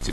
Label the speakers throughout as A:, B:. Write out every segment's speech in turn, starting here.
A: Se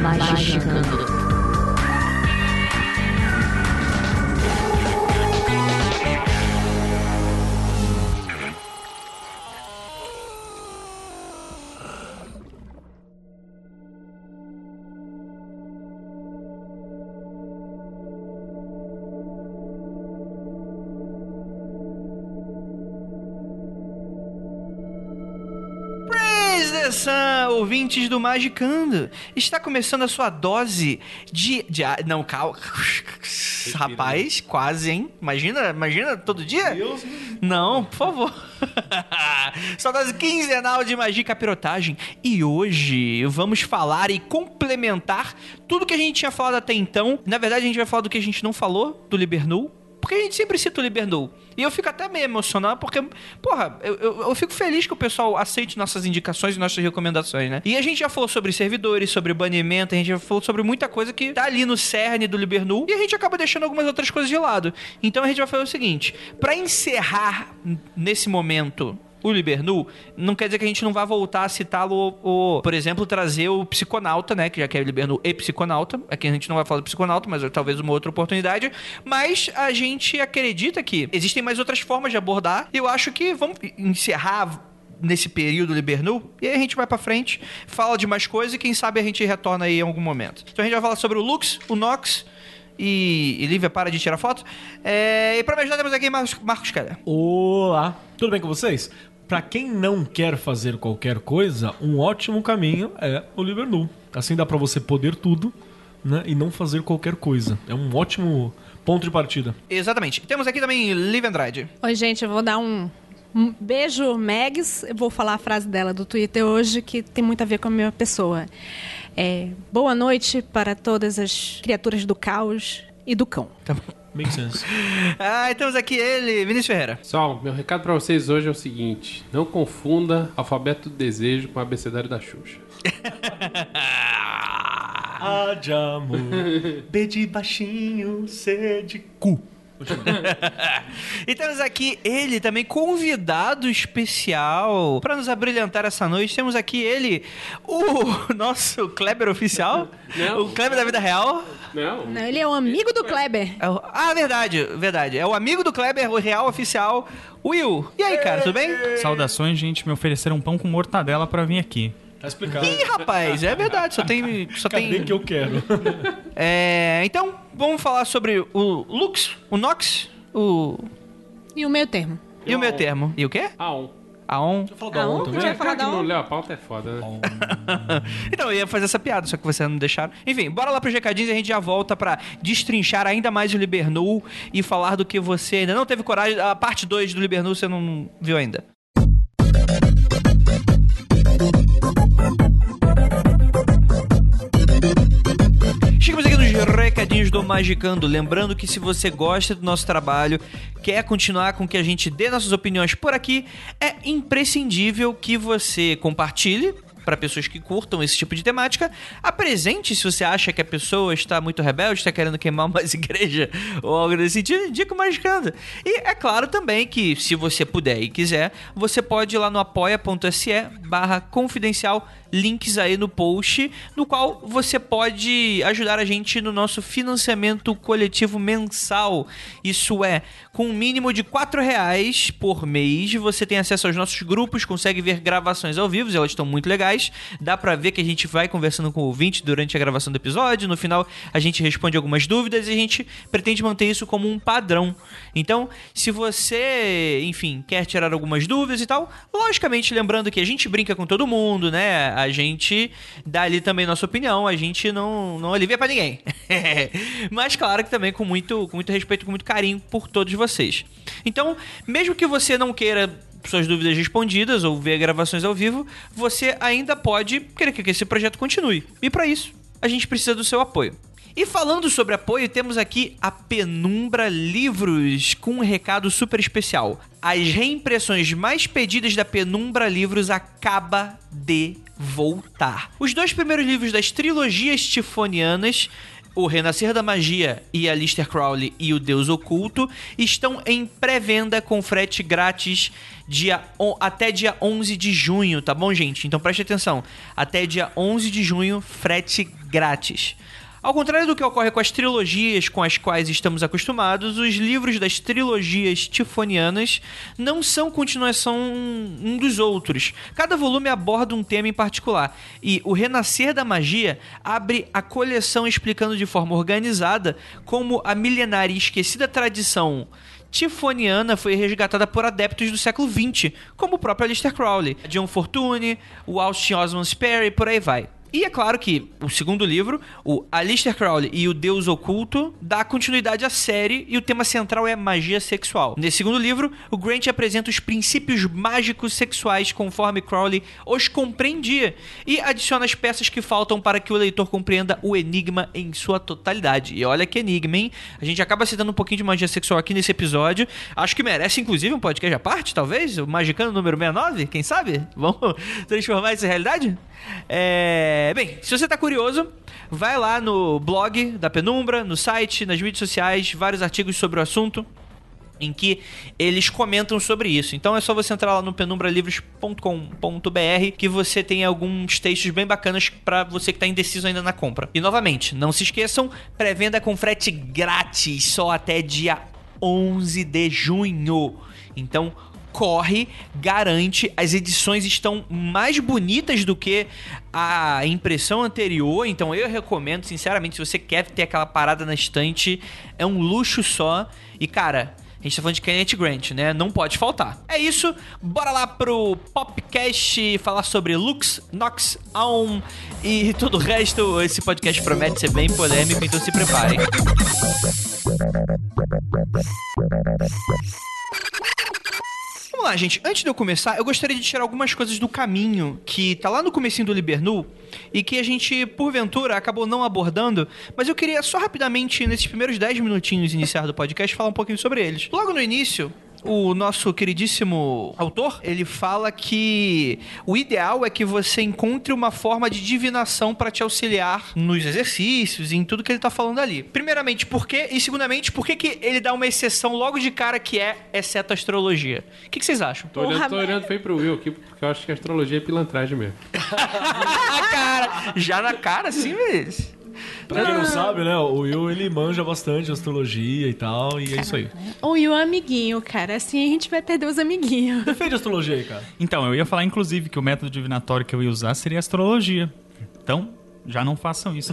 B: Magicando.
C: Atenção, ouvintes do Magicando. Está começando a sua dose de. de ah, não, calma. Rapaz, quase, hein? Imagina, imagina todo dia?
D: Deus me
C: Não, por favor. Sua dose quinzenal de magia e capirotagem. E hoje vamos falar e complementar tudo que a gente tinha falado até então. Na verdade, a gente vai falar do que a gente não falou, do Libernou. Porque a gente sempre cita o Libernou. E eu fico até meio emocionado, porque, porra, eu, eu, eu fico feliz que o pessoal aceite nossas indicações e nossas recomendações, né? E a gente já falou sobre servidores, sobre banimento, a gente já falou sobre muita coisa que tá ali no cerne do Libernou. E a gente acaba deixando algumas outras coisas de lado. Então a gente vai fazer o seguinte: pra encerrar n- nesse momento o Libernu, não quer dizer que a gente não vá voltar a citá-lo, ou- ou, por exemplo, trazer o Psiconauta, né? Que já que é Libernu e Psiconauta. Aqui a gente não vai falar do Psiconauta, mas é talvez uma outra oportunidade. Mas a gente acredita que existem mais outras formas de abordar. Eu acho que vamos encerrar nesse período Libernu, e aí a gente vai pra frente, fala de mais coisas e quem sabe a gente retorna aí em algum momento. Então a gente vai falar sobre o Lux, o Nox e, e Lívia para de tirar foto. É, e pra me ajudar temos aqui Marcos, Marcos Keller.
D: Olá, tudo bem com vocês? Pra quem não quer fazer qualquer coisa, um ótimo caminho é o Libernu. Assim dá pra você poder tudo né, e não fazer qualquer coisa. É um ótimo ponto de partida.
C: Exatamente. Temos aqui também Liv Andrade.
E: Oi, gente, eu vou dar um, um beijo, Megs. Eu vou falar a frase dela do Twitter hoje, que tem muito a ver com a minha pessoa. É, boa noite para todas as criaturas do caos e do cão.
D: Makes sense.
C: Ah, e temos aqui ele, Vinícius Ferreira.
F: Pessoal, meu recado pra vocês hoje é o seguinte: não confunda alfabeto do desejo com abecedário da Xuxa.
D: Ah, de amor. B de baixinho, C de cu.
C: E temos aqui ele também, convidado especial para nos abrilhantar essa noite. Temos aqui ele, o nosso Kleber oficial,
F: Não.
C: o Kleber da vida real.
F: Não.
E: Não, ele é um amigo do Kleber.
C: É o- Ah, verdade, verdade. É o amigo do Kleber, o real oficial, Will. E aí, cara, tudo bem?
G: Saudações, gente. Me ofereceram um pão com mortadela pra vir aqui.
D: Tá explicado.
C: Ih, rapaz, é verdade, só tem. Só
D: Cadê
C: tem...
D: que eu quero?
C: É, então, vamos falar sobre o Lux, o Nox, o.
E: E o meio termo.
C: E o meu termo. E o quê?
F: Ah, um. Tá
C: Aon.
E: A um,
F: Tu
E: que vai falar da
F: não
E: um.
F: leu a pauta é foda, né?
C: Então, eu ia fazer essa piada, só que vocês não deixaram. Enfim, bora lá pros recadinhos e a gente já volta pra destrinchar ainda mais o Libernou e falar do que você ainda não teve coragem. A parte 2 do Libernou você não viu ainda. Chegamos aqui nos recadinhos do Magicando. Lembrando que se você gosta do nosso trabalho, quer continuar com que a gente dê nossas opiniões por aqui, é imprescindível que você compartilhe para pessoas que curtam esse tipo de temática. Apresente se você acha que a pessoa está muito rebelde, está querendo queimar mais igreja ou algo nesse sentido, indica o Magicando. E é claro também que se você puder e quiser, você pode ir lá no apoia.se barra confidencial links aí no post, no qual você pode ajudar a gente no nosso financiamento coletivo mensal. Isso é, com um mínimo de 4 reais por mês, você tem acesso aos nossos grupos, consegue ver gravações ao vivo, elas estão muito legais. Dá pra ver que a gente vai conversando com o ouvinte durante a gravação do episódio, no final a gente responde algumas dúvidas e a gente pretende manter isso como um padrão. Então, se você, enfim, quer tirar algumas dúvidas e tal, logicamente lembrando que a gente brinca com todo mundo, né? A gente dá ali também nossa opinião, a gente não, não alivia pra ninguém. Mas claro que também com muito, com muito respeito, com muito carinho por todos vocês. Então, mesmo que você não queira suas dúvidas respondidas ou ver gravações ao vivo, você ainda pode querer que esse projeto continue. E para isso, a gente precisa do seu apoio. E falando sobre apoio, temos aqui a Penumbra Livros com um recado super especial. As reimpressões mais pedidas da Penumbra Livros acaba de voltar. Os dois primeiros livros das trilogias tifonianas o Renascer da Magia e Alistair Crowley e o Deus Oculto estão em pré-venda com frete grátis dia on- até dia 11 de junho, tá bom, gente? Então preste atenção. Até dia 11 de junho, frete grátis. Ao contrário do que ocorre com as trilogias com as quais estamos acostumados, os livros das trilogias tifonianas não são continuação um dos outros. Cada volume aborda um tema em particular, e O Renascer da Magia abre a coleção explicando de forma organizada como a milenária e esquecida tradição tifoniana foi resgatada por adeptos do século XX, como o próprio Aleister Crowley, John Fortune, o Austin Osman Sperry, por aí vai. E é claro que o segundo livro, o Aleister Crowley e o Deus Oculto, dá continuidade à série e o tema central é magia sexual. Nesse segundo livro, o Grant apresenta os princípios mágicos sexuais conforme Crowley os compreendia e adiciona as peças que faltam para que o leitor compreenda o enigma em sua totalidade. E olha que enigma, hein? A gente acaba citando um pouquinho de magia sexual aqui nesse episódio. Acho que merece, inclusive, um podcast à parte, talvez? O Magicano número 69, quem sabe? Vamos transformar isso em realidade? É... Bem, se você tá curioso, vai lá no blog da Penumbra, no site, nas mídias sociais, vários artigos sobre o assunto em que eles comentam sobre isso. Então é só você entrar lá no penumbralivros.com.br que você tem alguns textos bem bacanas pra você que tá indeciso ainda na compra. E novamente, não se esqueçam, pré-venda com frete grátis só até dia 11 de junho. Então corre, garante, as edições estão mais bonitas do que a impressão anterior, então eu recomendo, sinceramente, se você quer ter aquela parada na estante, é um luxo só. E cara, a gente tá falando de Kenneth Grant, né? Não pode faltar. É isso, bora lá pro Popcast falar sobre Lux, Nox, Aum e todo o resto. Esse podcast promete ser bem polêmico, então se preparem. Vamos lá, gente. Antes de eu começar, eu gostaria de tirar algumas coisas do caminho que tá lá no comecinho do Libernu e que a gente, porventura, acabou não abordando, mas eu queria só rapidamente, nesses primeiros 10 minutinhos iniciais do podcast, falar um pouquinho sobre eles. Logo no início, o nosso queridíssimo autor, ele fala que o ideal é que você encontre uma forma de divinação para te auxiliar nos exercícios e em tudo que ele tá falando ali. Primeiramente, por quê? E segundamente, por que, que ele dá uma exceção logo de cara que é exceto a astrologia? O que, que vocês acham?
F: Tô olhando,
E: Porra,
F: tô olhando feio pro Will aqui, porque eu acho que astrologia é pilantragem mesmo.
C: Ah, cara! Já na cara, assim, mesmo.
D: Pra quem não sabe, né? O Will ele manja bastante astrologia e tal, e é isso aí.
E: Ou e o amiguinho, cara. Assim a gente vai perder os amiguinhos.
D: Defende astrologia aí, cara.
G: Então, eu ia falar, inclusive, que o método divinatório que eu ia usar seria a astrologia. Então, já não façam isso.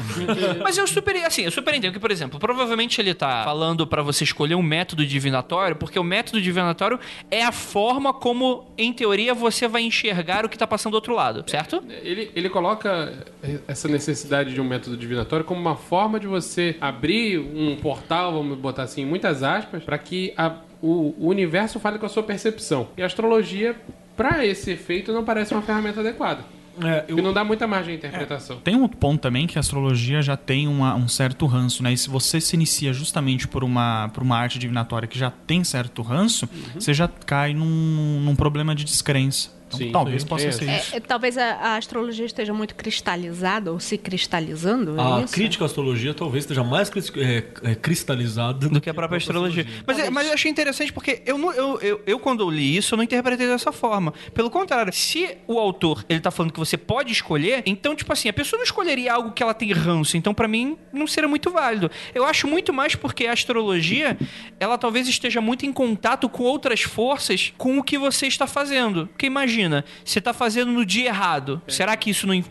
C: Mas eu super, assim, eu super entendo que, por exemplo, provavelmente ele tá falando pra você escolher um método divinatório, porque o método divinatório é a forma como, em teoria, você vai enxergar o que tá passando do outro lado, certo?
F: Ele, ele coloca eh, essa necessidade de um método divinatório como uma forma de você abrir um portal, vamos botar assim, em muitas aspas, para que a- o, o universo fale com a sua percepção. E a astrologia, para esse efeito, não parece uma ferramenta adequada.
D: É,
F: E não dá muita margem à interpretação.
G: Tem um ponto também que a astrologia já tem uma- um certo ranço, né? E se você se inicia justamente por uma, por uma arte divinatória que já tem certo ranço,
F: Uhum.
G: você já cai num, num problema de descrença. Então,
F: Sim,
G: talvez
F: sim.
G: possa
F: É.
G: ser isso.
E: É, é, talvez a, a astrologia esteja muito cristalizada ou se cristalizando.
D: A
E: é isso?
D: crítica à astrologia talvez esteja mais cris- é, é, cristalizada
C: Do que a própria astrologia. Mas, é- mas eu achei interessante porque eu, não- eu, eu, eu, quando eu li isso, eu não interpretei dessa forma. Pelo contrário, se o autor ele tá falando que você pode escolher, então, tipo assim, a pessoa não escolheria algo que ela tem ranço. Então, pra mim, não seria muito válido. Eu acho muito mais porque a astrologia, ela talvez esteja muito em contato com outras forças com o que você está fazendo. Porque imagina, você tá fazendo no dia errado. Será que isso não. in-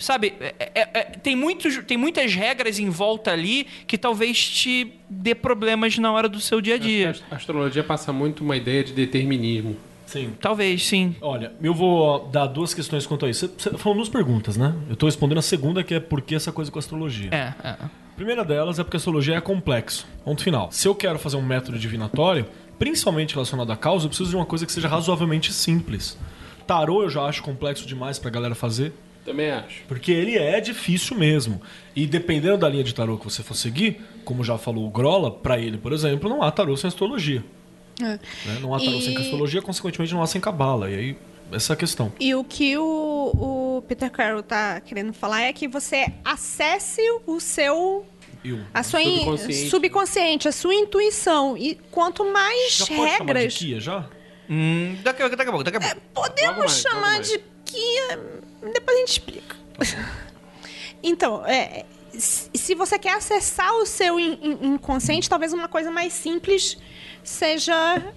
C: Sabe, é- é- é- tem, muitos, tem muitas regras em volta ali que talvez te dê problemas na hora do seu dia a dia.
F: A astrologia passa muito uma ideia de determinismo.
D: Sim.
C: Talvez, sim.
D: Olha, eu vou dar duas questões quanto a isso. Você falou duas perguntas, né? Eu tô respondendo a segunda, que é por que essa coisa com a astrologia.
C: É, é.
D: A primeira delas é porque a astrologia é complexo. Ponto final. Se eu quero fazer um método divinatório, principalmente relacionado à causa, eu preciso de uma coisa que seja razoavelmente simples. Tarô eu já acho complexo demais pra galera fazer.
F: Também acho.
D: Porque ele é difícil mesmo. E dependendo da linha de tarô que você for seguir, como já falou o Grola, pra ele, por exemplo, não há tarô sem astrologia.
E: É.
D: né? Não há tarô
E: E-
D: sem astrologia, consequentemente não há sem cabala. E aí, essa é a questão.
E: E o que o, o Peter Carroll tá querendo falar é que você acesse o seu
D: E o-
E: a sua in-
F: Subconsciente.
E: subconsciente, a sua intuição e quanto mais
D: Já pode chamar de
E: regras
D: Kia, já?
H: Hum, daqui, a- daqui a pouco, daqui a pouco.
E: podemos
F: Logo mais, logo
E: chamar
F: mais.
E: de que depois a gente explica. então, é, se se você quer acessar o seu in- in- inconsciente, talvez uma coisa mais simples seja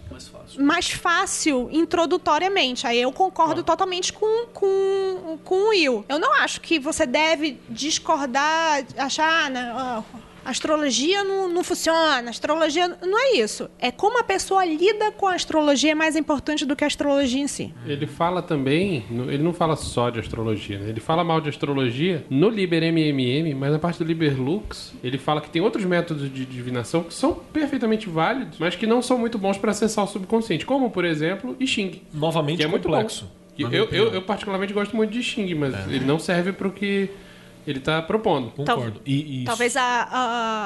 D: Mais fácil.
E: mais fácil introdutoriamente. Aí eu concordo totalmente com, com, com o Will. Eu não acho que você deve discordar, achar. ah, né, ah, Astrologia não, não funciona, astrologia não é isso. É como a pessoa lida com a astrologia é mais importante do que a astrologia em si.
F: Ele fala também, no- ele não fala só de astrologia, né? Ele fala mal de astrologia no Liber MMM, mas na parte do Liber Lux, ele fala que tem outros métodos de divinação que são perfeitamente válidos, mas que não são muito bons para acessar o subconsciente, como, por exemplo, I Ching,
D: Novamente
F: que é muito
D: complexo.
F: bom. Que
D: na
F: Eu,
D: minha
F: eu,
D: opinião.
F: eu particularmente gosto muito de I Ching, mas ele não serve para o que ele tá propondo.
D: Concordo. E, e
E: Talvez a,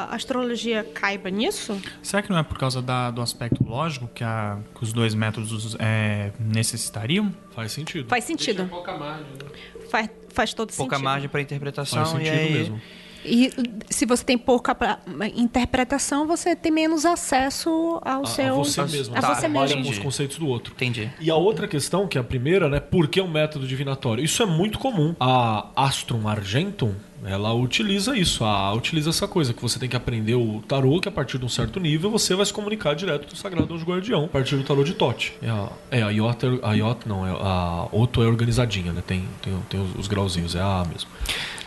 E: a astrologia caiba nisso?
G: Será que não é por causa da- do aspecto lógico que, a- que os dois métodos é, necessitariam?
D: Faz sentido.
E: Faz
F: Deixa
E: sentido.
F: pouca margem, né?
E: Faz, faz todo
C: É,
H: Pouca
E: sentido.
H: margem pra interpretação.
D: Faz sentido
H: e aí...
D: mesmo.
E: E se você tem pouca pra- interpretação, você tem menos acesso ao
D: A,
E: seu.
D: a você mesmo.
E: A
D: Tá,
E: é um- você
D: trabalha com
E: mesmo. Um
D: os
H: Entendi.
D: conceitos do outro.
H: Entendi.
D: E a outra questão, que é a primeira, né? Por que o método divinatório? Isso é muito comum. A Astrum Argentum, ela utiliza isso. A utiliza essa coisa, que você tem que aprender o tarô, que a partir de um certo nível você vai se comunicar direto do Sagrado Anjo Guardião, a partir do tarô de Tote. É, a- é a Iota, a Iota não, é a Oto é organizadinha, né? Tem, tem, tem os, os grauzinhos, é a A mesmo.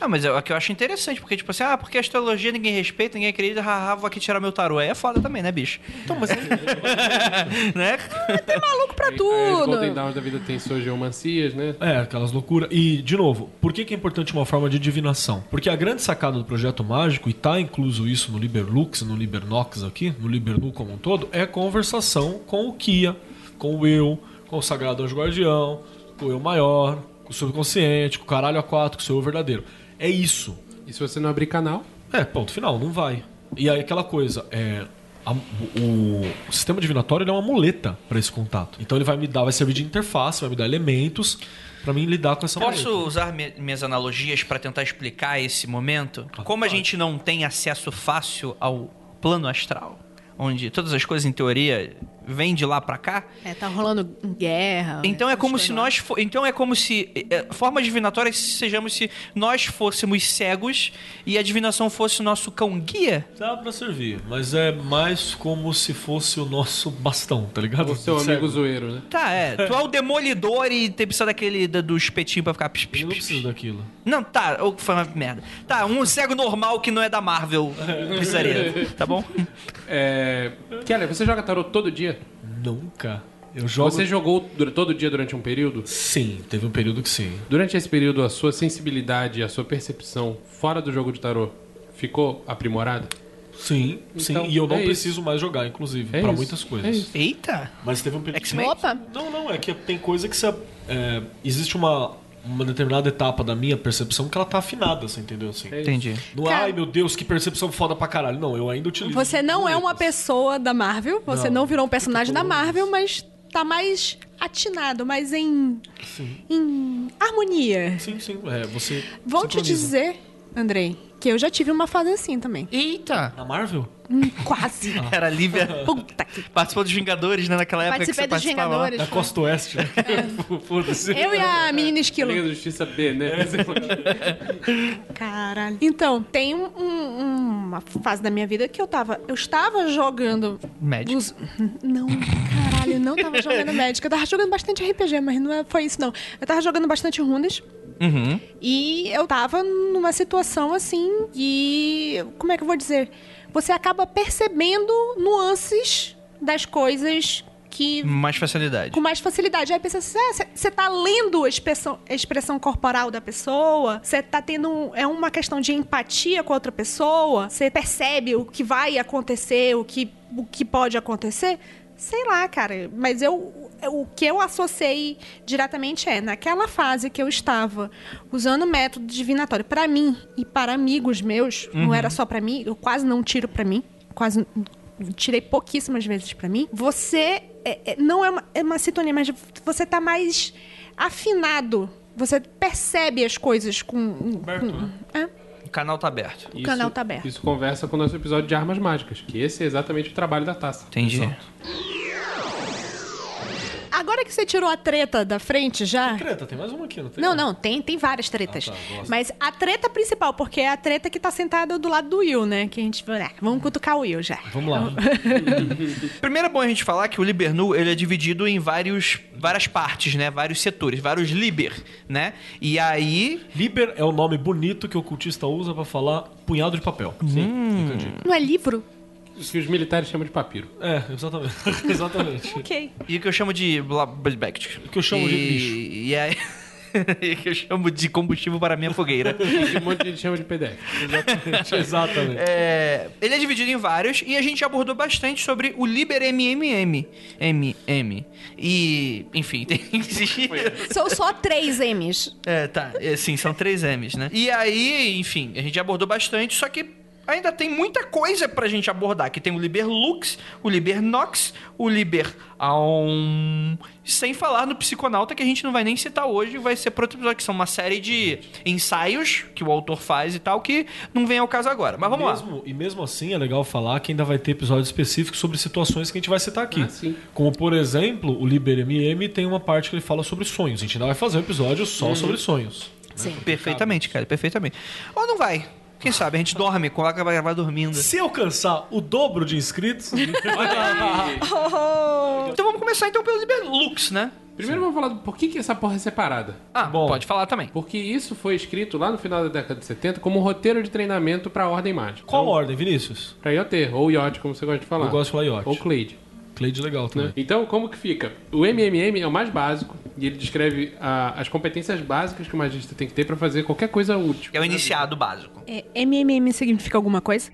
H: Ah, mas é o que eu acho interessante, porque, tipo assim, ah, porque a astrologia ninguém respeita, ninguém acredita, haha, vou aqui tirar meu tarô. Aí é foda também, né, bicho?
D: Então, mas
H: né?
E: maluco pra
F: Aí os
E: tudo.
F: Golden Downs da vida tem suas geomancias, né?
D: É, aquelas loucuras. E, de novo, por que, que é importante uma forma de divinação? Porque a grande sacada do projeto mágico, e tá incluso isso no Liberlux, no Libernox aqui, no Libernu como um todo, é conversação com o Kia, com o eu, com o Sagrado Anjo Guardião, com o eu maior, com o subconsciente, com o caralho A4, com o seu eu verdadeiro. É isso.
F: E se você não abrir canal,
D: É, ponto final, não vai. E aí aquela coisa, é. a- o, o sistema divinatório ele é uma muleta pra esse contato. Então ele vai me dar, vai servir de interface, vai me dar elementos pra mim lidar com essa muleta.
H: Posso usar mi- minhas analogias pra tentar explicar esse momento? Como a gente não tem acesso fácil ao plano astral, onde todas as coisas, em teoria, vêm de lá pra cá,
E: É, tá rolando guerra.
H: Então é
E: essas
H: como
E: coisas
H: se
E: lá.
H: nós fo- então é como se é, é, formas divinatórias sejamos se nós fôssemos cegos e a divinação fosse o nosso cão guia.
D: Dá pra servir, mas é mais como se fosse o nosso bastão, tá ligado?
F: o seu
D: Sério.
F: é amigo zoeiro, né?
H: Tá, é. Tu é o demolidor e tem precisa daquele da, do espetinho pra ficar pis, pis,
D: Eu não
H: pis, pis.
D: preciso daquilo.
H: Não, tá, ou foi uma merda. Tá, um cego normal que não é da Marvel precisaria, tá bom?
F: É... Kelly, você joga tarô todo dia?
D: Nunca. Eu jogo.
F: Você jogou dur- todo dia durante um período?
D: Sim, teve um período que sim.
F: Durante esse período, a sua sensibilidade, a sua percepção fora do jogo de tarô ficou aprimorada?
D: Sim, sim.
F: Então,
D: e eu não
F: é isso.
D: preciso mais jogar, inclusive,
F: É
D: pra
F: isso,
D: muitas
F: é
D: coisas.
F: isso.
H: Eita.
D: Mas teve um período.
H: X-Men?
E: Opa!
D: Não, não, é que tem coisa que você. é, existe uma, uma determinada etapa da minha percepção que ela tá afinada, você entendeu? Assim.
H: Entendi.
D: Não,
E: Cara-
D: ai meu Deus, que percepção foda pra caralho. Não, eu ainda utilizo.
E: Você não é uma pessoa da Marvel, você não, virou um personagem da Marvel, mas tá mais atinado, mais em. em harmonia.
D: Sim, sim. É, você.
E: Vou te
D: sincroniza.
E: dizer, Andrei, que eu já tive uma fase assim também.
H: Eita.
D: Na Marvel?
E: Hum, Quase.
C: Ah.
H: Era a Lívia.
E: Puta que.
H: Participou dos Vingadores, né, naquela época
E: Participei
H: que você
E: dos
H: participava. lá.
E: Vingadores.
D: Na Costa Oeste, né? Foda-se.
E: Eu e a menina esquilo.
F: Liga da Justiça B, né?
E: Caralho. Então, tem um- um- uma fase da minha vida que eu tava. Eu estava jogando.
H: Magic.
E: os- Não, caralho, não tava jogando médica. Eu tava jogando bastante RPG, mas não é- foi isso, não. Eu tava jogando bastante runas.
H: Uhum.
E: E eu tava numa situação assim que. Como é que eu vou dizer? Você acaba percebendo nuances das coisas que
H: Mais facilidade.
E: com mais facilidade. Aí pensa assim, você tá lendo a expressão, a expressão corporal da pessoa, você tá tendo. um- É uma questão de empatia com a outra pessoa, você percebe o que vai acontecer, o que, o que pode acontecer. Sei lá, cara, mas eu. o que eu associei diretamente é naquela fase que eu estava usando o método divinatório para mim e para amigos meus, não era só para mim, eu quase não tiro para mim, quase tirei pouquíssimas vezes para mim. Você é- é- não é uma, é uma sintonia, mas você tá mais afinado. Você percebe as coisas com. com é.
C: O canal tá aberto.
F: Isso-
E: canal tá aberto.
F: Isso conversa com o nosso episódio de armas mágicas, que esse é exatamente o trabalho da taça.
C: Entendi.
E: Agora que você tirou a treta da frente já.
D: Creta, tem mais uma aqui, não tem?
E: Não, não, tem, tem várias tretas.
D: Ah, tá, gosto.
E: Mas a treta principal, porque é a treta que tá sentada do lado do Will, né? Que a gente. né, vamos cutucar o Will já.
D: Vamos lá.
C: Primeiro é bom a gente falar que o Libernu ele é dividido em vários, várias partes, né? Vários setores, vários Liber, né? E aí.
D: Liber é o nome bonito que o ocultista usa pra falar punhado de papel. Sim, entendi.
E: Não é livro?
F: Isso que os militares chamam de papiro.
D: É, exatamente. exatamente.
E: Ok.
C: E o que eu chamo de. bla- bla- bla- O
D: que eu chamo de lixo.
C: E aí. e que eu chamo de combustível para a minha fogueira.
F: E um monte de gente chama de PDF.
D: exatamente.
C: É, ele é dividido em vários e a gente abordou bastante sobre o Liber MMM. MM. E, enfim, tem.
E: São só três M's.
C: É, tá. É, sim, são três M's, né? E aí, enfim, a gente abordou bastante, só que ainda tem muita coisa pra gente abordar. Que tem o Liber Lux, o Liber Nox, o Liber Aum. Sem falar no Psiconauta, que a gente não vai nem citar hoje, vai ser pro outro episódio, que são uma série de ensaios que o autor faz e tal, que não vem ao caso agora. Mas vamos lá.
D: mesmo, E mesmo assim é legal falar que ainda vai ter episódio específico sobre situações que a gente vai citar aqui.
F: Ah, sim.
D: Como, por exemplo, o Liber MM tem uma parte que ele fala sobre sonhos. A gente ainda vai fazer um episódio
F: Uhum.
D: só sobre sonhos.
C: é Perfeitamente, cara, perfeitamente. Ou não vai. Quem sabe? A gente dorme, coloca pra gravar dormindo.
D: Se alcançar o dobro de inscritos,
F: Uhum.
D: vai
C: Então vamos começar então pelo Liber Lux, né?
F: Primeiro vamos falar do por que, que essa porra é separada.
C: Ah,
D: Bom.
C: pode falar também.
F: Porque isso foi escrito lá no final da década de 70 como um roteiro de treinamento pra Ordem Mágica.
D: Qual ordem, Vinícius?
F: Pra IoT, ou IoT, como você gosta de falar.
D: Eu gosto de falar IoT.
F: Ou Cleide.
D: Cleide legal também.
F: Então, como que fica? O MMM é o mais básico e ele descreve ah, as competências básicas que o magista tem que ter pra fazer qualquer coisa útil.
C: É o iniciado básico.
E: É, MMM significa alguma coisa?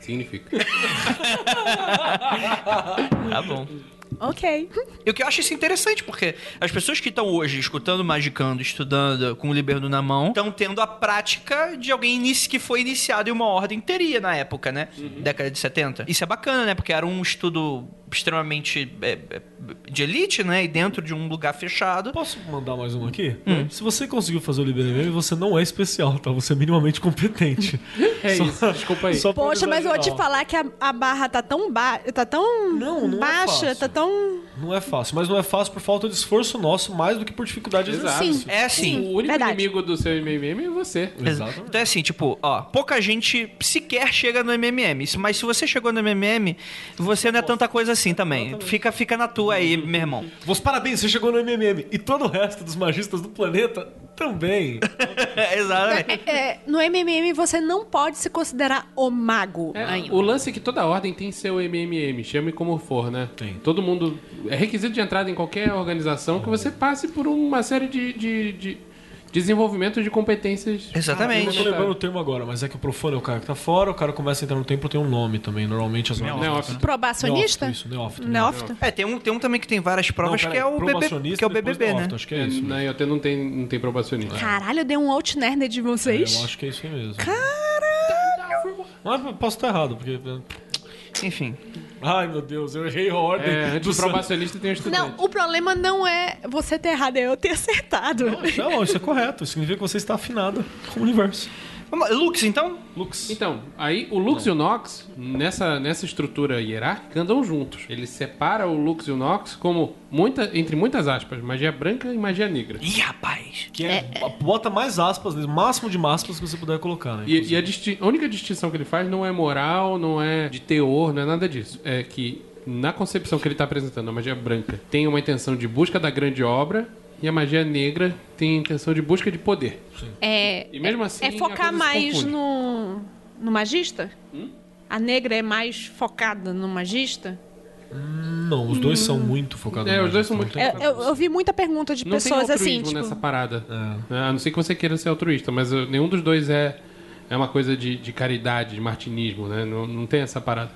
F: Significa.
E: É,
C: Tá bom.
E: Ok.
C: E o que eu acho isso interessante, porque as pessoas que estão hoje escutando, magicando, estudando com o liberno na mão, estão tendo a prática de alguém inici- que foi iniciado em uma ordem teria na época, né? Década de 70. Isso é bacana, né? Porque era um estudo extremamente é, é, de elite, né? E dentro de um lugar fechado.
D: Posso mandar mais uma aqui?
F: Uhum.
D: Se você conseguiu fazer o Liber MM, você não é especial, tá? Você é minimamente competente.
F: É isso, desculpa aí.
D: Só pra
E: Poxa, mas eu vou te
D: avisar.
E: falar que a, a barra tá tão baixa. Tá tão
D: Não, não é
E: baixa,
D: fácil.
E: tá tão.
D: Não é fácil, mas não é fácil por falta de esforço nosso, mais do que por dificuldade de
F: Exato.
D: exercício.
C: É assim.
F: O único
E: Verdade.
F: inimigo do seu MMM é você.
D: Exatamente.
C: Então é assim, tipo, ó, pouca gente sequer chega no MMM, mas se você chegou no MMM, você não é tanta coisa assim também. Fica, fica na tua aí, meu irmão.
D: Vos parabéns, você chegou no MMM. E todo o resto dos magistas do planeta também.
C: Exatamente.
E: É, é, no MMM você não pode se considerar o mago
F: É,
E: ainda.
F: o lance é que toda ordem tem seu MMM, chame como for, né?
D: Tem.
F: Todo mundo. É requisito de entrada em qualquer organização que você passe por uma série de, de, de desenvolvimento de competências.
D: Eu não tô
C: Exatamente.
D: lembrando o termo agora, mas é que o profano é o cara que tá fora, o cara começa a entrar no templo, tem um nome também. Normalmente as
I: Neófito.
F: Não,
E: Probacionista?
D: Neófito, isso, neófito, né?
E: Neófito?
C: É, tem um, tem um também que tem várias
D: Não,
C: provas
D: peraí,
C: que, é o BB,
D: probacionista
C: que é o
D: depois
C: BBB, né?
D: neófito, Acho que é
F: É,
D: isso.
F: na IoT não tem, não tem probacionista.
E: Caralho, eu dei um out nerd de
D: É,
E: vocês.
D: eu acho que é isso aí mesmo. Mas posso estar errado, porque.
C: Enfim.
D: Ai meu Deus, eu errei a ordem.
F: É, antes
D: do
F: do probacionista tem o estudante.
E: Não, o problema não é você ter errado, é eu ter acertado.
D: Não, isso é correto. Isso significa que você está afinado com o universo.
C: Vamos lá, Lux, então?
D: Lux.
F: Então, aí o Lux e o Nox, nessa, nessa estrutura hierárquica, andam juntos. Ele separa o Lux e o Nox como, muita, entre muitas aspas, magia branca e magia negra.
C: Ih, rapaz.
D: Que é, Bota mais aspas, né? máximo de aspas que você puder colocar, né?
F: E, e a, disti- a única distinção que ele faz não é moral, não é de teor, não é nada disso. É que na concepção que ele está apresentando, a magia branca tem uma intenção de busca da grande obra e a magia negra tem a intenção de busca de poder.
E: É,
F: E mesmo assim,
E: é
F: a coisa
E: focar
F: se
E: mais
F: confunde. Hum?
E: no, no magista? A negra é mais focada no magista?
D: Não, os dois são muito focados
F: É,
D: no
F: os dois
D: Magic,
F: são
D: não
F: muito-
D: tem-
E: É, eu, eu vi muita pergunta de
F: Não
E: pessoas
F: tem
E: assim,
F: altruísmo
E: tipo,
F: nessa parada.
D: É.
F: né? A não ser que você queira ser altruísta, mas eh, uh, nenhum dos dois é, é uma coisa de, de caridade, de martinismo, né? Não, não tem essa parada.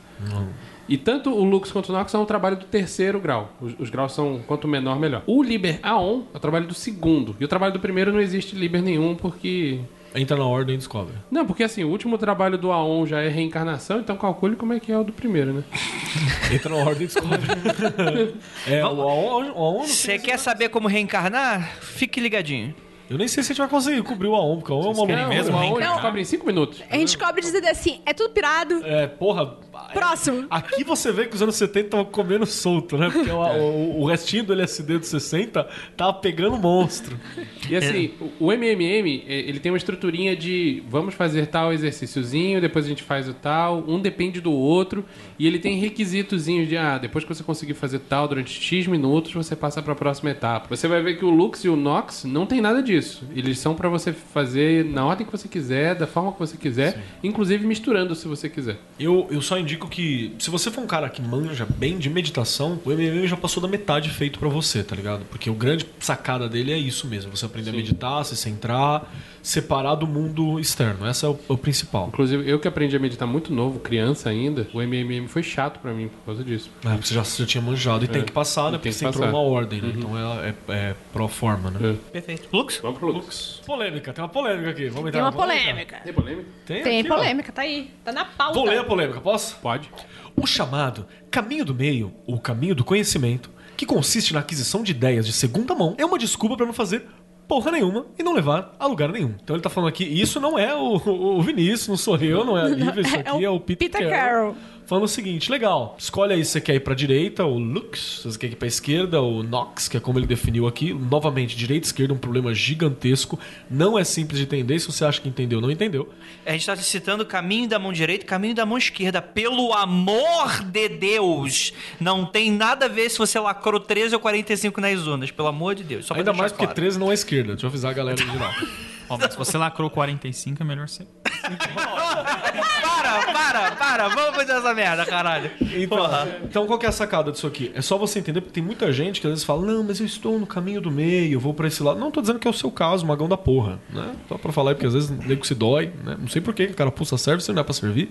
F: E tanto o Lux quanto o Nox são um trabalho do terceiro grau. Os, os graus são quanto menor, melhor. O Liber Aon é o trabalho do segundo. E o trabalho do primeiro não existe Liber nenhum, porque.
D: Entra na ordem e descobre.
F: Não, porque assim, o último trabalho do Aon já é reencarnação, então calcule como é que é o do primeiro, né?
D: Entra na ordem e descobre. é, assim, o A1, o A1
C: Você quer saber como reencarnar? Fique ligadinho.
D: Eu nem sei se a gente vai conseguir cobrir o A1, porque o A1 é uma
F: Não,
D: loucura.
F: o Aon
J: reencarnar?
F: descobre em cinco minutos.
J: A gente cobre dizendo assim, é tudo pirado.
D: É, Ah, porra.
J: Próximo.
D: Aqui você vê que os anos 70 estavam comendo solto, né? Porque o, o- o restinho do LSD dos 60 tava pegando monstro.
F: E assim, o o MMM, eh, ele tem uma estruturinha de vamos fazer tal exercíciozinho, depois a gente faz o tal, um depende do outro, e ele tem requisitozinhos de, ah, depois que você conseguir fazer tal durante X minutos, você passa pra próxima etapa. Você vai ver que o Lux e o Nox não tem nada disso. Eles são pra você fazer na ordem que você quiser, da forma que você quiser, inclusive misturando se você quiser.
D: Eu, eu só indico que, se você for um cara que manja bem de meditação, o MMM já passou da metade feito pra você, tá ligado? Porque o grande sacada dele é isso mesmo: você aprender a meditar, se centrar, separar do mundo externo. Essa é o, é o principal.
F: Inclusive, eu que aprendi a meditar muito novo, criança ainda, o MMM foi chato pra mim por causa disso.
D: É, porque você já, já tinha manjado e tem que passar, né?
F: É, e tem
D: Porque
F: que
D: você entrou
F: passar. Uhum. É.
D: numa ordem, né? Então é, é, é pro forma, né?
C: Perfeito. Lux?
F: Vamos pro Lux.
D: Polêmica, tem uma polêmica aqui. então Vamos
J: Tem
D: entrar
J: uma
D: na polêmica?
J: polêmica.
F: Tem polêmica?
D: Tem,
J: Tem
D: aqui, ó.
J: polêmica, tá aí. Tá na pauta.
D: Vou ler a polêmica, posso?
F: Pode.
D: O chamado caminho do meio, ou caminho do conhecimento, que consiste na aquisição de ideias de segunda mão, é uma desculpa pra não fazer porra nenhuma e não levar a lugar nenhum. Então ele tá falando aqui, e isso não é o, o- o Vinícius, não sou eu, não é a Lívia, isso aqui é o Peter,
J: Peter Carroll.
D: Falando o seguinte, legal, escolhe aí se você quer ir pra direita, o Lux, se você quer ir pra esquerda, o Nox, que é como ele definiu aqui. Novamente, direita e esquerda é um problema gigantesco, não é simples de entender, se você acha que entendeu, não entendeu.
C: A gente tá citando caminho da mão direita e caminho da mão esquerda. Pelo amor de Deus! Não tem nada a ver se você lacrou 13 ou 45 nas zonas, pelo amor de Deus. Só pra
D: Ainda
C: deixar
D: mais porque
C: claro.
D: 13 não é esquerda, deixa eu avisar a galera no geral.
G: Ó, mas se você lacrou 45, é melhor ser.
C: Para, para, para! Vamos fazer essa merda, caralho.
D: Então, então qual que é a sacada disso aqui? É só você entender, porque tem muita gente que às vezes fala, não, mas eu estou no caminho do meio, eu vou pra esse lado. Não tô dizendo que é o seu caso, magão da porra, né? Só pra falar aí, porque às vezes o nego se dói, né? Não sei por que que o cara pulsa serve, você não é pra servir.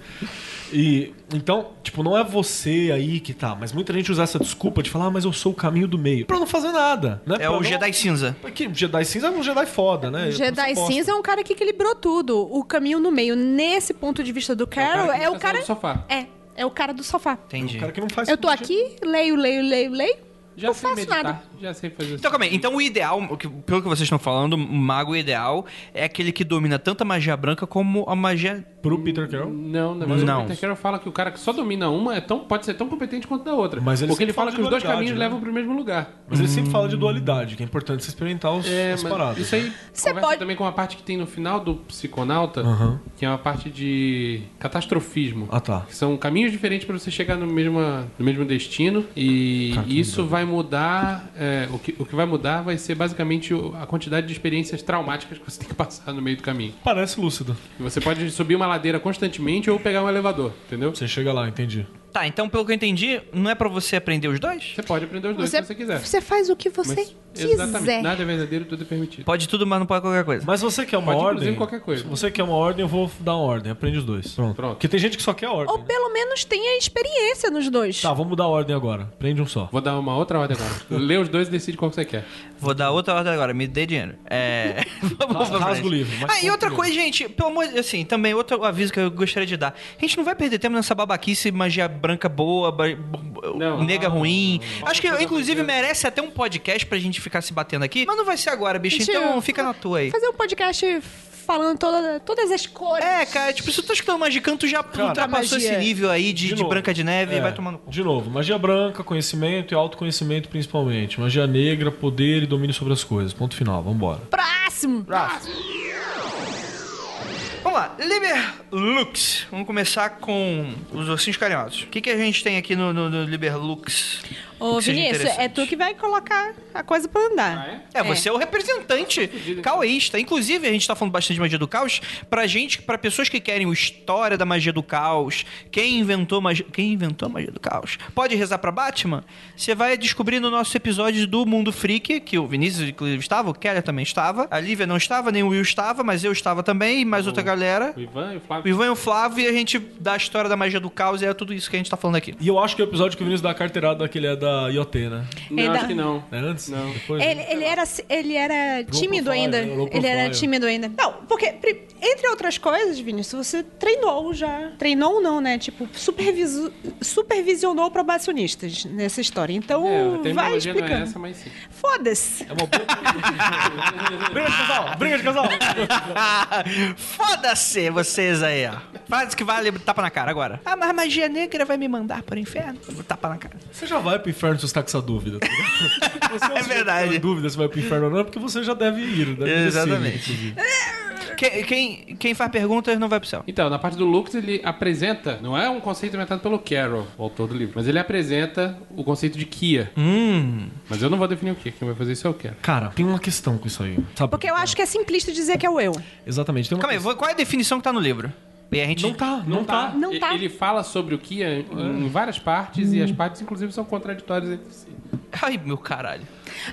D: E, então, tipo, não é você aí que tá, mas muita gente usa essa desculpa de falar, ah, mas eu sou o caminho do meio. Pra não fazer nada, né?
C: É
D: Pra
C: o
D: não...
C: Jedi Cinza.
D: Porque Jedi cinza é um Jedi foda, né?
E: Jedi
D: Essa bosta.
E: Cinza é um cara que equilibrou tudo. O caminho no meio, nesse ponto de vista do Carol, é o cara.
F: Do Tá sofá.
E: É, é o cara do sofá.
D: O
C: Entendi.
D: cara que não faz
E: um Eu tô aqui, leio, leio, leio, leio.
F: Já
E: não
F: sei
E: faço
F: meditar,
E: nada.
F: já sei fazer assim.
C: Então, calma aí. Então, o ideal, o que- pelo que vocês estão falando, o mago ideal é aquele que domina tanto a magia branca como a magia.
D: pro Peter Carroll.
F: Não, na verdade,
C: Não.
F: o Peter Carroll fala que o cara que só domina uma é tão, pode ser tão competente quanto da outra.
D: Mas ele
F: Porque ele
D: sempre
F: fala
D: fala
F: que os
D: de
F: dois
D: dualidade,
F: caminhos
D: né?
F: levam pro mesmo lugar.
D: Mas ele sempre fala de dualidade, que é importante você experimentar os,
F: Hum. É,
D: as
F: mas
D: paradas. né?
F: isso aí
E: Você
F: conversa
E: pode-
F: também com a parte que tem no final do Psiconauta,
D: Aham.
F: que é uma parte de catastrofismo.
D: Ah, tá.
F: Que são caminhos diferentes para você chegar no mesmo, no mesmo destino. E
D: Cara, que
F: isso vai mudar. é, o, que, o que vai mudar vai ser basicamente o- a quantidade de experiências traumáticas que você tem que passar no meio do caminho.
D: Parece lúcido.
F: E Você pode subir uma ladeira constantemente ou pegar um elevador, entendeu?
D: Você chega lá, entendi.
C: Tá, então, pelo que eu entendi, não é pra você aprender os dois?
F: Você pode aprender os dois se você quiser.
E: você faz o que você quiser.
F: Exatamente. Nada é verdadeiro, tudo é permitido.
C: Pode tudo, mas não pode qualquer coisa.
D: Mas você quer uma
F: Pode, inclusive,
D: ordem?
F: qualquer coisa.
D: Se você quer uma ordem, eu vou dar uma ordem. Aprende os dois. Pronto.
F: Pronto.
D: Porque tem gente que só quer a ordem.
E: Ou
D: né?
E: pelo menos tenha experiência nos dois.
D: Tá, vamos mudar a ordem agora. Aprende um só.
F: Vou dar uma outra ordem agora. Lê os dois e decide qual que você quer.
C: Vou dar outra ordem agora, me dê dinheiro. É. Vamos pra
D: Rasga
C: frente.
D: o livro, mas
C: Ah, e outra coisa, gente, pelo amor de assim, também outro aviso que eu gostaria de dar. A gente não vai perder tempo nessa babaquice, magia branca boa, ba...
F: Não,
C: nega ruim. Acho que,
F: Fala coisa
C: inclusive,
F: boa.
C: merece até um podcast pra gente ficar se batendo aqui. Mas não vai ser agora, bicho,
E: Gente,
C: então
E: eu-
C: fica na tua aí.
E: Fazer um podcast falando toda- todas as cores.
C: É, cara, tipo, se tu tá escutando Magicano, tu já ultrapassou
E: magia.
C: esse nível aí de, de
D: novo.
C: Branca de Neve
D: É,
C: e vai tomando cu.
D: De novo, magia branca, conhecimento e autoconhecimento principalmente. Magia negra, poder e domínio sobre as coisas. Ponto final, vambora.
E: Próximo!
C: Vamos lá, Liber Lux. Vamos começar com os ursinhos carinhosos. O que, que a gente tem aqui no, no, no Liber Lux?
E: Ô,
H: que seja
E: Vinícius, é
H: interessante.
E: tu que vai colocar a coisa pra andar.
F: Ah, é?
H: É, você é o representante cauísta. Inclusive, a gente tá falando bastante de magia do caos. Pra gente, pra pessoas que querem o história da magia do caos, quem inventou magia, quem inventou a magia do caos, pode rezar pra Batman? Você vai descobrir no nosso episódio do Mundo Freak, que o Vinícius inclusive estava, o Keller também estava, a Lívia não estava, nem o Will estava, mas eu estava também, e mais outra galera.
F: O Ivan e o
H: O
F: Flávio.
H: Ivan e o Flávio, e a gente dá a história da magia do caos, e é tudo isso que a gente tá falando aqui.
D: E eu acho que o episódio que o Vinícius dá a carteirada aquele é da IoT, né?
E: É
F: Não,
E: da-
F: acho que não.
D: É antes?
F: Não.
D: Depois?
E: Ele, ele era, ele era tímido
D: profile,
E: ainda.
D: né? Low
E: Ele era
D: profile.
E: tímido ainda. Não, porque, pri- entre outras coisas, Vinícius, você treinou já. Treinou ou não, né? Tipo, supervisu- supervisionou probacionistas nessa história. Então,
F: É, a
E: vai
F: terminologia não
E: explicando.
F: é essa, É mas sim.
E: Foda-se.
D: Briga de casal! Briga de casal!
H: Foda-se vocês aí, ó. Faz que vale tapa na cara agora. Ah, mas a magia negra vai me mandar para o inferno? Tapa na cara.
D: Você já vai pro inferno se você tá com essa dúvida, tá ligado? Você
H: É
D: se
H: verdade.
D: tem dúvida se vai pro inferno ou não, é porque você já deve ir, deve descer,
H: Exatamente.
D: inclusive.
H: Quem, quem, quem faz perguntas não vai pro céu.
F: Então, na parte do Lux, ele apresenta, não é um conceito inventado pelo Carroll, o autor do livro, mas ele apresenta o conceito de Kia. Mas eu não vou definir o que, quem vai fazer isso é o Carroll.
D: Cara, tem uma questão com isso aí. Sabe?
E: Porque eu acho que é simplista dizer que é o eu.
D: Exatamente. Tem uma
H: Calma aí,
D: questão.
H: vou- qual é a definição que tá no livro? E a gente.
D: Não tá, não, tá.
E: Não
F: E-
E: tá.
F: Ele fala sobre o Kia em, em várias partes e as partes, inclusive, são contraditórias entre si.
H: Ai, meu caralho.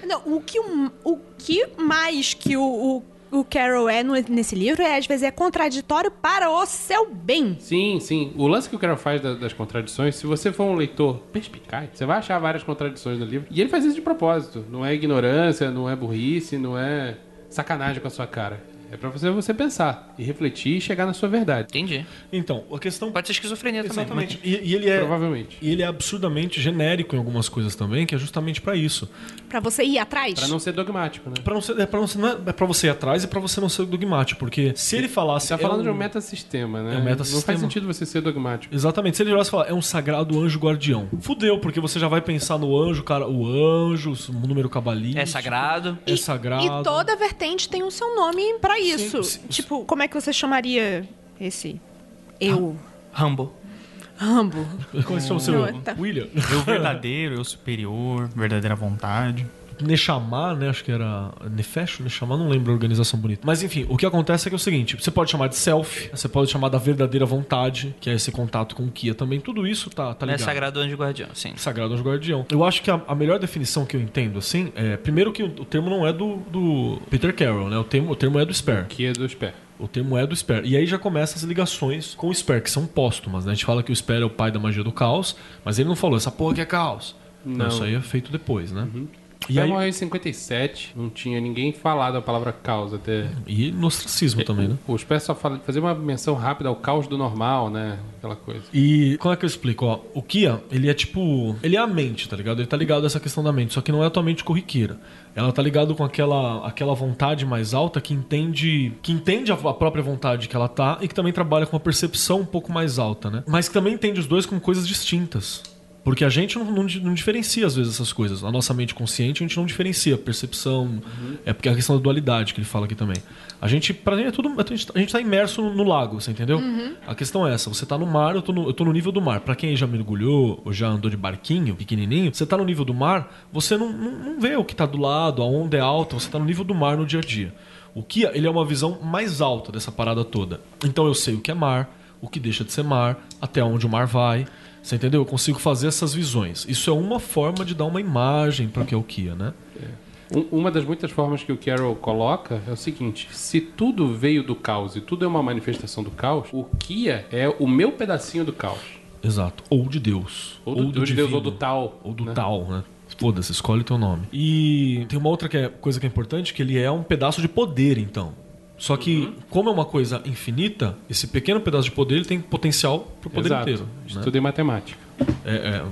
E: Não, o que, o, o que mais que o, o, o Carol é no- nesse livro é, às vezes, é contraditório para o seu bem.
F: Sim, sim. O lance que o Carol faz da- das contradições, se você for um leitor perspicaz, você vai achar várias contradições no livro. E ele faz isso de propósito. Não é ignorância, não é burrice, não é sacanagem com a sua cara. É pra você, você pensar e refletir e chegar na sua verdade.
H: Entendi.
D: Então, a questão.
H: Pode ser esquizofrenia também.
D: Exatamente. E, e ele é.
F: Provavelmente.
D: E ele é absurdamente genérico em algumas coisas também, que é justamente pra isso.
E: Pra você ir atrás.
F: Pra não ser dogmático, né?
D: Pra não ser, é pra, não ser, não é, é pra você ir atrás e pra você não ser dogmático, porque se ele falasse.
F: Tá falando
D: é um-
F: de um metasistema, né?
D: É um
F: Não
D: metasistema.
F: faz sentido você ser dogmático.
D: Exatamente. Se ele olhasse e falar, é um sagrado anjo guardião. Fudeu, porque você já vai pensar no anjo, cara, o anjo, o número cabalístico.
H: É sagrado.
D: É sagrado.
E: E toda vertente tem o seu nome pra isso.
D: sim.
E: Tipo, como é que você chamaria esse eu?
H: Rambo.
E: Rambo.
D: Como é que chama o seu?
E: Não, tá.
D: William.
G: Eu verdadeiro, eu superior, verdadeira vontade.
D: Nechamar, né? Acho que era Nefesh, Nechamar, não lembro a organização bonita. Mas enfim, o que acontece é que é o seguinte: você pode chamar de self, você pode chamar da verdadeira vontade, que é esse contato com o Kia também. Tudo isso tá,
H: É
D: tá ligado.
H: sagrado anjo guardião, sim.
D: Sagrado Anjo Guardião. Eu acho que a, a melhor definição que eu entendo, assim, é. Primeiro que o, o termo não é do, do Peter Carroll, né? O termo, o termo é do Spare.
F: Que é dos pés.
D: O termo é do Sper. E aí já começam as ligações com o Sper, que são póstumas, né? A gente fala que o Sper é o pai da magia do caos, mas ele não falou, essa porra aqui é caos. Não.
F: Não. É
D: Isso aí é feito depois, né?
F: E
D: E aí.
F: morreu em 57, não tinha ninguém falado a palavra caos até.
D: E no
F: É.
D: ostracismo também, né?
F: Os pés só falam, fazer uma menção rápida ao caos do normal, né? Aquela coisa.
D: E como é que eu explico? Ó, o Kia, ele é tipo. Ele é a mente, tá ligado? Ele tá ligado a essa questão da mente, só que não é a tua mente corriqueira. Ela tá ligado com aquela, aquela vontade mais alta que entende que entende a, a própria vontade que ela tá e que também trabalha com uma percepção um pouco mais alta, né? Mas que também entende os dois como coisas distintas. Porque a gente não, não di- não diferencia às vezes essas coisas. Na nossa mente consciente, a gente não diferencia percepção. É porque a questão da dualidade que ele fala aqui também. A gente, pra gente, é tudo. A gente, tá- a gente tá imerso no, no lago, você entendeu? A questão é essa: você tá no mar, eu tô no, eu tô no nível do mar. Pra quem já mergulhou ou já andou de barquinho, pequenininho, você tá no nível do mar, você não, não, não vê o que tá do lado, a onda é alta, você tá no nível do mar no dia a dia. O Kia, ele é uma visão mais alta dessa parada toda. Então eu sei o que é mar, o que deixa de ser mar, até onde o mar vai. Você entendeu? Eu consigo fazer essas visões. Isso é uma forma de dar uma imagem para o que é o Kia, né?
F: Um- uma das muitas formas que o Carroll coloca é o seguinte: se tudo veio do caos e tudo é uma manifestação do caos, o Kia é o meu pedacinho do caos.
D: Exato. Ou de Deus.
F: Ou do, ou de Deus, ou do
D: divino.
F: tal.
D: Ou do
F: né?
D: tal, né? Foda-se, escolhe o teu nome. E tem uma outra que é- coisa que é importante, que ele é um pedaço de poder, então. Só que,
F: Uhum.
D: como é uma coisa infinita, esse pequeno pedaço de poder ele tem potencial pro poder
F: Exato.
D: inteiro. né?
F: Estudei matemática.
D: É, é,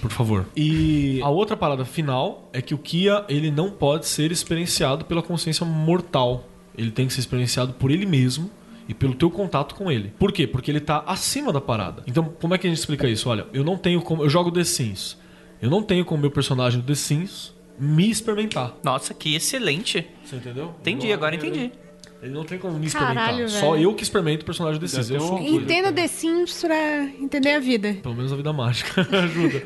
D: por favor. E a outra parada final é que o Kia ele não pode ser experienciado pela consciência mortal. Ele tem que ser experienciado por ele mesmo e pelo teu contato com ele. Por quê? Porque ele tá acima da parada. Então, como é que a gente explica isso? Olha, eu não tenho como. Eu jogo The Sims. Eu não tenho como meu personagem do The Sims me experimentar.
H: Nossa, que excelente.
D: Você entendeu?
H: Entendi,
D: Não-
H: agora entendi.
D: Ele não tem como me experimentar.
E: Caralho,
D: Só
E: velho.
D: eu que experimento o personagem do The Sims.
F: Dá
D: Eu
F: até um
D: sou
F: orgulho.
E: Entenda The Sims pra entender a vida.
D: Pelo menos a vida mágica ajuda.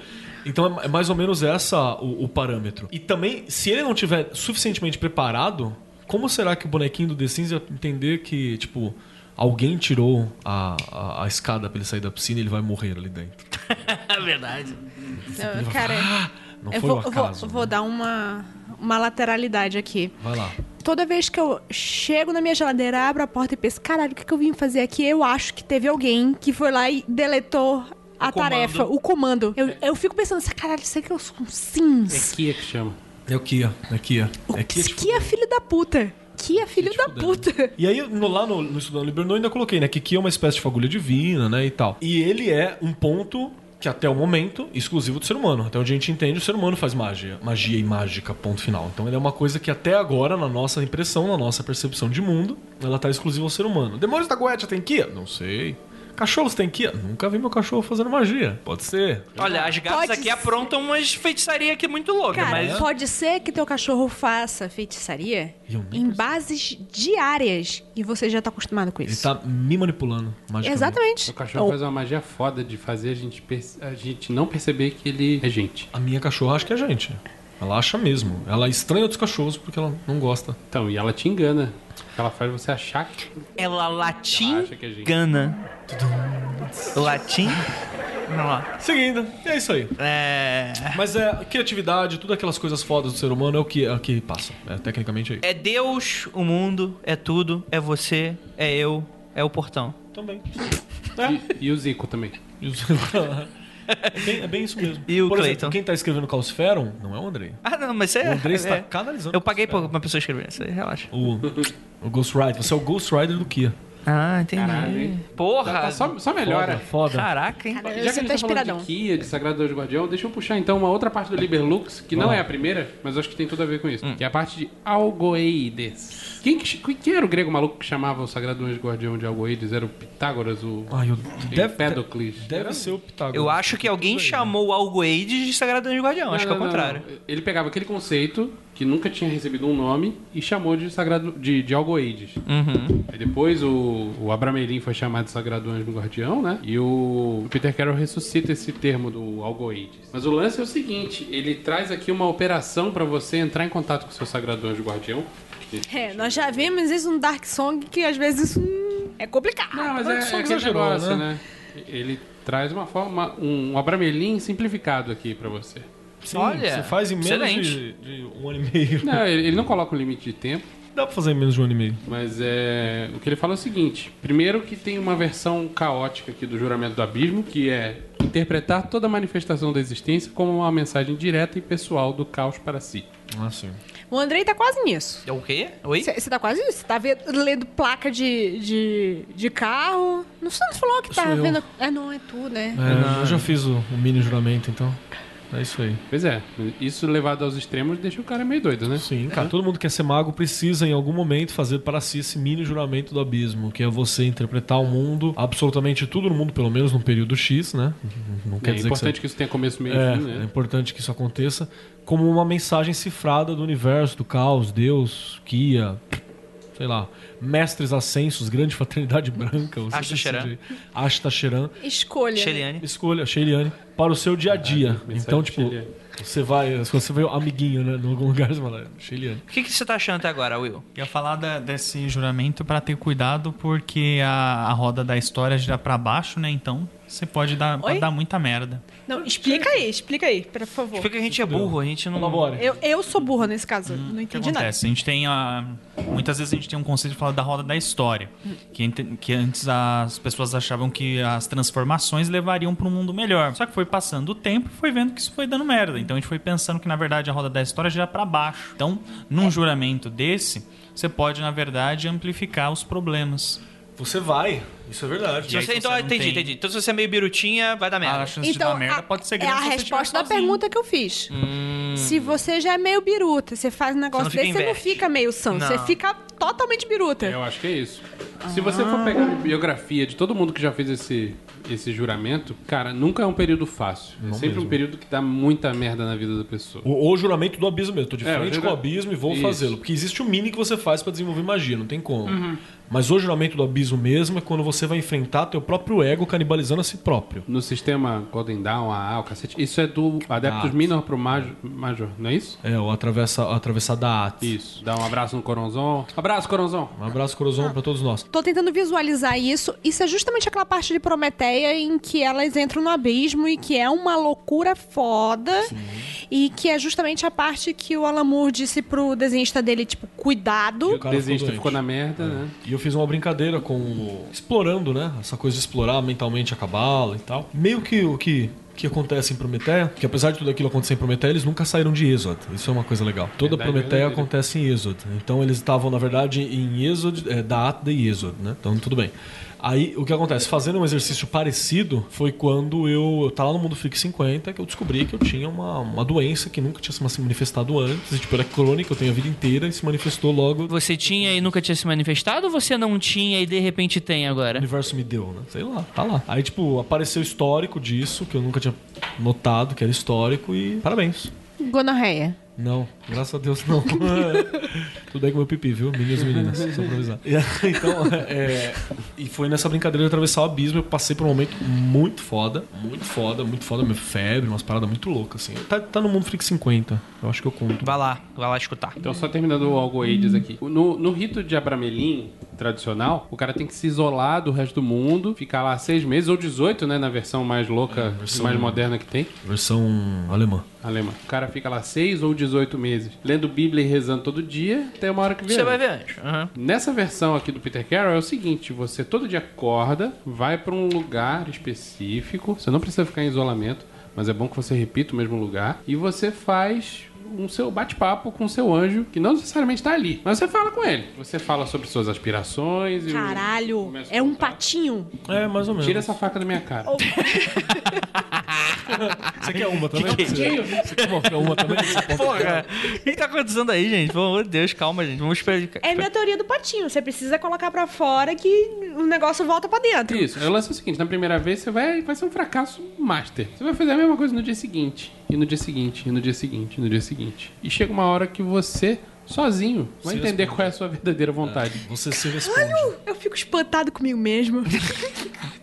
D: Então é é mais ou menos essa o, o parâmetro. E também, se ele não tiver suficientemente preparado, como será que o bonequinho do The Sims ia entender que, tipo, alguém tirou a, a, a escada pra ele sair da piscina e ele vai morrer ali dentro? Ah,
H: É verdade.
E: Eu- Cara,
D: Não
E: eu
D: foi
E: vou,
D: o
E: eu
D: acaso.
E: vou, vou
D: né?
E: dar uma, uma lateralidade aqui.
D: Vai lá.
E: Toda vez que eu chego na minha geladeira, abro a porta e penso, caralho, o que, que eu vim fazer aqui? Eu acho que teve alguém que foi lá e deletou a tarefa, o comando. Eu,
D: É.
E: eu fico pensando assim, caralho, será que eu sou um sims?
F: Kia que chama.
D: É o Kia. É Kia. É Kia.
E: Que, é filho da puta. Que é filho da puta.
D: E aí, no- lá no, no Estudando Libernou, eu ainda coloquei, né? Que Ki é uma espécie de fagulha divina, né? E tal. E ele é um ponto que até o momento exclusivo do ser humano. Até onde a gente entende, o ser humano faz magia. Magia e mágica, ponto final. Então ele é uma coisa que até agora, na nossa impressão, na nossa percepção de mundo, ela tá exclusiva ao ser humano. Demônios da Goetia tem Kia? Não sei. Cachorros tem Kia? Nunca vi meu cachorro fazendo magia. Pode ser.
H: Olha, as gatas
E: Pode
H: aqui
E: ser.
H: aprontam umas feitiçaria aqui muito
C: É,
H: louca,
E: Cara,
H: mas.
E: pode ser que teu cachorro faça feitiçaria
D: Eu nem
E: em bases diárias e você já tá acostumado com
D: Ele
E: isso.
D: tá me manipulando magicamente.
E: Exatamente.
F: O cachorro faz uma magia foda de fazer a gente, perce- a gente não perceber que ele é gente.
D: A minha cachorra acha que é a gente. Ela acha mesmo. Ela estranha outros cachorros porque ela não gosta.
F: Então, e ela te engana. Ela faz você achar que
H: Ela é latim
F: ela acha que é gente.
H: gana. Latim? Vamos lá.
D: Seguindo, é isso aí.
H: É.
D: Mas é criatividade, tudo aquelas coisas fodas do ser humano é o que, é o que passa. É tecnicamente aí.
H: É Deus, o mundo, é tudo, é você, é eu, é o portão.
D: Também.
F: E, e o Zico também.
D: É bem, é bem isso mesmo.
H: E o
D: Por
H: Clayton?
D: exemplo, quem tá escrevendo Causferon não é o Andrei.
H: Ah, não, mas você.
D: O Andrei
F: tá
D: está
H: é.
D: canalizando.
H: Eu paguei pra uma pessoa escrever, você relaxa.
D: O, o Ghost Rider. Você é o Ghost Rider do Kia.
H: Ah, entendi.
F: Caralho, hein?
H: Porra!
F: Tá, só, só melhora.
D: Foda, foda.
H: Caraca, hein?
E: Cara,
F: Já que
E: você
F: a
E: tá
F: gente tá falando
E: inspiradão.
F: de Kia, de Sagrado Deus Guardião, deixa eu puxar então uma outra parte do Liberlux, que não é a primeira, mas eu acho que tem tudo a ver com
D: Hum.
F: isso. Que é a parte de Algoeides. Quem, que ch- quem era o grego maluco que chamava o Sagrado Deus Guardião de Algoeides? Era o Pitágoras, o
D: Ai, eu, deve,
F: Empédocles?
D: deve ser o Pitágoras.
H: Eu acho que alguém chamou o Algoides de Sagrado Anjo Guardião, acho que
F: Não,
H: é o
F: não, não,
H: contrário.
F: não. Ele pegava aquele conceito que nunca tinha recebido um nome e chamou de sagrado de, de Algoides.
H: Uhum.
F: Aí depois o, o Abramelin foi chamado de Sagrado Anjo Guardião, né? E o Peter Carroll ressuscita esse termo do Algoides. Mas o lance é o seguinte, ele traz aqui uma operação pra você entrar em contato com o seu Sagrado Anjo Guardião.
E: É, nós já vimos isso no Dark Song, que às vezes isso hum, é complicado.
F: Não, mas
D: Ah,
F: é,
D: só
F: é aquele
D: exagerou, né?
F: negócio, né? Ele traz uma forma, um Abramelin simplificado aqui pra você.
D: Sim,
H: Olha,
D: você faz em menos
H: excelente.
D: de, de um ano e meio.
F: Não, ele ele não coloca um limite de tempo.
D: Dá pra fazer em menos de um ano e meio.
F: Mas é. O que ele fala é o seguinte: primeiro que tem uma versão caótica aqui do juramento do abismo, que é interpretar toda manifestação da existência como uma mensagem direta e pessoal do caos para si.
D: Ah, sim.
E: O Andrei tá quase nisso.
H: É o quê? Oi?
E: Você tá quase nisso? Você tá vendo- lendo placa de, de, de carro? Não sei, não falou que tá
D: Sou eu.
E: vendo. É, não, é tu, né?
D: É, eu já fiz o, o mini juramento, então. É isso aí.
F: Pois é, isso levado aos extremos deixa o cara meio doido, né?
D: Sim, cara. Todo mundo que quer ser mago precisa, em algum momento, fazer para si esse mini juramento do abismo, que é você interpretar o mundo, absolutamente tudo no mundo, pelo menos num período X, né? Não quer
F: é
D: dizer
F: importante
D: que
F: que, isso tenha começo, meio
D: você...
F: e
D: é,
F: fim,
D: é
F: né?
D: importante que isso aconteça como uma mensagem cifrada do universo, do caos, Deus, Kia, sei lá, mestres ascensos, grande fraternidade branca. você
H: Ashta Sheran.
D: decide aí. Ashta Sheran.
E: Escolha.
H: Cheliane.
D: Escolha, Sheiliane, para o seu dia a dia.
F: Ah, mensagem
D: Então, tipo,
F: Sheiliane.
D: você vai, se você vê o amiguinho, né, em algum lugar, você fala, Sheiliane.
H: O que, que você tá achando até agora, Will?
G: Ia falar da- desse juramento pra ter cuidado, porque a, a roda da história gira pra baixo, né? Então você pode dar, pode dar muita merda.
K: Não, explica aí, explica aí, por favor.
H: Porque a gente é burro, a gente não.
D: Colabore.
E: Eu, eu sou burra nesse caso. não
G: Hum, O que
E: entendi nada.
G: acontece? A gente tem a. Muitas vezes a gente tem um conceito de falar da roda da história. Que, ente- que antes as pessoas achavam que as transformações levariam para um mundo melhor. Só que foi passando o tempo e foi vendo que isso foi dando merda. Então a gente foi pensando que, na verdade, a roda da história gira para baixo. Então,
E: É.
G: num juramento desse, você pode, na verdade, amplificar os problemas.
D: Você vai, isso é verdade.
G: E
H: Se
G: aí,
H: você, Ah,
G: se
H: então,
G: você não
H: entendi,
G: tem-
H: entendi. Então, se você é meio birutinha, vai dar merda.
G: A chance de dar merda
E: É. a-
G: pode ser
E: é
G: grande.
E: a
G: se você estiver
E: resposta da
G: sozinho. Hum.
E: pergunta que eu fiz. Se você já é meio biruta, você faz um negócio
H: fica
E: desse, você não
H: inverte.
E: fica meio são,
H: Não.
E: você fica totalmente biruta.
F: Eu acho que é isso. Se você for pegar a biografia de todo mundo que já fez esse, esse juramento, cara, nunca é um período fácil. é sempre um período que dá muita merda na vida da pessoa.
D: O, o juramento do abismo mesmo. Tô de
F: É, o
D: frente
F: jura-
D: com o abismo e vou
F: Isso.
D: fazê-lo. Porque existe o mini que você faz pra desenvolver magia, não tem como.
F: Uhum.
D: Mas o juramento do abismo mesmo é quando você vai enfrentar teu próprio ego canibalizando a si próprio.
F: No sistema Golden Dawn, AA, o cacete, isso é do Adeptos
D: Ah.
F: Minor pro Major, Major, não é isso?
D: É, o atravessa, atravessar da arte.
F: Isso. Dá um abraço no Coronzon. Abraço, Coronzon.
D: Um abraço,
F: Ah.
D: Corozão, pra todos nós.
E: Tô tentando visualizar isso. Isso é justamente aquela parte de Prometeia em que elas entram no abismo e que é uma loucura foda. E que é justamente a parte que o Alamur disse pro desenhista dele, tipo, cuidado.
D: O cara ficou
F: Desista,
D: doente.
F: ficou na merda, né?
D: E eu fiz uma brincadeira com. o- explorando, né? Essa coisa de explorar mentalmente a cabala e tal. Meio que o que. Que acontece em Prometeia, que apesar de tudo aquilo acontecer em Prometeia, eles nunca saíram de Êxodo. Isso é uma coisa legal. Toda
F: Verdade,
D: Prometeia
F: verdadeira.
D: acontece em Êxodo. Então eles estavam, na verdade, em Êxodo, é, da ata de Êxodo, né? Então tudo bem. Aí o que acontece? Fazendo um exercício parecido foi quando eu, eu tava lá no Mundo Freak 50 que eu descobri que eu tinha uma, uma doença que nunca tinha se manifestado antes. E, tipo, era crônica, eu tenho a vida inteira e se manifestou logo.
C: Você tinha e nunca tinha se manifestado ou você não tinha e de repente tem
D: O
C: agora?
D: universo me deu, né? Sei lá, tá lá. Aí, tipo, apareceu o histórico disso, que eu nunca tinha notado que era histórico, e parabéns.
E: Gonorreia.
D: Não, graças a Deus não. Tudo bem com meu pipi, viu? Meninas e meninas, só pra avisar. E, então, é, e foi nessa brincadeira de atravessar o abismo, eu passei por um momento muito foda, muito foda, muito foda, minha febre, umas paradas muito loucas, assim. Tá, tá no mundo Freak 50, eu acho que eu conto.
H: Vai lá, vai lá escutar.
F: Então, só terminando o Algoides aqui. No, no rito de Abramelin tradicional, o cara tem que se isolar do resto do mundo, ficar lá seis meses, ou 18, né? Na versão mais louca,
D: versão-
F: mais moderna que tem.
D: Versão alemã.
F: Alemã. O cara fica lá seis ou 18 meses, lendo Bíblia e rezando todo dia, até uma hora que vier.
C: Você vai ver antes. Aham.
F: Nessa versão aqui do Peter Carroll é o seguinte: você todo dia acorda, vai pra um lugar específico, você não precisa ficar em isolamento, mas é bom que você repita o mesmo lugar e você faz um seu bate-papo com o seu anjo, que não necessariamente tá ali, mas você fala com ele. Você fala sobre suas aspirações e o-
E: Caralho,
F: começa a
E: é um
F: contar.
E: patinho.
D: É, mais ou menos.
F: Tira essa faca da minha cara.
D: Você quer uma também? Você quer uma, uma também?
H: Porra, o que tá acontecendo aí, gente? Pelo amor de Deus, calma, gente. Vamos esperar.
K: É minha teoria do patinho. Você precisa colocar pra fora que o negócio volta pra dentro.
F: Isso, eu lance é o seguinte, na primeira vez você vai, vai ser um fracasso master. Você vai fazer a mesma coisa no dia seguinte, e no dia seguinte, e no dia seguinte, e no dia seguinte. E chega uma hora que você, sozinho, vai
D: Se
F: entender qual é a sua verdadeira vontade.
D: Você se responde.
E: Eu fico espantado comigo mesmo.
D: Ah.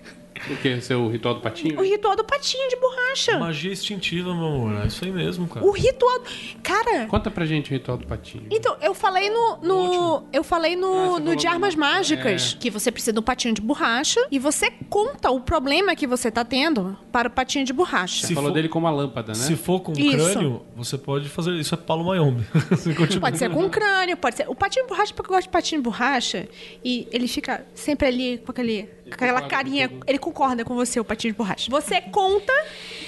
F: O que? Seu ritual do patinho?
E: o ritual do patinho de borracha.
D: Magia instintiva, meu amor. É isso aí mesmo, cara.
E: É. O ritual. Cara,
F: Conta pra gente o ritual do patinho.
E: Então, eu falei no. no eu falei
F: Ah,
E: no,
F: você
E: no
F: falou
E: de
F: no- É.
E: armas mágicas que você precisa de um patinho de borracha e você conta o problema que você tá tendo para o patinho de borracha.
F: Você falou
D: for-
F: dele como a lâmpada, né?
D: Se for com um
E: Isso.
D: crânio, você pode fazer. Isso é Paulo Mayombe. Você continua.
E: Tipo, Pode ser com um crânio, pode ser. O patinho de borracha, porque eu gosto de patinho de borracha. E ele fica sempre ali com aquele. Com aquela
F: concorda com
E: carinha.
F: tudo.
E: Ele concorda com você, o patinho de borracha. Você conta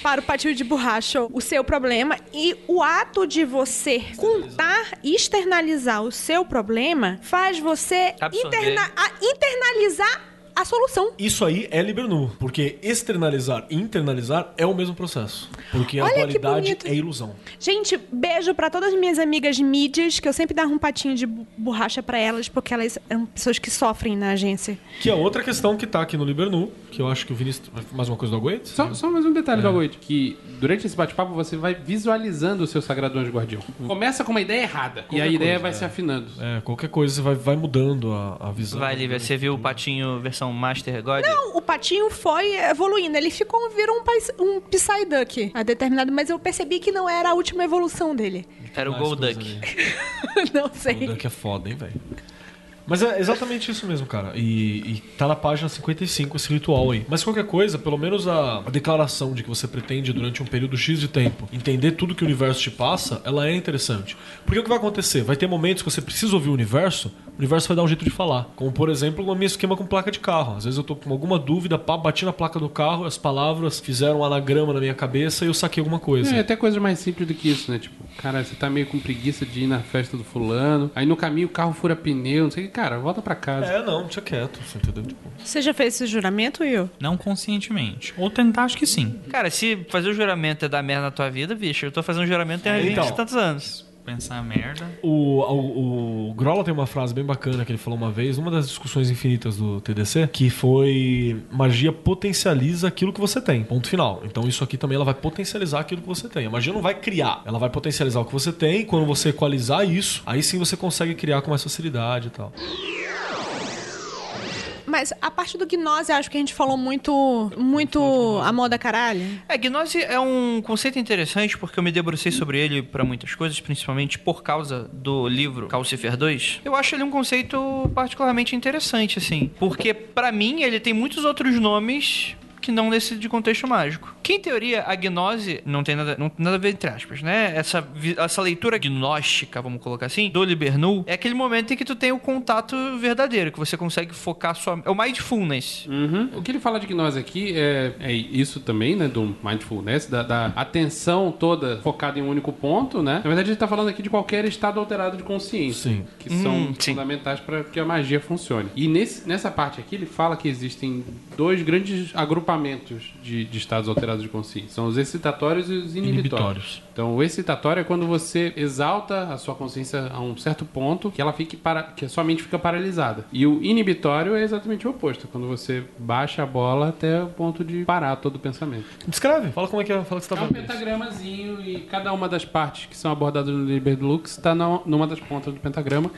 E: para o patinho de borracha o seu problema. E o ato de você contar e externalizar o seu problema faz você
C: Absorver.
E: interna- a- internalizar a solução.
D: Isso aí é libernu, porque externalizar e internalizar é o mesmo processo. Porque
E: Olha
D: a
E: que
D: dualidade
E: bonito.
D: é ilusão.
E: Gente, beijo pra todas as minhas amigas mídias, que eu sempre dava um patinho de bo- borracha pra elas, porque elas eram pessoas que sofrem na agência.
D: Que é outra questão que tá aqui no Libernu, que eu acho que o Vinícius. Mais uma coisa do Aguete?
F: Só, só mais um detalhe
D: É.
F: do Algoit, que durante esse bate-papo você vai visualizando o seu sagrado anjo guardião. Começa com uma ideia errada, e a
D: Hum. Qualquer
F: ideia
D: coisa,
F: vai
D: é.
F: se afinando.
D: É, qualquer coisa você vai, vai mudando a, a visão.
H: Vai, Lívia, você viu o patinho versão Master God?
E: Não, o patinho foi evoluindo. Ele ficou, virou um, pais- um Psyduck a determinado, mas eu percebi que não era a última evolução dele.
C: Era o
D: Mais coisa
C: Golduck.
D: ali.
E: não
D: O
E: sei.
D: Duck é foda, hein, velho. Mas é exatamente isso mesmo, cara. E, e tá na página 55 esse ritual aí. Mas qualquer coisa, pelo menos a, a declaração de que você pretende, durante um período X de tempo, entender tudo que o universo te passa, ela é interessante. Porque o que vai acontecer? Vai ter momentos que você precisa ouvir o universo, o universo vai dar um jeito de falar. Como, por exemplo, o meu esquema com placa de carro. Às vezes eu tô com alguma dúvida, pá, bati na placa do carro, as palavras fizeram um anagrama na minha cabeça e eu saquei alguma coisa.
F: É, até coisa mais simples do que isso, né? Tipo, cara, você tá meio com preguiça de ir na festa do fulano, aí no caminho o carro fura pneu, não sei o que, cara, volta pra casa.
D: É, não, deixa quieto, você entendeu? Tipo,
K: Você já fez esse juramento, Will?
G: Não conscientemente. Ou tentar, acho que sim.
H: Cara, se fazer o juramento é dar merda na tua vida, bicho, eu tô fazendo um juramento há 20 e
D: Então.
H: tantos anos.
G: pensar merda.
D: O, o, o Grola tem uma frase bem bacana que ele falou uma vez, numa das discussões infinitas do TDC, que foi magia potencializa aquilo que você tem, ponto final. Então isso aqui também ela vai potencializar aquilo que você tem. A magia não vai criar, ela vai potencializar o que você tem, e quando você equalizar isso, aí sim você consegue criar com mais facilidade e tal.
E: Mas a parte do gnose, eu acho que a gente falou muito, muito a moda caralho.
C: É, gnose é um conceito interessante porque eu me debrucei sobre ele para muitas coisas, principalmente por causa do livro Calcifer 2. Eu acho ele um conceito particularmente interessante, assim, porque para mim ele tem muitos outros nomes que não nesse de contexto mágico. Que em teoria a gnose não tem nada, não tem nada a ver entre aspas, né? Essa, vi- essa leitura gnóstica, vamos colocar assim, do Libernu, é aquele momento em que tu tem o contato verdadeiro, que você consegue focar sua. É o mindfulness.
F: O que ele fala de gnose aqui é, é isso também, né? Do mindfulness, da, da atenção toda focada em um único ponto, né? Na verdade, ele tá falando aqui de qualquer estado alterado de consciência.
D: Sim.
F: Que são
C: Hum, sim.
F: fundamentais para que a magia funcione. E nesse- nessa parte aqui, ele fala que existem dois grandes agrupamentos de, de estados alterados de consciência. São os excitatórios e os inibitórios.
D: Inibitórios.
F: Então, o excitatório é quando você exalta a sua consciência a um certo ponto que ela fique para que a sua mente fica paralisada. E o inibitório é exatamente o oposto, é quando você baixa a bola até o ponto de parar todo o pensamento.
D: Descreve, fala como é que é, fala que você tá
F: É um
D: vendo. isso.
F: pentagramazinho e cada uma das partes que são abordadas no Liber Lux está numa das pontas do pentagrama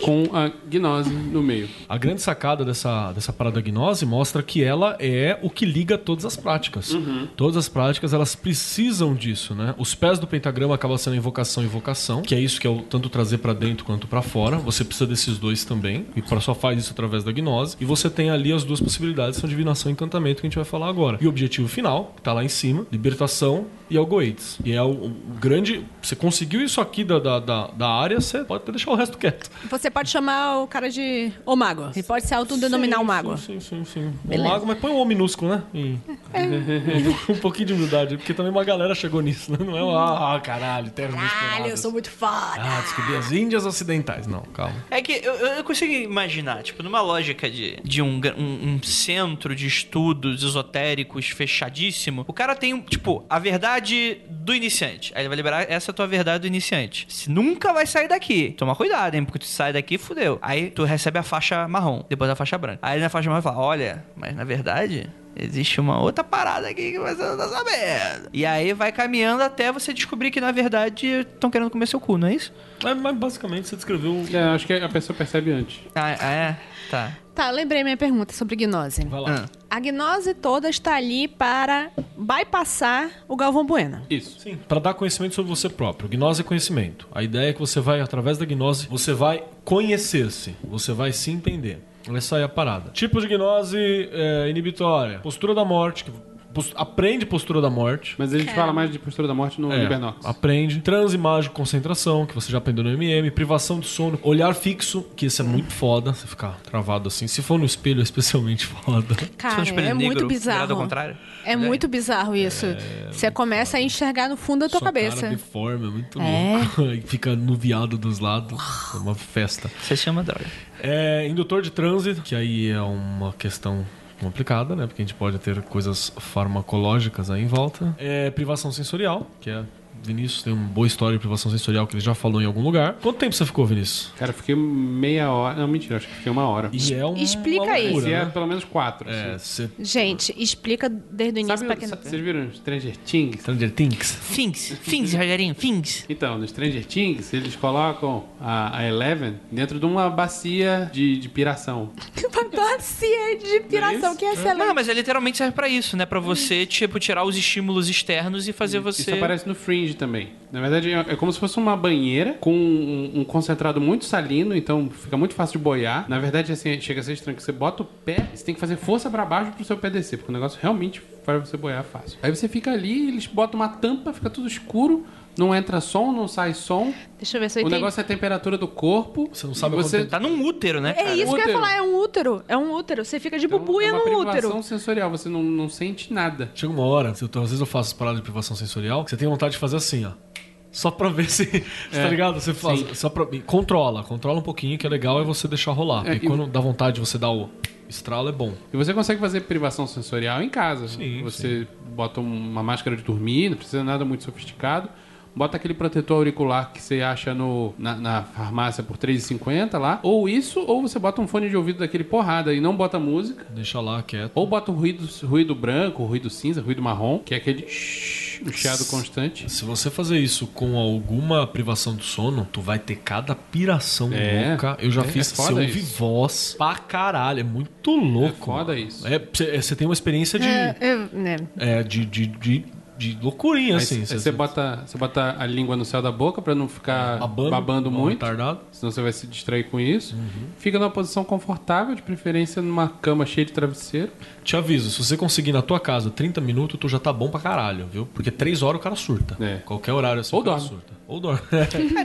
F: com a gnose no meio.
D: A grande sacada dessa, dessa parada gnose mostra que ela é o que liga todas as práticas. Todas as práticas, elas precisam disso, né? Os pés do pentagrama acabam sendo invocação e vocação, que é isso que é o tanto trazer pra dentro quanto pra fora. Você precisa desses dois também, e pra- só faz isso através da gnose. E você tem ali as duas possibilidades, são divinação e encantamento, que a gente vai falar agora. E o objetivo final, que tá lá em cima, libertação e algoides. E é o, o grande... Você conseguiu isso aqui da, da, da, da área, você pode até deixar o resto quieto.
E: Você pode chamar o cara de o mago. Ele pode se autodenominar o
D: Sim,
E: um mago.
D: Sim, sim, sim. sim. O
E: Beleza. É.
D: mago, mas põe o O minúsculo, né? Em- um pouquinho de humildade, porque também uma galera chegou nisso, né? Não é o ah, caralho, terras
E: Caralho, eu
D: inesperadas.
E: sou muito foda.
D: Ah, descobri as Índias Ocidentais. Não, calma.
C: É que eu, eu consigo imaginar, tipo, numa lógica de, de um, gra- um- um centro de estudos esotéricos fechadíssimo, o cara tem, tipo, a verdade do iniciante. Aí ele vai liberar essa é a tua verdade do iniciante. Você nunca vai sair daqui. Toma cuidado, hein? Porque tu sai daqui, fudeu. Aí tu recebe a faixa marrom, depois a faixa branca. Aí na faixa marrom fala, olha, mas na verdade... Existe uma outra parada aqui que você não tá sabendo. E aí vai caminhando até você descobrir que, na verdade, estão querendo comer seu cu, não é isso?
D: Mas, mas basicamente você descreveu.
F: É, acho que a pessoa percebe antes.
C: Ah, ah, é? Tá.
E: Tá, lembrei minha pergunta sobre gnose.
D: Vai lá.
C: Ah.
E: A gnose toda está ali para bypassar o Galvão Bueno.
F: Isso.
D: Sim, para dar conhecimento sobre você próprio. Gnose é conhecimento. A ideia é que você vai, através da gnose, você vai conhecer-se, você vai se entender. Essa é a parada. Tipos de gnose é, inibitória. Postura da morte. que pos- aprende postura da morte.
F: Mas a gente fala mais de postura da morte no
D: É,
F: Libernox.
D: Aprende. Transe mágico, concentração, que você já aprendeu no MM. Privação de sono. Olhar fixo, que isso é muito foda. Você ficar travado assim. Se for no espelho, é especialmente foda.
H: um
E: Cara,
C: espelho
E: é
C: negro,
E: muito
C: virado
E: bizarro.
C: ao contrário?
E: É
C: Olha aí.
E: muito bizarro isso. Você começa a enxergar no fundo da tua
D: Sua
E: cabeça.
D: Cara deforma, é muito
E: É.
D: louco. E Fica nuviado dos lados. É uma festa.
C: Você chama droga.
D: É, indutor de transe, que aí é uma questão complicada, né? Porque a gente pode ter coisas farmacológicas aí em volta. É, privação sensorial, que é... Vinícius tem uma boa história de privação sensorial que ele já falou em algum lugar. Quanto tempo você ficou, Vinícius?
F: Cara, eu fiquei meia hora. Não, mentira, acho que fiquei uma hora.
D: E é uma
E: Explica
D: uma
E: aí.
D: loucura,
F: Se é
D: né?
F: pelo menos quatro.
D: É,
F: assim.
D: você...
E: Gente, explica desde o início
F: Sabe,
E: pra
F: o-
E: quem não...
F: vocês viram Stranger Things?
D: Stranger Things?
L: Fins, fins, Rogerinho, fins.
F: Então, no Stranger Things, eles colocam a, a Eleven dentro de uma bacia de, de piração.
E: Bacia de piração,
F: isso?
E: que é excelente.
C: Não, mas ele literalmente serve pra isso, né? Pra você, tipo, tirar os estímulos externos e fazer você.
F: Isso aparece no Fringe também. Na verdade, é é como se fosse uma banheira com um, um concentrado muito salino, então fica muito fácil de boiar. Na verdade, assim, chega a ser estranho que você bota o pé, você tem que fazer força pra baixo pro seu pé descer, porque o negócio realmente faz você boiar fácil. Aí você fica ali, eles botam uma tampa, fica tudo escuro, não entra som, não sai som.
E: Deixa eu ver se eu
F: O
E: entendi.
F: negócio é a temperatura do corpo.
D: Você não sabe
F: e você
D: quanto
C: Tá num útero, né?
E: É isso que eu
F: útero.
E: ia falar, é um útero. É um útero. Você fica de bubuia
F: é uma
E: no
F: privação
E: útero.
F: sensorial, você não, não sente nada.
D: Chega uma hora, se eu tô- às vezes eu faço parada de privação sensorial, que você tem vontade de fazer assim, ó. Só pra ver se. você
F: É.
D: tá ligado? Você faz. Só pra, controla, controla um pouquinho, que é legal é você deixar rolar.
F: É,
D: porque
F: e-
D: quando dá vontade de você dar o estralo, é bom.
F: E você consegue fazer privação sensorial em casa. um,
D: Sim,
F: você bota uma máscara de dormir, não precisa de nada muito sofisticado. bota aquele protetor auricular que você acha no, na, na farmácia por R$3,50 lá. Ou isso, ou você bota um fone de ouvido daquele porrada e não bota música.
D: Deixa lá quieto.
F: Ou bota um ruído, ruído branco, ruído cinza, ruído marrom, que é aquele shhh, um chiado constante.
D: Se você fazer isso com alguma privação do sono, tu vai ter cada piração
F: É.
D: louca. Eu já
F: É-
D: fiz
F: é
D: você
F: foda
D: ouvir
F: isso.
D: voz pra caralho. É muito louco.
F: É foda
D: mano.
F: isso.
D: É, você tem uma experiência de,
E: É,
D: é.
E: eu- né.
D: de, de, de, de loucurinha,
F: Aí
D: assim.
F: c- aí é, você bota, você bota a língua no céu da boca pra não ficar babando, muito,
D: Retardado.
F: senão você vai se distrair com isso.
D: Uhum.
F: Fica numa posição confortável, de preferência numa cama cheia de travesseiro.
D: Te aviso, se você conseguir na tua casa 30 minutos, tu já tá bom pra caralho, viu? Porque 3 horas o cara surta.
F: É.
D: Qualquer horário assim.
F: Ou
D: o cara
F: dorme.
D: Surta. Ou dorme.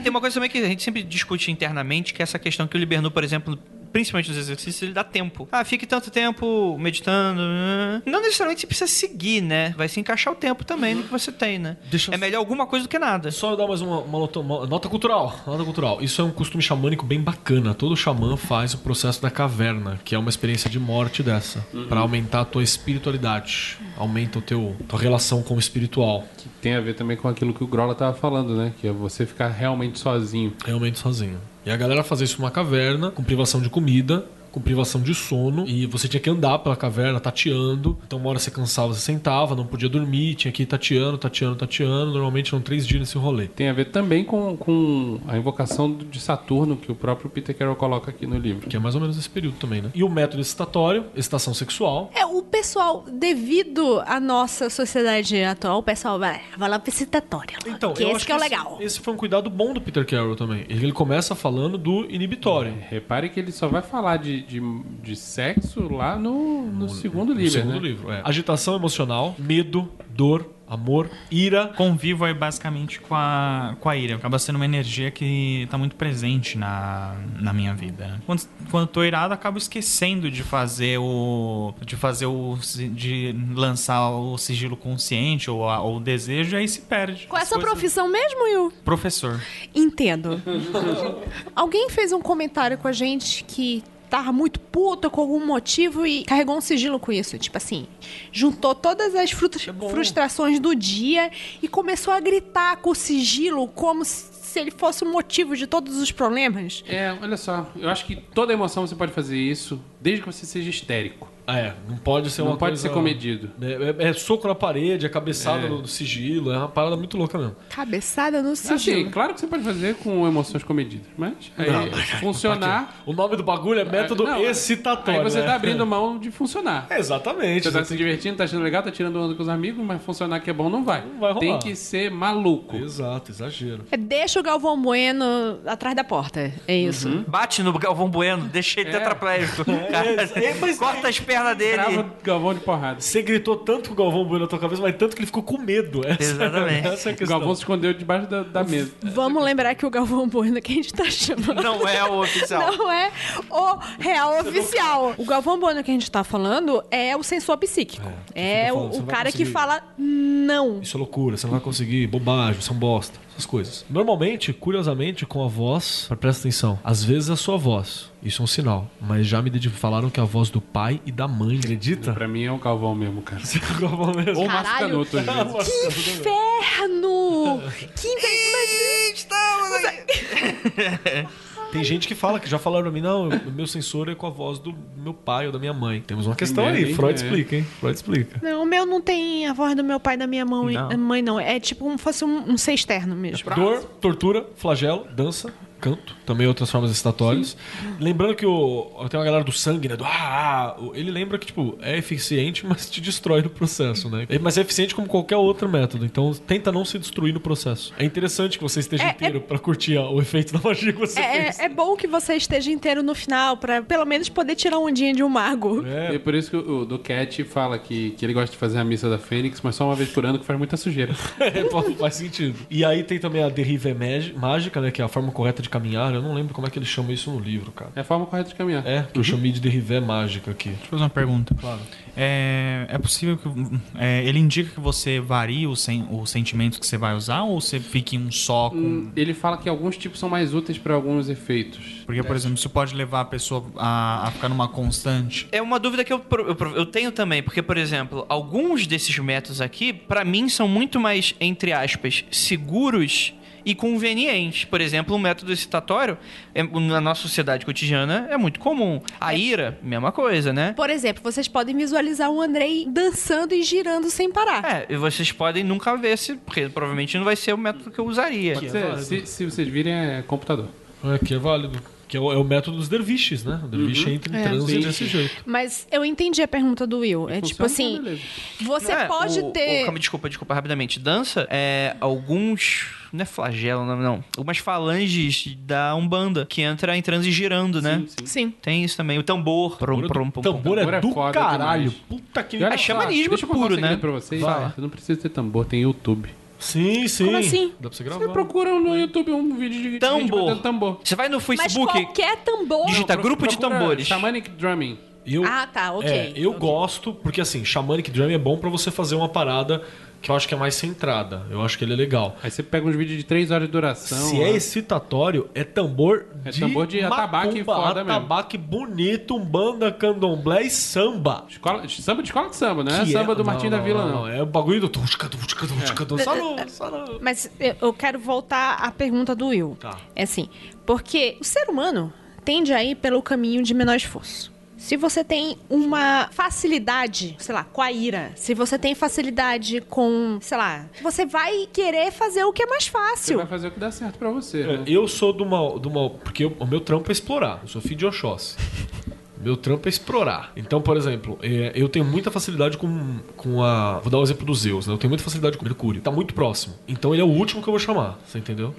H: É, tem uma coisa também que a gente sempre discute internamente, que é essa questão que o Libernu, por exemplo, principalmente nos exercícios, ele dá tempo. Ah, fique tanto tempo meditando. né? Não necessariamente você precisa seguir, né? Vai se encaixar o tempo também no que você tem, né?
D: Deixa eu-
H: É melhor alguma coisa do que nada.
D: Só eu dar mais uma, uma nota, uma nota cultural. Nota cultural. Isso é um costume xamânico bem bacana. Todo xamã faz o processo da caverna, que é uma experiência de morte dessa, Pra
F: Uhum.
D: aumentar a tua espiritualidade, aumenta o teu tua relação com o espiritual.
F: Que tem a ver também com aquilo que o Grola tava falando, né? Que é você ficar realmente sozinho.
D: Realmente sozinho. E a galera fazia isso numa caverna, com privação de comida, com privação de sono, e você tinha que andar pela caverna tateando. Então, uma hora você cansava, você sentava, não podia dormir, tinha que ir tateando, tateando, tateando. Normalmente eram três dias nesse rolê.
F: Tem a ver também com, com a invocação do- de Saturno, que o próprio Peter Carroll coloca aqui no livro.
D: Que é mais ou menos esse período também, né? E o método excitatório, excitação sexual.
E: É, o pessoal, devido à nossa sociedade atual, o pessoal vai, vai lá pra excitatória.
D: Então,
E: que
D: eu
E: esse
D: acho
E: que é o legal.
D: Esse, esse foi um cuidado bom do Peter Carroll também. Ele começa falando do inibitório.
F: Repare que ele só vai falar de, de, de sexo lá no, no, segundo
D: No
F: livro,
D: segundo
F: né?
D: livro, é. Agitação emocional, medo, dor, amor, ira.
G: Convivo aí basicamente com a, com a ira. Acaba sendo uma energia que tá muito presente na, na minha vida. né? Quando, quando eu tô irado, eu acabo esquecendo de fazer o. de fazer o. si- de lançar o sigilo consciente ou, a- ou o desejo, e aí se perde.
E: Qual é a
G: As
E: sua
G: coisas-
E: profissão mesmo, Will?
G: Professor.
E: Entendo. Alguém fez um comentário com a gente que tava muito puta com algum motivo e carregou um sigilo com isso. Tipo assim, juntou todas as frutas- frustrações do dia e começou a gritar com o sigilo como se ele fosse o motivo de todos os problemas.
F: É, olha só, eu acho que toda emoção você pode fazer isso, desde que você seja histérico.
D: É, não pode ser
F: Não
D: uma
F: pode
D: coisa-
F: ser comedido.
D: É, é- é soco na parede, é cabeçada no no sigilo, é uma parada muito louca mesmo.
E: Cabeçada no sigilo.
F: Assim, claro que você pode fazer com emoções comedidas, mas aí, funcionar.
D: O nome do bagulho é método
F: Ah. Não,
D: excitatório.
F: Aí você
D: né?
F: tá abrindo mão de funcionar.
D: Exatamente.
F: Você tá se
D: Exatamente.
F: divertindo, tá achando legal, tá tirando onda com os amigos, mas funcionar que é bom não vai.
D: Não vai rolar.
F: Tem que ser maluco.
D: Exato, exagero.
E: É, Deixa o Galvão Bueno atrás da porta. É isso.
H: Bate no Galvão Bueno, deixa
F: É.
H: ele tetraplégico. Cara, corta as pernas dele.
F: Crava o Galvão de porrada.
D: Você gritou tanto com o Galvão Bueno na tua cabeça, mas tanto que ele ficou com medo. Essa,
H: Exatamente.
D: Essa é a
F: O
D: questão.
F: Galvão se escondeu debaixo da, da mesa.
D: É.
E: Vamos lembrar que o Galvão Bueno que a gente tá chamando.
H: Não é o oficial.
E: Não é o real oficial. O Galvão Bueno que a gente tá falando é o sensor psíquico. É,
D: fica falando,
E: o,
D: você
E: o
D: não vai
E: cara que
D: conseguir.
E: fala não.
D: Isso é loucura, você não vai conseguir, bobagem, são bosta, essas coisas. Normalmente, curiosamente, com a voz, mas presta atenção, às vezes a sua voz, isso é um sinal, mas já me dedi- falaram que é a voz do pai e da mãe, acredita?
F: Pra mim é o Galvão mesmo, cara.
D: O Galvão mesmo.
F: Ou o Márcio
E: Caralho.
F: Canuto, às vezes.
D: é
E: Inferno! Que inferno!
D: Tem gente que fala, que já falaram pra mim, não, o meu sensor é com a voz do meu pai ou da minha mãe. Temos uma questão
F: merda,
D: aí,
F: hein?
D: Freud
F: É.
D: explica, hein? Freud explica.
E: Não, o meu não tem a voz do meu pai e da minha mãe,
G: Não.
E: mãe, não. É tipo como se fosse um, um ser externo mesmo.
D: Dor, tortura, flagelo, dança, canto, também outras formas excitatórias. Lembrando que o, tem uma galera do sangue, né? Do ah, ah", o- ele lembra que, tipo, é eficiente, mas te destrói no processo, né? É- Mas é eficiente como qualquer outro método, então tenta não se destruir no processo. É interessante que você esteja
E: É,
D: inteiro pra curtir a- o efeito da magia que você
E: É, é-
D: fez.
E: é bom que você esteja inteiro no final, pra pelo menos poder tirar um ondinha de um mago.
F: E É por isso que o do Cat fala que, que ele gosta de fazer a missa da Fênix, mas só uma vez por ano que faz muita sujeira.
D: É, faz sentido. E aí tem também a deriva magi- mágica, né? Que é a forma correta de de caminhar, eu não lembro como é que ele chama isso no livro, cara.
F: É a forma correta de caminhar.
D: É, que eu chamei de derivé mágica aqui.
G: Deixa eu fazer uma pergunta. Claro. É, é possível que. é, ele indica que você varie os, sen, os sentimentos que você vai usar ou você fique em um só com.
F: Hum, Ele fala que alguns tipos são mais úteis para alguns efeitos.
G: Porque, por exemplo, isso pode levar a pessoa a, a ficar numa constante.
C: É uma dúvida que eu, pro- eu pro- eu tenho também, porque, por exemplo, alguns desses métodos aqui, pra mim, são muito mais, entre aspas, seguros e convenientes. Por exemplo, o método excitatório, é- na nossa sociedade cotidiana, é muito comum. A ira, mesma coisa, né?
E: Por exemplo, vocês podem visualizar o Andrei dançando e girando sem parar.
C: É, e vocês podem nunca ver se, porque provavelmente não vai ser o método que eu usaria.
F: Pode ser, se, se vocês virem, é computador.
D: É, que é válido. Que é o, é o método dos derviches, né? O derviche entra
E: É.
D: em transe
F: sim.
D: desse jeito.
E: Mas eu entendi a pergunta do Will. É tipo assim,
F: beleza.
E: você
C: Não é,
E: pode
C: o- o-
E: ter.
C: calma, desculpa, desculpa, rapidamente. Dança é alguns. Não é flagelo, não, não. Algumas falanges da Umbanda que entra em transe girando, né?
E: Sim.
C: Tem isso também. O tambor. Prum, prum, pum, pum.
D: tambor é
F: é
D: do
F: foda
D: caralho.
F: demais.
D: Puta que.
F: E olha
C: É
F: só,
C: xamanismo
F: deixa eu contar um
C: puro,
F: segredo
C: né?
F: Pra vocês.
C: Vai.
F: Você não precisa ter tambor, tem YouTube.
D: Sim, sim.
E: Como assim?
D: Dá pra você
F: Você
D: gravar.
F: procura no YouTube um vídeo de gente
C: Tambor.
F: batendo tambor.
C: Você vai no
E: Mas
C: Facebook.
E: qualquer tambor.
C: Digita
F: Pro-
C: grupo de
F: procura
C: tambores.
F: Shamanic Drumming.
D: Eu,
E: Ah, tá, ok.
D: É, eu gosto, porque assim, Shamanic Drum é bom pra você fazer uma parada que eu acho que é mais centrada. Eu acho que ele é legal.
F: Aí você pega uns vídeos de 3 horas de duração.
D: Se é
F: ó.
D: excitatório, é tambor
F: Então, né? É
D: de
F: tambor de atabaque
D: macumba,
F: foda mesmo.
D: atabaque bonito, umbanda, candomblé e samba.
F: Escola- samba de escola de samba, não é
D: Que
F: samba do
D: não,
F: Martim da
D: não,
F: Vila, não.
D: É o bagulho do... tusca, tusca, tusca, tusca, Só no... Só no...
E: Mas eu- eu quero voltar à pergunta do Will.
D: Tá.
E: É assim, porque o ser humano tende a ir pelo caminho de menor esforço. Se você tem uma facilidade, sei lá, com a ira, se você tem facilidade com, sei lá, você vai querer fazer o que é mais
F: Você
E: fácil.
F: vai fazer o que dá certo pra você.
D: É,
F: né?
D: Eu sou de uma. De uma porque eu- o meu trampo é explorar. Eu sou filho de Oxóssi. Meu trampo é explorar. Então, por exemplo, é, eu tenho muita facilidade com, com a. Vou dar o exemplo do Zeus, né? Eu tenho muita facilidade com Mercúrio. Tá muito próximo. Então ele é o último que eu vou chamar. Você entendeu?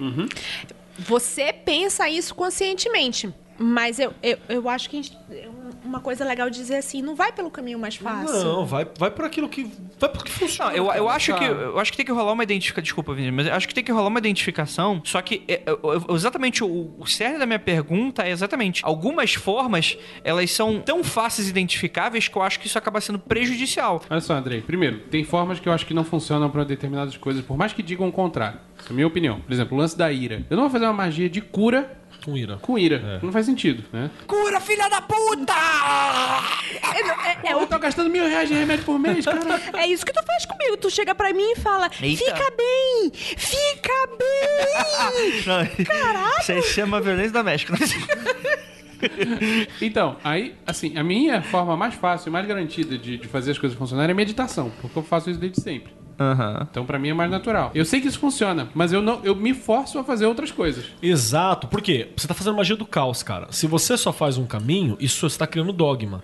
E: Você pensa isso conscientemente. Mas eu, eu, eu acho que a gente- é uma coisa legal dizer assim, não vai pelo caminho mais fácil.
D: Não, vai, vai por aquilo que. Vai por que
C: Não,
D: funciona.
C: eu, eu acho que,
D: cara.
C: eu acho que tem que rolar uma identificação. Desculpa, Vinícius, mas eu acho que tem que rolar uma identificação. Só que é, eu- eu- exatamente o, o cerne da minha pergunta é exatamente. Algumas formas, elas são tão fáceis e identificáveis que eu acho que isso acaba sendo prejudicial.
F: Olha só, Andrei. Primeiro, tem formas que eu acho que não funcionam pra determinadas coisas, por mais que digam o contrário. Essa é a minha opinião. Por exemplo, o lance da ira. Eu não vou fazer uma magia de cura
D: Com ira.
F: com ira.
D: É.
F: Não faz sentido, né?
C: Cura, filha da puta!
E: É, é
F: Eu
E: o-
F: tô gastando mil reais de remédio por mês, cara.
E: é isso que tu faz comigo. Tu chega pra mim e fala,
C: Eita.
E: fica bem, fica bem.
C: Caraca! Isso aí chama violência doméstica. é
F: Então, aí, assim, a minha forma mais fácil e mais garantida de, de fazer as coisas funcionarem é meditação, porque eu faço isso desde sempre.
C: Aham.
F: Então, pra mim é mais natural. Eu sei que isso funciona, mas eu não, eu me forço a fazer outras coisas.
D: Exato, porque você tá fazendo magia do caos, cara. Se você só faz um caminho, isso você tá criando dogma.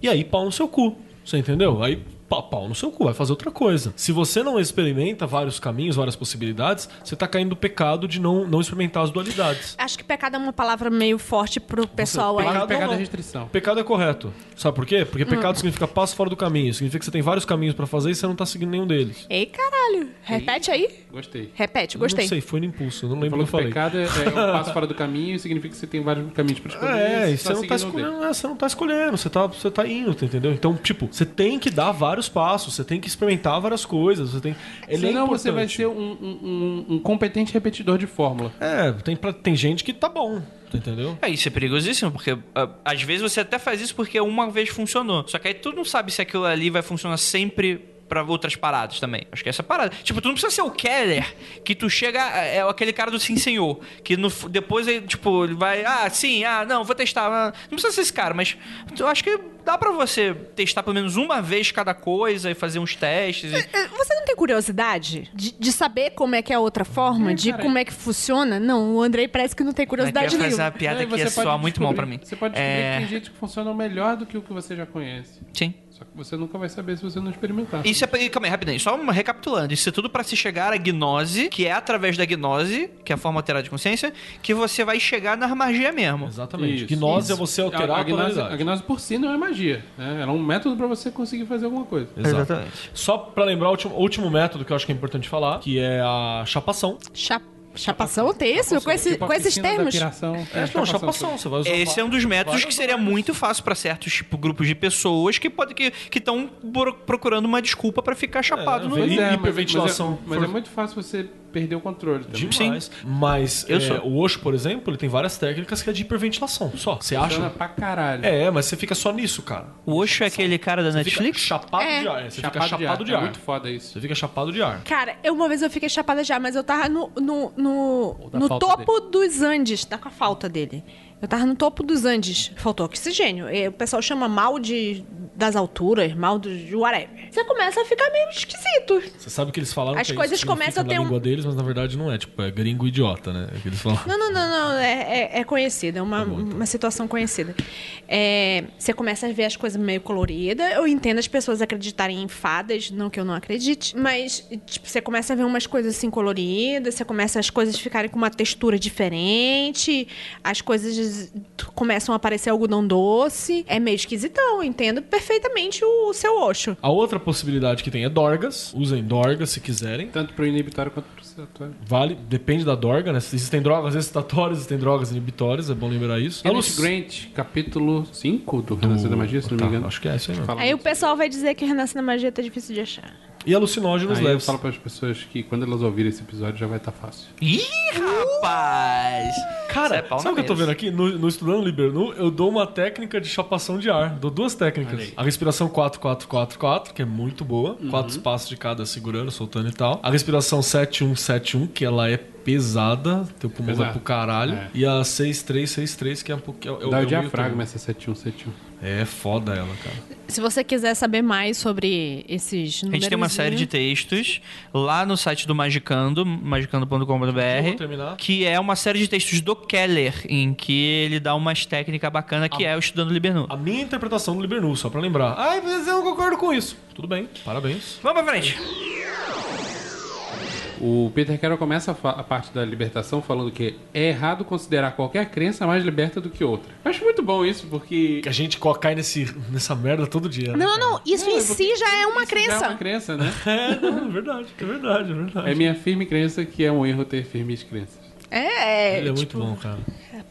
D: E aí pau no seu cu. Você entendeu? Aí pau, pau no seu cu, vai fazer outra coisa. Se você não experimenta vários caminhos, várias possibilidades, você tá caindo no pecado de não, não experimentar as dualidades.
E: Acho que pecado é uma palavra meio forte pro pessoal aí.
F: Mas
C: Tá
D: Pecado
F: o pecado
D: não.
F: é restrição.
D: Pecado é correto. Sabe por quê? Porque pecado significa passo fora do caminho. Significa que você tem vários caminhos pra fazer e você não tá seguindo nenhum deles.
E: Ei, caralho. Repete aí.
F: Gostei.
E: Repete,
D: Não
E: gostei.
D: sei, foi no impulso, eu não lembro o
F: Falou
D: que eu
F: que
D: falei.
F: pecado é, é um passo fora do caminho e significa que você tem vários caminhos pra escolher.
D: É,
F: e
D: e você não, tá
F: seguindo um deles.
D: escolhendo, é, você não tá escolhendo, você tá, você tá indo, tá entendeu? Então, tipo, você tem que dar vários passos, você tem que experimentar várias coisas, você tem. Ele é
F: Senão
D: importante.
F: você vai ser um, um- um- um competente repetidor de fórmula.
D: É, tem, pra- tem gente que tá bom, tá entendeu?
C: É, isso é perigosíssimo, porque ah, às vezes você até faz isso porque uma vez funcionou. Só que aí tu não sabe se aquilo ali vai funcionar sempre pra outras paradas também. Acho que essa é a parada. Tipo, tu não precisa ser o Keller, que tu chega. É aquele cara do sim senhor. Que no, depois ele, tipo, ele vai. Ah, sim, ah, não, vou testar. ah. Não precisa ser esse cara, mas eu acho que dá pra você testar pelo menos uma vez cada coisa e fazer uns testes.
F: É,
C: e-
E: Eh, Você não tem curiosidade de, de saber como é que é a outra forma, de como é que funciona? Não, o Andrei parece que não tem
C: Mas quero
E: curiosidade
C: é fazer uma
E: nenhuma.
F: E
C: piada
F: aí
C: que
F: É, você
C: ia
F: pode
C: soar muito
F: descobrir-
C: mal pra mim.
F: Você pode descobrir
C: É,
F: que tem gente que funciona melhor do que o que você já conhece.
C: Sim.
F: Só que você nunca vai saber se você não experimentar.
C: Isso é. pra- e Calma aí, rapidinho. Só uma- recapitulando. Isso é tudo pra se chegar à gnose, que é através da gnose, que é a forma alterada de consciência, que você vai chegar na magia mesmo.
D: Exatamente.
F: Isso.
D: Gnose é você alterar a,
F: a, gnose, a
D: tonalidade.
F: gnose por si não é magia. Né? Ela é um método pra você conseguir fazer alguma coisa.
D: Exato. Só pra lembrar o último, o último método que eu acho que é importante falar, que é a chapação.
E: Chapa. Chapação tem isso? Com, esse-
M: Tipo a
E: com esses
M: piscina da
E: termos?
M: piração.
F: É,
M: não,
F: chapação.
D: você vai usar
C: Esse é um dos métodos que seria muito fácil pra certos tipo, grupos de pessoas que podem que estão procurando uma desculpa pra ficar chapado no
D: vem-
F: Pois é, mas-
D: hiperventilação.
F: Mas, é, mas é muito fácil você perder o controle também.
D: demais. Mas
C: Eu
D: é,
C: sou.
D: o Osho, por exemplo, ele tem várias técnicas que é de hiperventilação. Só. Você
F: Funciona
D: acha?
F: pra caralho.
D: É, mas você fica só nisso, cara.
C: O Osho é aquele cara da
D: Você fica
C: Netflix?
D: chapado
E: É.
D: de ar. é, Você
F: Chapado,
D: fica chapado
F: de,
D: de
F: ar.
D: ar.
F: É muito foda isso.
D: Você fica chapado de ar.
E: Cara, eu, uma vez eu fiquei chapada já, mas eu tava no, no, no,
M: da
E: no
M: falta
E: topo dos Andes. Tá com a falta dele. Eu tava no topo dos Andes. Faltou oxigênio. E O pessoal chama mal de, das alturas, mal do, de whatever. Você começa a ficar meio esquisito.
D: Você sabe que eles falaram
E: As
D: que é
E: coisas
D: isso que significa
E: começam a ter
D: na
E: um-
D: língua deles, mas na verdade não é. Tipo, é gringo idiota, né? É o que eles falam.
E: Não, não, não, não. É, é, é conhecida, é uma,
D: bom, então.
E: uma situação conhecida. É, você começa a ver as coisas meio coloridas. Eu entendo as pessoas acreditarem em fadas, não que eu não acredite, mas tipo, você começa a ver umas coisas assim coloridas, você começa as coisas ficarem com uma textura diferente, as coisas começam a aparecer algodão doce. É meio esquisitão, eu entendo perfeitamente o, seu oxo.
D: A outra possibilidade que tem é dorgas. Usem dorgas se quiserem.
F: Tanto pro inibitório quanto pro sedatório.
D: Vale, depende da dorga, né? Existem drogas excitatórias, existem drogas inibitórias, é bom lembrar isso.
F: Alice Grant, capítulo 5 do Renascer da Magia, se não me
D: Tá,
F: engano.
D: acho que é isso aí mesmo.
F: Fala
E: Aí o
F: muito.
E: pessoal vai dizer que renascer na magia tá difícil de achar.
D: E alucinógenos
F: Aí eu
D: leves.
F: falo pras pessoas que quando elas ouvirem esse episódio já vai estar fácil.
C: Ih, rapaz!
D: Cara,
C: Isso é pau
D: sabe o
C: na
D: que eu tô
C: mesa.
D: vendo aqui? No, no Estudando Libernu, eu dou uma técnica de chapação de ar. Dou duas técnicas. A respiração 4444, que é muito boa.
F: Uhum.
D: Quatro espaços de cada segurando, soltando e tal. A respiração 7171, que ela é pesada. Teu pulmão
F: Pesado.
D: vai pro caralho.
F: É.
D: E a 6363, que é um pouquinho... é
F: Dá o
D: meio
F: diafragma
D: termo.
F: essa 7171.
D: É foda ela, cara.
E: Se você quiser saber mais sobre esses
C: A gente tem uma série de textos lá no site do Magicando,
D: Vamos
C: magicando.com.br,
D: terminar.
C: que é uma série de textos do Keller, em que ele dá umas técnicas bacanas que é o Estudando Libernu.
D: A minha interpretação do Libernu, só pra lembrar. Ai, mas eu não concordo com isso. Tudo bem, parabéns.
C: Vamos pra frente.
F: O Peter Carroll começa a, fa- a parte da libertação falando que é errado considerar qualquer crença mais liberta do que outra. Eu Acho muito bom isso, porque.
D: Que a gente co- cai nesse, nessa merda todo dia. né,
E: Não, não, isso
F: Não,
E: em
F: é porque
E: si já é uma
F: isso já É
E: crença.
F: uma crença, né?
D: É, não, é verdade, é verdade, é verdade.
F: É minha firme crença que é um erro ter firmes crenças.
E: É,
D: Ele é
E: é
D: muito bom, cara.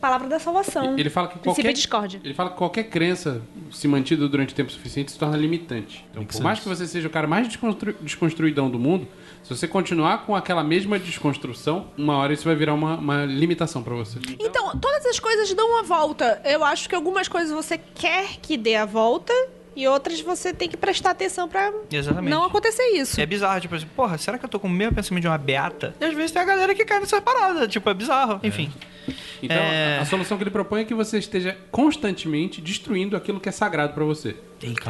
K: Palavra da salvação.
F: Ele fala que
E: princípio
F: qualquer
E: de Ah. discórdia.
F: Ele fala que qualquer crença, se mantida durante tempo suficiente, se torna limitante. Então, por mais que você seja o cara mais desconstru... desconstruidão do mundo, se você continuar com aquela mesma desconstrução, uma hora isso vai virar uma, uma limitação pra você.
E: Então, todas as coisas dão uma volta. Eu acho que algumas coisas você quer que dê a volta e outras você tem que prestar atenção pra
C: Exatamente.
E: não acontecer isso.
C: É bizarro, tipo assim, porra, será que eu tô com o mesmo pensamento de uma beata? E às vezes tem a galera que cai nessa parada, tipo, é bizarro. Enfim.
F: Então,
C: É.
F: a, a solução que ele propõe é que você esteja constantemente destruindo aquilo que é sagrado pra você.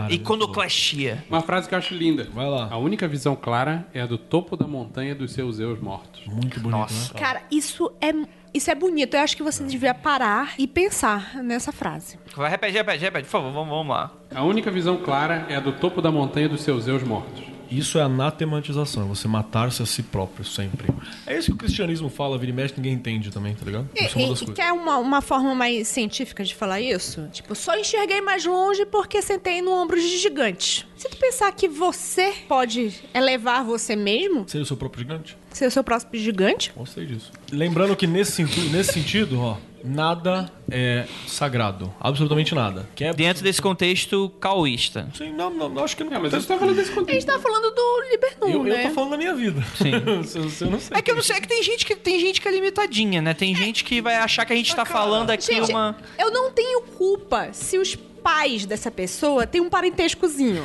C: Iconoclastia.
F: Uma frase que eu acho linda.
D: Vai lá.
F: A única visão clara é a do topo da montanha dos seus eus mortos.
D: Muito bonito, né?
E: Cara, isso é isso é bonito. Eu acho que você devia parar e pensar nessa frase.
C: Vai, repete, repete, repete, por favor, vamos, vamos lá.
F: A única visão clara é a do topo da montanha dos seus eus mortos.
D: Isso é anatematização, é você matar-se a si próprio sempre. É isso que o cristianismo fala, vira e mexe, ninguém entende também, tá ligado?
E: E,
D: Isso é uma
E: e-
D: das
E: e
D: coisas.
E: quer uma, uma forma mais científica de falar isso? Tipo, só enxerguei mais longe porque sentei no ombro de gigante. Se tu pensar que você pode elevar você mesmo,
D: Ser o seu próprio gigante?
E: ser o seu próximo gigante,
D: Gostei disso. Lembrando que nesse sentido, nesse sentido, ó, nada é sagrado. Absolutamente nada. Que é...
C: Dentro desse contexto caoísta.
D: Sim, não, não, não, acho que não.
F: É, mas é
D: acontece.
F: eu estou falando desse
E: A gente
F: contexto.
E: tá falando do Libernu,
D: eu, eu
E: né?
D: tô falando da minha vida. Sim. se, se eu não sei.
C: É que eu não sei, é que tem gente que tem gente que é limitadinha, né? Tem gente que vai achar que a gente tá falando aqui
E: É. Ah, Gente,
C: uma.
E: eu não tenho culpa se os pais dessa pessoa têm um parentescozinho,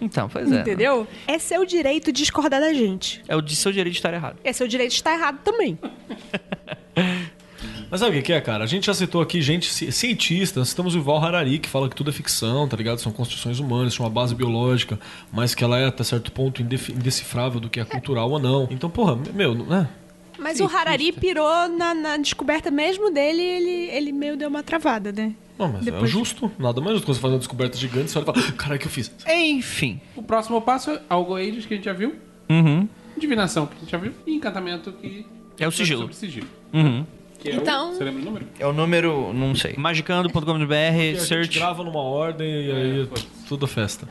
C: Então, pois é.
E: entendeu? É seu direito de discordar da gente.
C: É o de seu direito de estar errado.
E: É seu direito de estar errado também.
D: Mas sabe o que que é, cara? A gente já citou aqui gente ci- cientista, citamos o Val Harari, que fala que tudo é ficção, tá ligado? São construções humanas, tem uma base biológica, mas que ela é até certo ponto indef- indecifrável do que é cultural ou não. Então, porra, meu, né?
E: Mas o Harari pirou na, na descoberta mesmo dele ele, ele meio deu uma travada, né?
D: Não, mas é justo. Nada mais justo quando você faz uma descoberta gigante, você olha e fala, caralho, o que eu fiz?
C: Enfim.
F: O próximo passo é algoeides que a gente já viu,
C: Uhum.
F: divinação que a gente já viu e encantamento que...
C: É o sigilo.
F: Sobre sigilo.
C: Uhum.
F: Que é
E: Então-
F: O... Você lembra o número?
C: É o número. não sei.
D: E
C: Magicando.com.br,
D: a gente
C: search.
D: é grava numa ordem e aí tudo festa.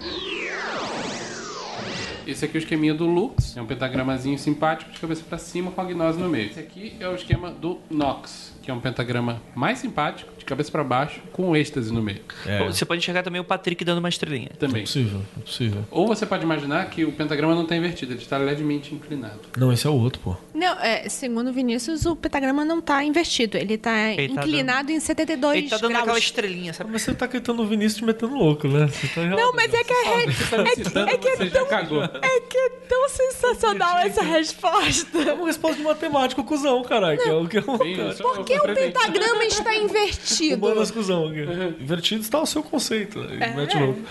F: Esse aqui é o esqueminha do Lux. É um pentagramazinho simpático de cabeça pra cima com a gnose no meio. Esse aqui é o esquema do Nox, que é um pentagrama mais simpático, de cabeça pra baixo, com êxtase no meio.
C: Você pode enxergar também o Patrick dando uma estrelinha.
D: Não é
F: Também.
D: possível, não é possível.
F: Ou você pode imaginar que o pentagrama não está invertido, ele está levemente inclinado.
D: Não, esse é o outro, pô.
E: Não, é, segundo o Vinícius, o pentagrama não está invertido. Ele está
C: Ele tá
E: inclinado em 72
C: Ele tá dando
E: graus.
C: aquela estrelinha, sabe?
D: Mas você tá cantando o Vinícius te metendo louco, né? Você tá
E: Não, mas é que a re...
F: Você tá me citando,
E: é que é
F: você já cagou.
E: É que é tão sensacional essa
D: É
E: resposta.
D: uma resposta de matemático, cuzão, caralho. Que é o que eu...
F: Sim, isso
E: Por
F: eu
E: que o
F: apresentei.
E: pentagrama está invertido?
D: Humanas cuzão. aqui. Invertido está o seu conceito. né? Mete louco.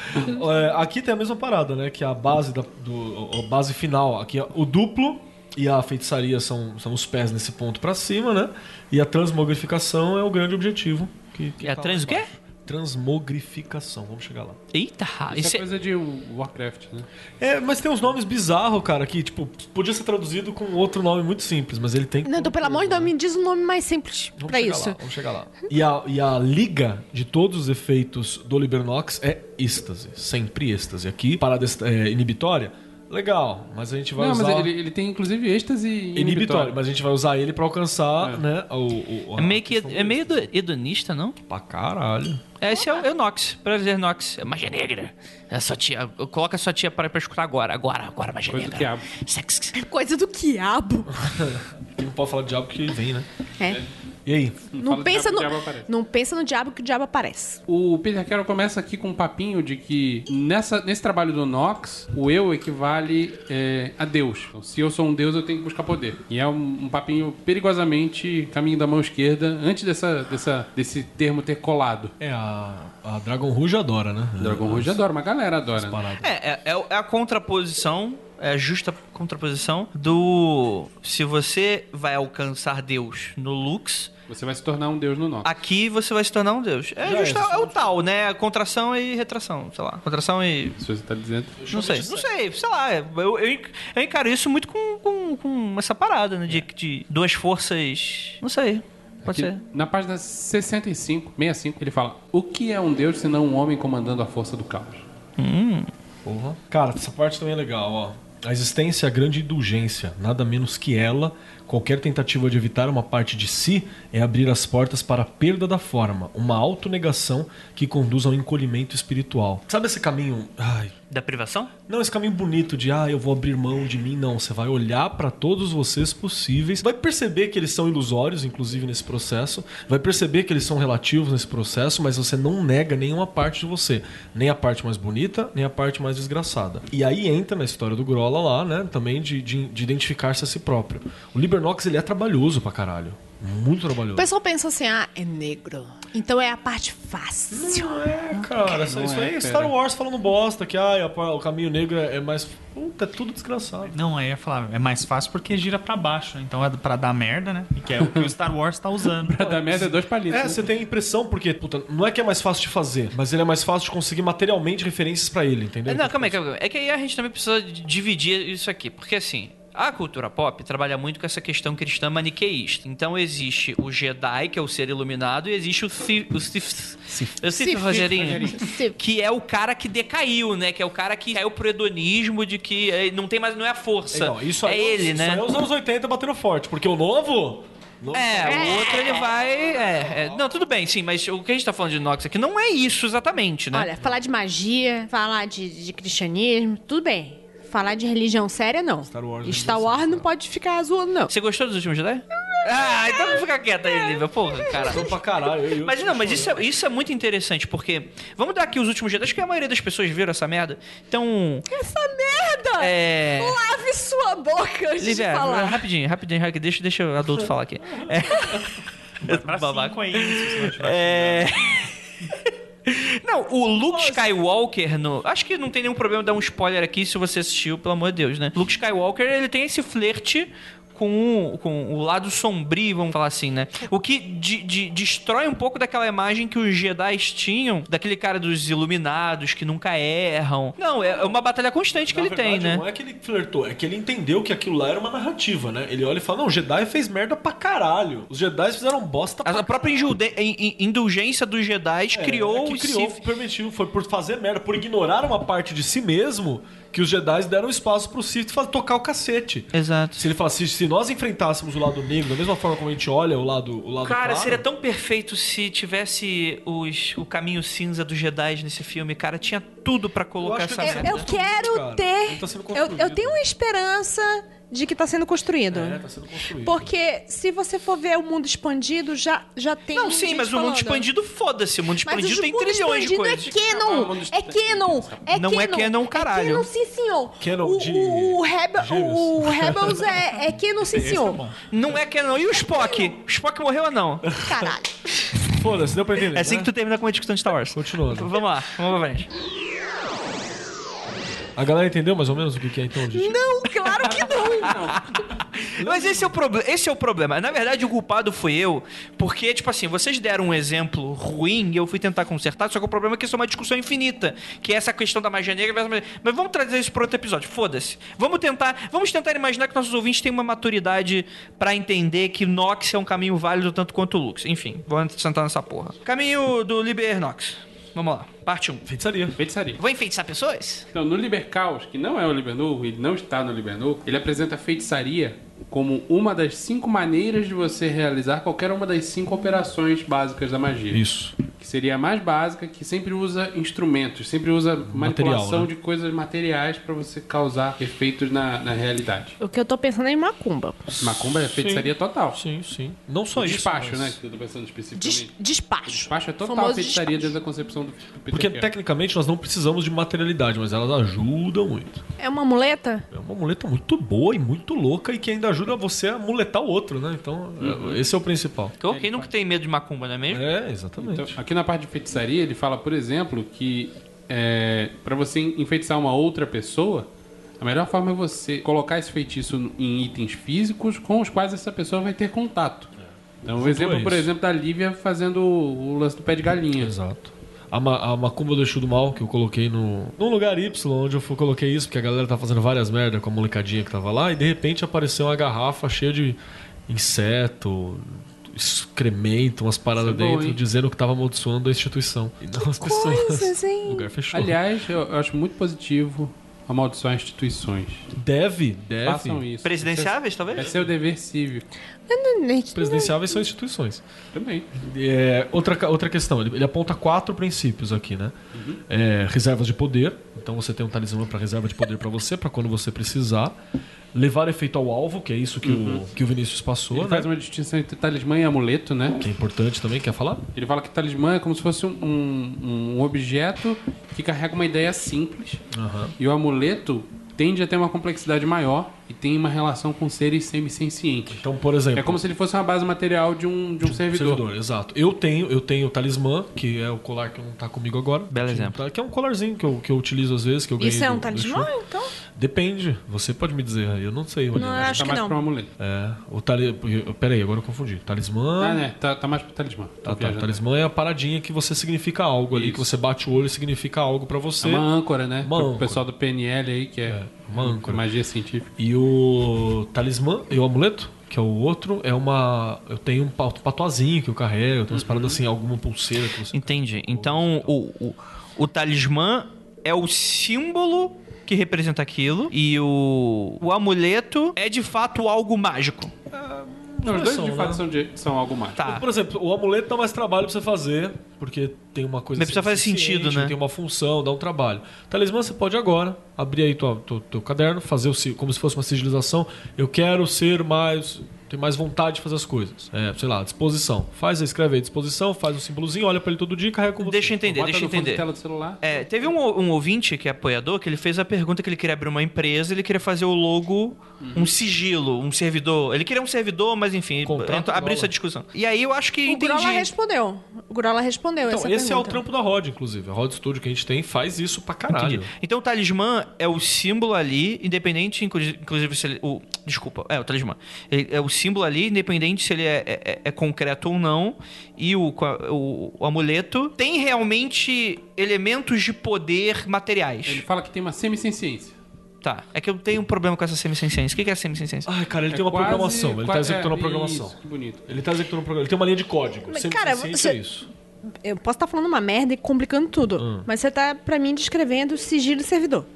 D: É, aqui tem a mesma parada, né? Que a base, da, do, a base final, aqui o duplo e a feitiçaria são, são os pés nesse ponto pra cima, né? E a transmogrificação é o grande objetivo. Que, que
C: E É a
D: tá lá
C: trans o quê?
D: embaixo. Transmogrificação, vamos chegar lá.
C: Eita,
F: Isso
C: isso
F: é
C: é-
F: coisa de Warcraft, né?
D: É, mas tem uns nomes bizarros, cara, que, tipo, podia ser traduzido com outro nome muito simples, mas ele tem.
E: Não, então, pelo amor de Deus, me diz um nome mais simples
D: Vamos
E: pra
D: chegar
E: isso.
D: lá, vamos chegar lá. E a, e a liga de todos os efeitos do Libernox é êxtase. Sempre êxtase. Aqui, parada é, inibitória, legal, mas a gente vai
F: Não,
D: usar...
F: mas ele, ele tem inclusive êxtase e
D: Inibitório,
F: inibitório.
D: mas a gente vai usar ele pra alcançar, né, o... o- a
C: É meio que
D: questão
C: é meio
D: do êxtase.
C: hedo- hedonista, não?
D: Pra caralho.
C: É, esse é o, é o Nox, prazer Nox. É magia negra. É sua tia. Coloca sua tia para pra escutar agora. Agora, agora, magia
F: Coisa é. do
C: negra.
F: quiabo.
C: Sex.
E: Coisa do quiabo.
D: E não pode falar de diabo que vem, né?
E: É.
D: E aí?
E: Não,
F: Fala do
E: pensa
F: diabo,
E: no...
F: o diabo aparece.
E: não pensa no diabo que o diabo aparece.
F: O Peter Carroll começa aqui com um papinho de que nessa, nesse trabalho do Nox, o eu equivale é, a Deus. Então, se eu sou um Deus, eu tenho que buscar poder. E é um, um papinho perigosamente caminho da mão esquerda, antes dessa, dessa, desse termo ter colado.
D: É, a, a Dragon Rouge adora, né?
F: Dragon Rouge adora, uma galera adora. né?
D: Parada.
C: É, é, é o- é a contraposição, é a justa contraposição do. Se você vai alcançar Deus no Lux,
F: Você vai se tornar um Deus no Nox.
C: aqui você vai se tornar um Deus. É,
D: é,
C: justa, é, o tal, né? Contração e retração, sei lá. Contração e.
F: Se você tá dizendo.
C: Não sei, não sei, sei lá. é, Eu, eu, enc- eu encaro isso muito com, com, com essa parada, né? De, de duas forças. Não sei. Pode
F: Que
C: ser.
F: Na página 65, 65, ele fala: O que é um Deus senão um homem comandando a força do caos?
D: Porra. Cara, essa parte também é legal, ó. A existência é a grande indulgência, nada menos que ela. Qualquer tentativa de evitar uma parte de si é abrir as portas para a perda da forma, uma autonegação que conduz ao encolhimento espiritual. Sabe esse caminho. Ai.
C: Da privação?
D: Não, esse caminho bonito de, ah, eu vou abrir mão de mim. Não, você vai olhar para todos vocês possíveis, vai perceber que eles são ilusórios, inclusive nesse processo, vai perceber que eles são relativos nesse processo, mas você não nega nenhuma parte de você, nem a parte mais bonita, nem a parte mais desgraçada. E aí entra na história do Grola lá, né, também de, de, de identificar-se a si próprio. O Libernox, ele é trabalhoso pra caralho. Muito trabalhoso.
E: O pessoal pensa assim, ah, é negro. Então é a parte fácil.
D: Não é, cara. Isso,
F: Não
D: isso
F: é,
D: aí é
F: pera.
D: Star Wars falando bosta, que ah, o caminho negro é é mais. Puta, é tudo desgraçado.
G: Não, é, ia falar, é mais fácil porque gira pra baixo, então é pra dar merda, né? E que é o que o Star Wars tá usando.
F: Pra dar merda é dois palitos.
D: É,
F: né?
D: você tem a impressão, porque, puta, não é que é mais fácil de fazer, mas ele é mais fácil de conseguir materialmente referências pra ele, entendeu?
C: Não, calma aí, calma aí. É que aí a gente também precisa de- dividir isso aqui. Porque assim, a cultura pop trabalha muito com essa questão cristã maniqueísta. Então existe o Jedi, que é o ser iluminado, e existe o Sith. O Sith. O Sith Rogerinho.
E: Sim.
C: Que é o cara que decaiu, né? Que é o cara que caiu pro hedonismo de que eh, não tem mais, não é a força.
D: Então, isso aí,
C: é ele,
D: isso
C: né?
D: aí é os anos 80 batendo forte, porque o novo. novo
C: É, o outro ele vai. É, é. Não, tudo bem, sim, mas o que a gente tá falando de Nox aqui não é isso exatamente, né?
E: Olha, falar de magia, falar de, de cristianismo, tudo bem. Falar de religião séria, não.
D: Star Wars,
E: Star
D: religião
E: Wars
D: séria.
E: não pode ficar zoando, não.
C: Você gostou dos últimos Jedi? Ah, então fica quieta aí, Lívia. Porra, cara.
D: Tô pra caralho. eu- eu-
C: Mas não, mas isso é, isso é muito interessante, porque. Vamos dar aqui os últimos Jedi, acho que a maioria das pessoas viram essa merda. Então.
E: Essa merda!
C: É.
E: Lave sua boca antes
C: Lívia,
E: de falar.
C: rapidinho, rapidinho, rapidinho, deixa, deixa o adulto falar aqui. É.
G: Pra cinco aí, se você tiver.
C: É. Não, o Luke Skywalker no. Acho que não tem nenhum problema dar um spoiler aqui se você assistiu, pelo amor de Deus, né? Luke Skywalker, ele tem esse flerte com o, com o lado sombrio, vamos falar assim, né? O que de- de- destrói um pouco daquela imagem que os Jedi tinham, daquele cara dos iluminados que nunca erram. Não, é é uma batalha constante que
D: Na
C: ele tem,
D: verdade,
C: né?
D: Não é que ele flertou, é que ele entendeu que aquilo lá era uma narrativa, né? Ele olha e fala: Não, o Jedi fez merda pra caralho. Os Jedi fizeram bosta pra
C: A a própria injude- in- in- indulgência dos Jedi
D: É,
C: criou
D: que
C: o
D: criou,
C: Sith
D: permitiu, foi por fazer merda, por ignorar uma parte de si mesmo Que os Jedi deram espaço pro Sith fa- tocar o cacete.
H: Exato.
D: Se ele falasse, se nós enfrentássemos o lado negro, da mesma forma como a gente olha o lado, o lado
C: Cara,
D: claro,
C: seria tão perfeito se tivesse os, o caminho cinza dos Jedi nesse filme. Cara, tinha tudo pra colocar
D: acho que
C: essa
D: ele-
C: merda.
E: É, Eu quero
D: Cara,
E: ter.
D: ele tá sendo
E: eu,
D: construído.
E: eu tenho uma esperança de que tá sendo construído.
D: É, tá sendo construído.
E: Porque se você for ver o mundo expandido, já, já tem.
C: Não, sim,
E: gente
C: mas o mundo
E: falando.
C: expandido, foda-se. O mundo
E: Mas
C: expandido
E: o
C: tem
E: mundo
C: trilhões de coisas.
E: expandido É
F: Ah, o
E: Canon!
F: mundo
E: É Canon! É
H: Não é
E: Canon!
H: canon, caralho.
E: É Canon, sim, senhor!
D: Canon
E: o,
D: de
E: o, o, Rebel,
D: gêmeos.
E: o, o Rebels é, é Canon, sim, senhor!
C: Não é que não. E o Spock? O Spock morreu ou não?
E: Caralho!
D: Foda-se, deu pra entender.
C: É
D: né?
C: assim que tu termina com uma discussão de Star Wars.
D: Continuando.
C: Vamos lá, vamos pra frente.
D: A galera entendeu mais ou menos o que que é então, gente?
E: Não, claro que não!
C: Mas esse é, o proble- esse é o problema. Na verdade, o culpado fui eu, porque, tipo assim, vocês deram um exemplo ruim e eu fui tentar consertar, só que o problema é que isso é uma discussão infinita, que é essa questão da magia negra versus magia... Mas vamos trazer isso para outro episódio, foda-se. Vamos tentar, vamos tentar imaginar que nossos ouvintes têm uma maturidade para entender que Nox é um caminho válido tanto quanto o Lux. Enfim, vamos sentar nessa porra. Caminho do Liber Nox. Vamos lá, parte 1.
D: Feitiçaria.
F: Feitiçaria.
C: Vou enfeitiçar pessoas?
F: Então, no Libercaus, que não é o Libernu, ele não está no Libernu, ele apresenta a feitiçaria como uma das cinco maneiras de você realizar qualquer uma das cinco operações básicas da magia.
D: Isso.
F: Que seria a mais básica, que sempre usa instrumentos, sempre usa manipulação
D: né?
F: de coisas materiais para você causar efeitos na, na realidade.
E: O que eu tô pensando é em Macumba.
F: Macumba é feitiçaria total.
D: Sim, sim. Não só
F: Despacho,
D: isso.
F: né?
D: mas-
F: Que eu tô pensando especificamente.
E: Des- despacho.
F: Despacho é total
E: Famoso
F: feitiçaria
E: despacho. tá
F: dentro da concepção do, do Peter
D: Porque
F: Parker.
D: tecnicamente nós não precisamos de materialidade, mas elas ajudam muito.
E: É uma muleta?
D: É uma muleta muito boa e muito louca e que ainda ajuda você a muletar o outro, né? Então, é- esse é o principal.
C: Então, quem nunca tem medo de macumba, não é mesmo?
D: É, exatamente.
F: Então, aqui na parte de feitiçaria, ele fala, por exemplo, que é, para você enfeitiçar uma outra pessoa, a melhor forma é você colocar esse feitiço em itens físicos com os quais essa pessoa vai ter contato. Então, o exemplo,
D: É. isso.
F: por exemplo, da Lívia fazendo o o lance do pé de galinha.
D: Exato. A, ma a macumba do Exu do Mal, que eu coloquei no. Num lugar Y, onde eu fu- coloquei isso, porque a galera tá fazendo várias merdas com a molecadinha que tava lá, e de repente apareceu uma garrafa cheia de inseto, excremento, umas paradas
F: Isso é bom,
D: dentro,
F: hein?
D: dizendo que tava amaldiçoando a instituição. E não as pessoas.
E: Coisas,
D: O
E: hein?
D: lugar fechou.
F: assim. Aliás, eu, eu acho muito positivo amaldiçoar instituições.
D: deve, deve.
F: Façam isso.
C: Presidenciáveis,
F: É
C: talvez?
F: seu dever cívico
D: Presidenciáveis são instituições.
F: também.
D: É, outra, ca- outra questão, ele, ele aponta quatro princípios aqui, né?
F: Uhum.
D: É, reservas de poder, então você tem um talismã para reserva de poder para você, para quando você precisar. Levar efeito ao alvo, que é isso que, o, que o Vinícius passou,
F: Uhum. Ele
D: né?
F: faz um uma distinção entre talismã e amuleto, né?
D: Que é importante também, quer falar?
F: Ele fala que talismã é como se fosse um, um- um objeto que carrega uma ideia simples. E o amuleto tende a ter uma complexidade maior e tem uma relação com seres semi-sencientes.
D: Então, por exemplo.
F: É como se ele fosse uma base material de um, de um servidor.
D: Exato. Eu tenho, eu tenho o talismã, que é o colar que não tá comigo agora.
C: Belo exemplo.
D: Que é um colarzinho que eu, que eu utilizo às vezes, que eu ganhei
E: Isso é
D: do-
E: um
D: do
E: talismã,
D: show.
E: então?
D: Depende. Você pode me dizer, eu não sei.
E: Não,
D: Olhando.
E: eu acho
F: tá
E: que
F: mais
E: não.
F: pra um amuleto.
D: É, o talismã. Peraí, agora eu confundi. Talismã.
F: Ah, né? Tá, tá mais pro talismã. Tô
D: Tá, tá.
F: viajando. né?
D: Talismã é a paradinha que você significa algo ali,
F: Isso.
D: que você bate o olho e significa algo pra você.
F: É uma âncora, né?
D: Uma
F: Pro
D: âncora.
F: pessoal do PNL aí, que é,
D: uma âncora.
F: magia científica.
D: E o talismã e o amuleto, que é o outro, é uma. Eu tenho um pa- patoazinho que eu carrego, eu
F: Uhum.
D: tenho umas paradas assim, alguma pulseira que você.
C: Entendi.
F: é
C: Então, o, o, o talismã é o símbolo que representa aquilo e o, o amuleto é de fato algo mágico.
F: Não, os
D: Não
F: dois
D: são,
F: de fato
D: né?
F: são, de- são algo mais.
C: Tá.
D: Por exemplo, o amuleto dá mais trabalho pra você fazer, porque tem uma coisa.
C: Mas precisa fazer
D: eficiente,
C: sentido, né?
D: Tem uma função, dá um trabalho. Talismã você pode agora abrir aí tua, teu, teu caderno, fazer o, si- como se fosse uma sigilização. Eu quero ser mais. ter mais vontade de fazer as coisas. É, sei lá, disposição. Faz, escreve aí disposição, faz um símbolozinho, olha pra ele todo dia e carrega com você.
C: Deixa eu entender,
F: Bota
C: deixa eu
F: no fundo da
C: entender.
F: tela do celular.
C: É, teve um, um ouvinte que é apoiador que ele fez a pergunta que ele queria abrir uma empresa, ele queria fazer o logo,
F: Uhum.
C: um sigilo, um servidor. Ele queria um servidor, mas enfim,
D: Contrato
C: entrou- abriu
D: Grola.
C: essa discussão. E aí eu acho que
E: O
C: entendi.
F: é
E: Grola respondeu. O Grola respondeu
D: Então,
E: essa
D: esse é o
E: pergunta.
D: trampo da Rod, inclusive. A Rod Studio que a gente tem faz isso pra caralho.
C: Entendi. Então o talismã é o símbolo ali, independente, inclu- inclusive se ele. O, desculpa, é o talismã. Ele é o símbolo ali, independente se ele é, é- é concreto ou não. E o, qua- o- o amuleto tem realmente elementos de poder materiais.
F: Ele fala que tem uma semi-ciência.
C: Tá. É que eu tenho um problema com essa semi-ciência. O que que é semi-ciência?
D: Ai, cara, ele
F: É
D: tem uma programação. Ele tá executando uma programação.
F: Isso, que bonito.
D: Ele tá executando um programa. Ele tem uma linha de código.
E: Mas,
D: Sem
E: cara,
D: consciência
E: você-
D: é isso.
E: Eu posso tá, estar falando uma merda e complicando tudo, mas você tá, pra mim, descrevendo sigilo e servidor.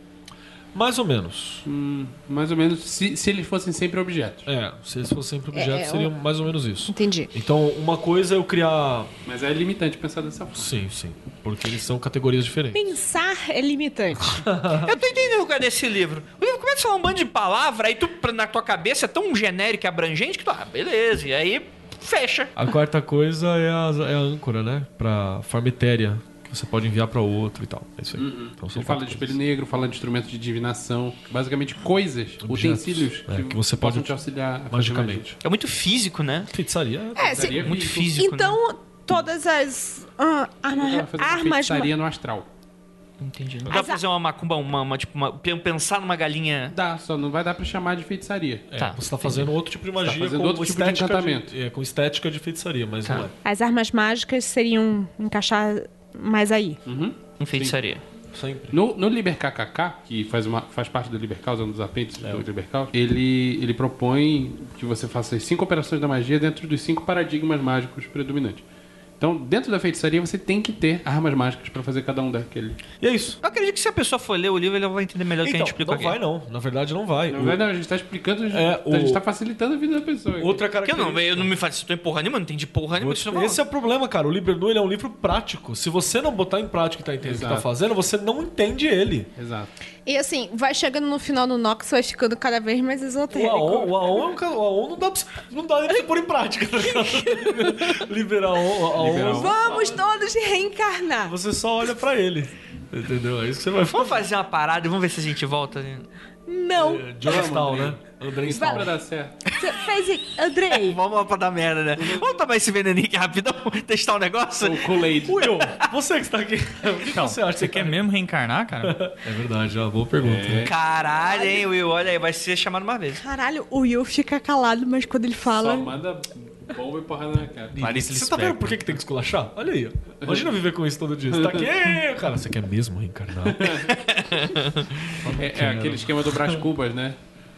D: Mais ou menos.
F: Hum, mais ou menos, se, se eles fossem sempre objetos.
D: É, se eles fossem sempre objeto,
E: É,
D: seria mais ou menos isso.
E: Entendi.
D: Então, uma coisa é eu criar.
F: Mas é limitante pensar dessa forma.
D: Sim, sim. Porque eles são categorias diferentes.
E: Pensar é limitante.
C: Eu tô entendendo o que é desse livro. O livro começa a falar um bando de palavra, aí tu, pra- na tua cabeça é tão genérico e abrangente que tu, ah, beleza, e aí fecha.
D: A quarta coisa é a, é a âncora, né? Pra farmetéria, que você pode enviar pra outro e tal. É isso aí. Então,
F: Você
D: são
F: fala
D: quatro
F: de
D: coisas.
F: espelho negro, fala de instrumento de divinação, basicamente coisas,
D: Objetos,
F: utensílios
D: é, que você
F: possam
D: pode
F: te auxiliar a fazer
D: Magicamente.
C: É muito físico, né?
D: Feitiçaria é.
E: É, se-
F: magia.
C: Muito físico. né?
E: então, todas as ah, arma-
F: Ela vai fazer uma
E: armas.
F: feitiçaria no astral.
C: Entendi. Não dá pra
E: As a-
C: fazer uma macumba, uma, uma, tipo, uma- pensar numa galinha.
F: Dá, só não vai dar pra chamar de feitiçaria.
D: É,
C: Tá,
D: você tá fazendo outro tipo de magia
F: fazendo
D: com
F: outro tipo de
D: estética
F: encantamento.
D: é, com estética de feitiçaria, mas não é.
E: As armas mágicas seriam encaixar mais aí.
C: Não feitiçaria.
D: Sempre.
F: No, no Liber KKK, que faz, uma, faz parte do Liber Caos, é um dos apêndices do Liber Caos, ele, ele propõe que você faça as cinco operações da magia dentro dos cinco paradigmas mágicos predominantes. Então, dentro da feitiçaria, você tem que ter armas mágicas pra fazer cada um daquele.
D: E é isso.
C: Eu acredito que se a pessoa for ler É o livro, ela vai entender melhor do que a
D: Então,
C: gente explicou
D: não
C: aqui.
D: vai não. Na verdade, não vai.
F: Na
D: O-
F: verdade, não, a gente tá explicando, a gente,
D: É, o-
F: a gente tá facilitando a vida da pessoa. aqui.
D: Outra
C: Porque eu
D: característica...
C: não, eu não me faço isso, tô em porra nenhuma, não entendi porra nenhuma. disso, não
D: Esse é o problema, cara. O Liber Nu, ele é um livro prático. Se você não botar em prática e tá entendendo o que tá
F: Exato.
D: fazendo, você não entende ele.
F: Exato.
E: E assim, vai chegando no final do Nox, vai ficando cada vez mais
D: O
E: esotérico.
D: Aon, o Aon, é um ca- o Aon não dá pra, você- não dá nem pra você pôr em prática, tá ligado? Liberar o Aon,
F: Liberar o-
E: Vamos todos reencarnar.
D: você só olha pra ele. Entendeu? É isso que você vai
C: Vamos
D: fazer.
C: fazer uma parada e vamos ver se a gente volta. né?
E: Não.
D: John Stahl, né? André Stahl.
F: Pra dar certo.
E: Você fez. e- Andrei.
C: Vamos lá pra dar merda, né? Vamos tomar esse veneninho aqui rapidão, testar o negócio.
F: O Kool-Aid.
D: Will, você que está aqui. O que você acha?
G: Você quer É, mesmo reencarnar, cara?
D: É verdade, ó, boa pergunta. né?
C: Caralho, hein, Will? Olha aí, vai ser chamado mais vezes.
E: Caralho, o Will fica calado, mas quando ele fala.
F: Só manda bomba e porrada na cara.
G: Clarice
D: Você tá vendo
G: Lispector.
D: por que, que tem que esculachar? Olha aí. ó. Imagina viver com isso todo dia. Você tá aqui, "Ei, cara, você quer mesmo reencarnar?
F: É, é aquele esquema do Brás Cubas, né?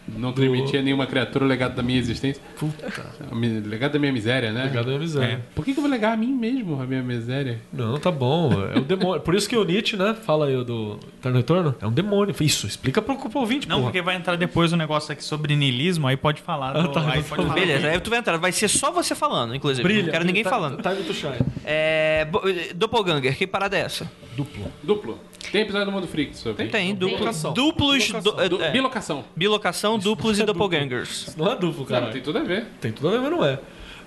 F: Não transmitia nenhuma criatura o legado da minha existência.
D: Puta,
F: O mi- legado da minha miséria, né?
D: obrigado é miséria.
F: Por que, que eu vou legar a mim mesmo a minha miséria?
D: Não, tá bom. É o demônio. Por isso que o Nietzsche, né? Fala aí do Eterno Retorno. É um demônio. Isso, explica pro, pro ouvinte,
G: Não,
D: porra.
G: porque vai entrar depois o negócio aqui sobre niilismo, aí pode falar. do- aí pode falar.
C: Beleza, aí tu vai entrar. Vai ser só você falando, inclusive.
D: Brilha.
C: não quero ninguém
D: Tá-
C: falando.
D: Time to shine.
C: É. bo- Doppelganger, que parada é essa?
D: Duplo.
F: Duplo. Tem episódio do Mundo Freak sobre.
C: Tem, tem. Duplo,
D: Bilocação.
C: Duplos. do-
F: Du-
C: é,
F: Bilocação.
C: bilocação,
D: é
C: duplos e doppelgangers.
D: Não é duplo,
F: Cara,
D: cara.
F: tem tudo a ver.
D: Tem tudo a ver, mas não é.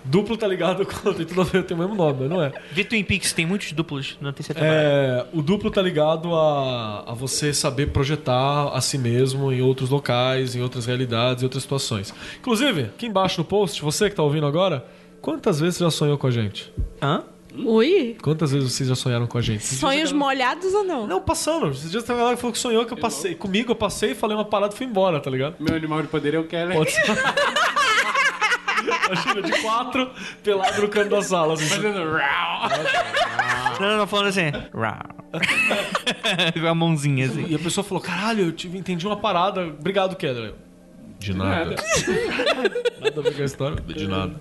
D: Duplo tá ligado com. Tem tudo a ver, tem o mesmo nome, mas não é.
C: De Twin Peaks tem muitos duplos na terceira temporada.
D: É, o duplo tá ligado a, a você saber projetar a si mesmo em outros locais, em outras realidades, em outras situações. Inclusive, aqui embaixo no post, você que tá ouvindo agora, quantas vezes você já sonhou com a gente?
C: Hã?
E: Ui.
D: Quantas vezes vocês já sonharam com a gente?
E: Sonhos molhados ou não?
D: Não, passando. Esses dias tem uma galera que falou que sonhou que eu passei. Comigo eu passei, falei uma parada e fui embora, tá ligado?
F: Meu animal de poder é o Keller.
D: Pode ser. Imagina, de quatro, pelado no canto da sala. assim.
F: Fazendo rau.
C: Não, não, não, falando assim. Rau. Com a mãozinha assim.
D: E a pessoa falou: caralho, eu tive, entendi uma parada. Obrigado, Keller. De
F: nada.
D: nada a ver com a história. De nada.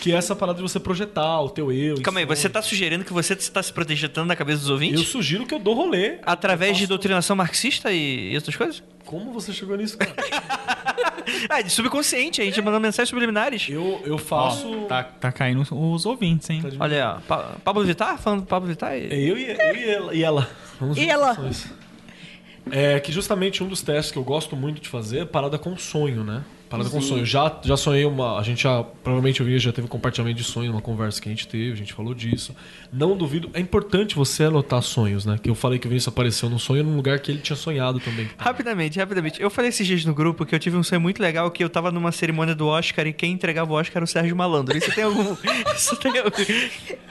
D: Que é essa parada de você projetar o teu eu. em
C: Calma aí,
D: cima.
C: você tá sugerindo que você está se protegendo na cabeça dos
D: Eu
C: ouvintes?
D: sugiro que eu dou rolê.
C: Através de doutrinação marxista e, e outras coisas?
D: Como você chegou nisso, cara?
C: Ah, de subconsciente, a gente mandando mensagens subliminares.
D: Eu, eu faço.
G: Ó, tá, tá caindo os ouvintes, hein?
C: Olha aí, ó. Pa- Pablo Vittar falando do Pablo Vittar e.
D: É eu e, eu e ela. E ela. Vamos
E: E
D: ver
E: ela.
D: quais são esses. É que justamente um dos testes que eu gosto muito de fazer é parada com sonho, né? Parada com sonho. Já, já sonhei uma. A gente já. Provavelmente eu vi, já teve um compartilhamento de sonho, uma conversa que a gente teve, a gente falou disso. Não duvido. É importante você anotar sonhos, né? Que eu falei que o Vinícius apareceu num sonho num lugar que ele tinha sonhado também.
C: Rapidamente, rapidamente. Eu falei esses dias no grupo que eu tive um sonho muito legal que eu tava numa cerimônia do Oscar e quem entregava o Oscar era o Sérgio Malandro. Isso tem algum. Isso tem algum.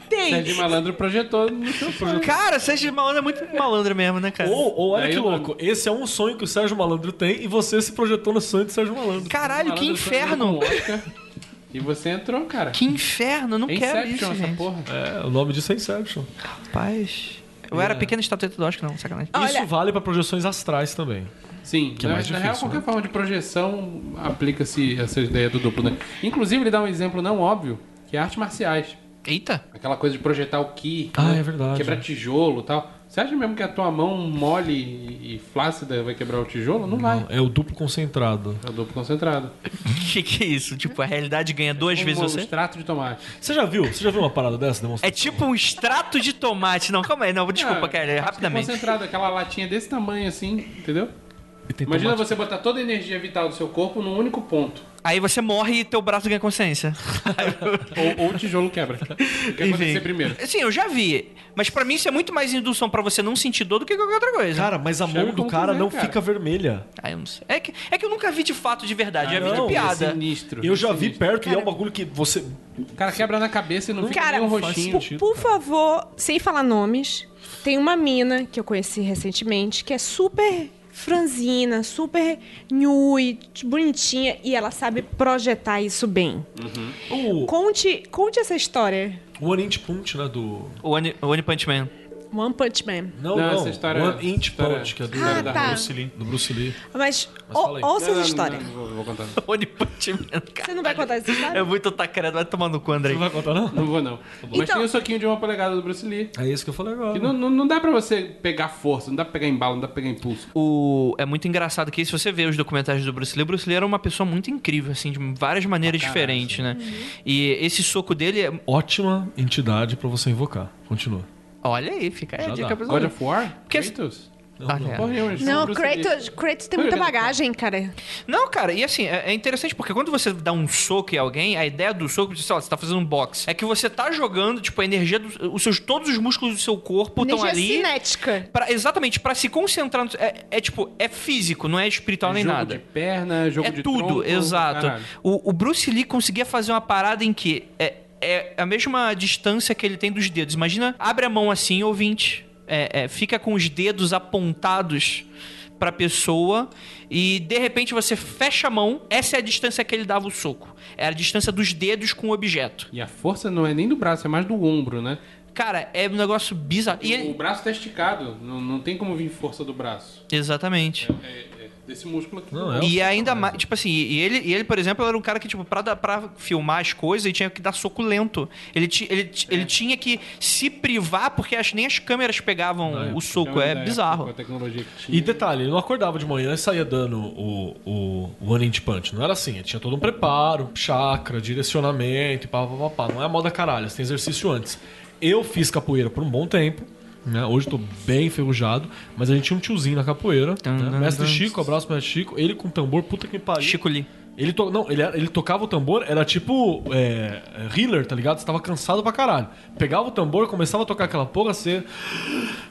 E: Tem.
F: Sérgio Malandro projetou no seu sonho.
C: Cara, Sérgio Malandro é muito malandro mesmo, né, cara?
D: Ou, ou olha
F: É. Daí
D: que
F: eu-
D: louco, esse é um sonho que o Sérgio Malandro tem e você se projetou no sonho do Sérgio Malandro.
C: Caralho, que
F: Malandro
C: inferno!
F: sonhando com Oscar. E você entrou, cara.
C: Que inferno, eu não
F: É
C: quero isso,
F: Inception essa
C: gente.
F: porra.
D: É, o nome disso é Inception.
C: Rapaz. Eu era pequena estatueta do Oscar, não, sacanagem.
D: Isso vale pra projeções astrais também.
F: Sim,
D: Que é
F: na,
D: mais
F: na
D: difícil,
F: real, qualquer forma de projeção aplica-se essa ideia do duplo, né? Inclusive, ele dá um exemplo não óbvio, que é artes marciais.
C: Eita!
F: Aquela coisa de projetar o ki,
D: Ah, é verdade.
F: quebrar tijolo e tal. Você acha mesmo que a tua mão mole e- e flácida vai quebrar o tijolo? Não vai.
D: É o duplo concentrado.
F: É o duplo concentrado.
C: Que que é isso? Tipo, a realidade ganha duas
F: Como
C: vezes
F: um
C: você?
F: extrato de tomate.
D: Você já viu? Você já viu uma parada dessa,
C: É
D: demonstração?
C: tipo um extrato de tomate. Não, calma aí, não, desculpa,
F: Ah,
C: cara, é rapidamente.
F: Concentrado, aquela latinha desse tamanho assim, entendeu?
D: E tem
F: Imagina
D: tomate-
F: você botar toda a energia vital do seu corpo num único ponto.
C: Aí você morre e teu braço ganha consciência.
F: Ou, ou o tijolo quebra. O que
C: Enfim.
F: acontecer primeiro?
C: Sim, Assim, eu já vi. Mas pra mim isso é muito mais indução pra você não sentir dor do que qualquer outra coisa.
D: Cara, mas a
F: Chega
D: mão do
F: como
D: cara
F: quiser,
D: não
F: cara.
D: fica vermelha.
C: Ah, eu não sei. É que, é que eu nunca vi de fato de verdade, já vi
D: Ah, não,
C: de É piada.
F: Sinistro.
D: Eu já vi
F: Sinistro.
D: perto e é um bagulho que você.
F: O cara quebra na cabeça e não fica
E: Cara,
F: nem um
E: por-
F: roxinho.
E: por, favor, sem falar nomes, tem uma mina que eu conheci recentemente que é super franzina, super nhui, bonitinha e ela sabe projetar isso bem.
D: O,
E: Conte, conte essa história.
D: o One Inch Punch, né? Do.
C: O One, o One Punch Man.
E: One Punch Man.
D: Não, não.
F: Não, essa história-
D: One Inch
F: história-
D: Punch, que é do,
E: Ah,
F: da
E: tá.
G: Bruce Lee.
D: do Bruce Lee.
E: Mas,
D: Mas
E: ou-
D: fala aí.
E: ouça
F: Não,
E: essa
F: não,
E: história.
F: não, não vou contar.
C: One Punch Man, cara.
E: Você não vai contar essa história?
C: É muito tacarado, vai tomar no cu, André.
D: Não vai contar, não?
F: Não vou, não. Mas
E: Então-
F: tem o soquinho de uma polegada do Bruce Lee.
D: É isso que eu falei agora.
F: Que não, não, não dá pra você pegar força, não dá pra pegar embalo, não dá pra pegar impulso.
C: O... É muito engraçado que se você vê os documentários do Bruce Lee, o Bruce Lee era uma pessoa muito incrível, assim, de várias maneiras diferentes, né? E esse soco dele é...
D: Ótima entidade pra você invocar. Continua.
C: Olha aí, fica aí a
D: Já
C: dica
D: dá.
C: pra
F: God
C: você.
F: of War?
C: Porque-
F: Kratos?
C: Ah, é.
F: Porra nenhuma, eles são
E: Não,
F: Bruce Lee.
E: Kratos, Kratos tem muita bagagem, cara.
C: Não, cara, e assim, é é interessante porque quando você dá um soco em alguém, a ideia do soco, sei lá, você tá fazendo um boxe, é que você tá jogando, tipo, a energia dos os seus, todos os músculos do seu corpo estão
E: Energia assim, né?
C: ali.
E: cinética.
C: pra- exatamente, pra se concentrar. no- é, é tipo, é físico, não é espiritual nem
F: jogo
C: nada.
F: de perna, jogo
C: é
F: de
C: tudo,
F: tronco,
C: exato.
F: caralho.
C: O, o Bruce Lee conseguia fazer uma parada em que é, é a mesma distância que ele tem dos dedos. Imagina, abre a mão assim, ouvinte. É, é, fica com os dedos apontados pra pessoa e de repente você fecha a mão. Essa é a distância que ele dava o soco. É a distância dos dedos com o objeto.
F: E a força não é nem do braço, é mais do ombro, né?
C: Cara, é um negócio bizarro. E
F: O
C: ele-
F: braço tá esticado, não, não tem como vir força do braço.
C: Exatamente.
F: É, é desse músculo aqui.
D: Não, é
C: E ainda mais, tipo assim, e ele, e ele, por exemplo, era um cara que, tipo, pra, dar- pra filmar as coisas, ele tinha que dar soco lento. Ele, ti- ele, ti-
D: É.
C: ele tinha que se privar, porque as, nem as câmeras pegavam o soco. É,
F: da época,
C: bizarro.
F: Com a tecnologia que tinha.
D: E detalhe, ele não acordava de manhã e saía dando o, o, o One Inch Punch. Não era assim, ele tinha todo um preparo, chakra, direcionamento, e pá, pá, pá, pá. Não é moda caralho, você tem exercício antes. Eu fiz capoeira por um bom tempo, né? Hoje eu tô bem enferrujado, mas a gente tinha um tiozinho na capoeira. né? Mestre Chico, abraço mestre Chico. Ele com tambor, puta que pariu.
C: Chico Lee.
D: Ele, to- não, ele, ele tocava o tambor, era tipo é, healer, tá ligado? Você tava cansado pra caralho. Pegava o tambor, começava a tocar aquela porra, você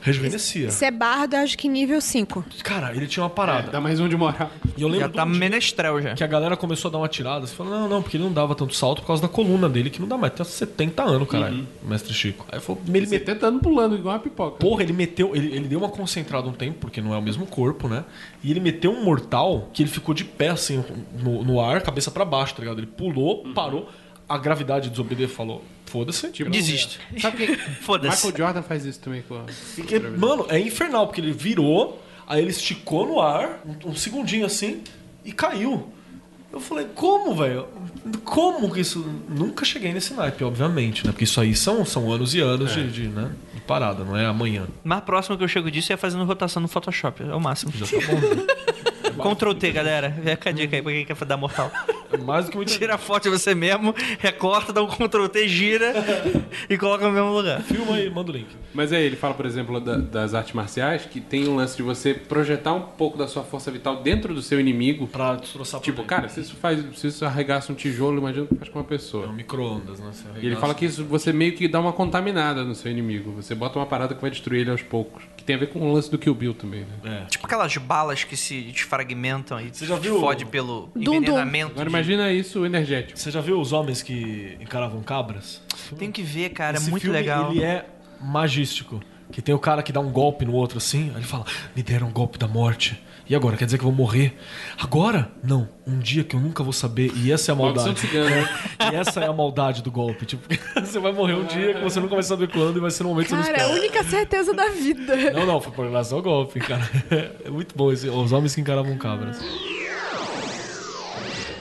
D: rejuvenescia.
E: Isso é bardo, acho que nível 5.
D: Cara, ele tinha uma parada.
F: Dá mais um de moral.
D: E eu lembro
C: Já tá
D: do dia
C: menestrel já.
D: que a galera começou a dar uma tirada. Você falou, não, não, porque ele não dava tanto salto por causa da coluna dele, que não dá mais. Tem 70
C: Uhum.
D: anos, caralho, o mestre Chico. Aí falou, ele meteu.
F: 70 anos pulando igual uma pipoca.
D: Porra, ele meteu. Ele, ele deu uma concentrada um tempo, porque não é o mesmo corpo, né? E ele meteu um mortal que ele ficou de pé, assim, no, no ar, cabeça pra baixo, tá ligado? Ele pulou,
C: Uhum.
D: parou. A gravidade desobedeceu, falou, foda-se. Tipo,
C: Desisto.
F: Sabe quem?
C: Foda-se.
F: Michael Jordan faz isso também com a...
D: porque, mano, é infernal, porque ele virou, aí ele esticou no ar, um, um segundinho assim, e caiu. Eu falei, como, velho? Como que isso. Nunca cheguei nesse naipe, obviamente, né? Porque isso aí são, são anos e
F: É.
D: anos de, de, né? de parada, não é amanhã.
C: Mais próximo que eu chego disso é fazendo rotação no Photoshop. É o máximo. É
D: Já tá bom. né?
C: Ctrl T, galera. Fica a dica aí pra quem quer dar mortal.
D: É mais do que muito.
C: Tira a foto de você mesmo, recorta, dá um Ctrl T, gira e coloca no mesmo lugar.
D: Filma e manda o link.
F: Mas aí, ele fala, por exemplo, da- das artes marciais, que tem um lance de você projetar um pouco da sua força vital dentro do seu inimigo.
D: Pra destroçar por
F: Tipo,
D: dentro.
F: cara, se isso, faz, se isso arregaça um tijolo, imagina o que faz com uma pessoa.
D: É um micro-ondas, né? Você
F: E ele
D: arregaça.
F: fala que isso você meio que dá uma contaminada no seu inimigo. Você bota uma parada que vai destruir ele aos poucos. Que tem a ver com o lance do Kill Bill também, né?
D: É.
C: Tipo aquelas balas que se desfragmentam e
D: Você já
C: se
D: viu-
C: fode pelo
E: Dum-dum.
C: envenenamento.
F: Agora
C: de-
F: imagina isso energético.
D: Você já viu os homens que encaravam cabras?
C: Tenho que ver, cara, é
D: Esse
C: muito
D: filme,
C: legal.
D: Ele é magístico. Que tem o cara que dá um golpe no outro assim, aí ele fala: Me deram um golpe da morte. E agora? Quer dizer que eu vou morrer? Agora? Não. Um dia que eu nunca vou saber. E essa é a
F: Maldição
C: um
D: maldade.
F: cigana, né?
D: e essa é a maldade do golpe. Tipo, você vai morrer um
C: é.
D: dia que você nunca vai saber quando e vai ser no momento que você não
E: Cara, é um a
D: espera.
E: única certeza da vida.
D: Não, não, foi por relação ao golpe, cara. É muito bom esse, os homens que encaravam cabras.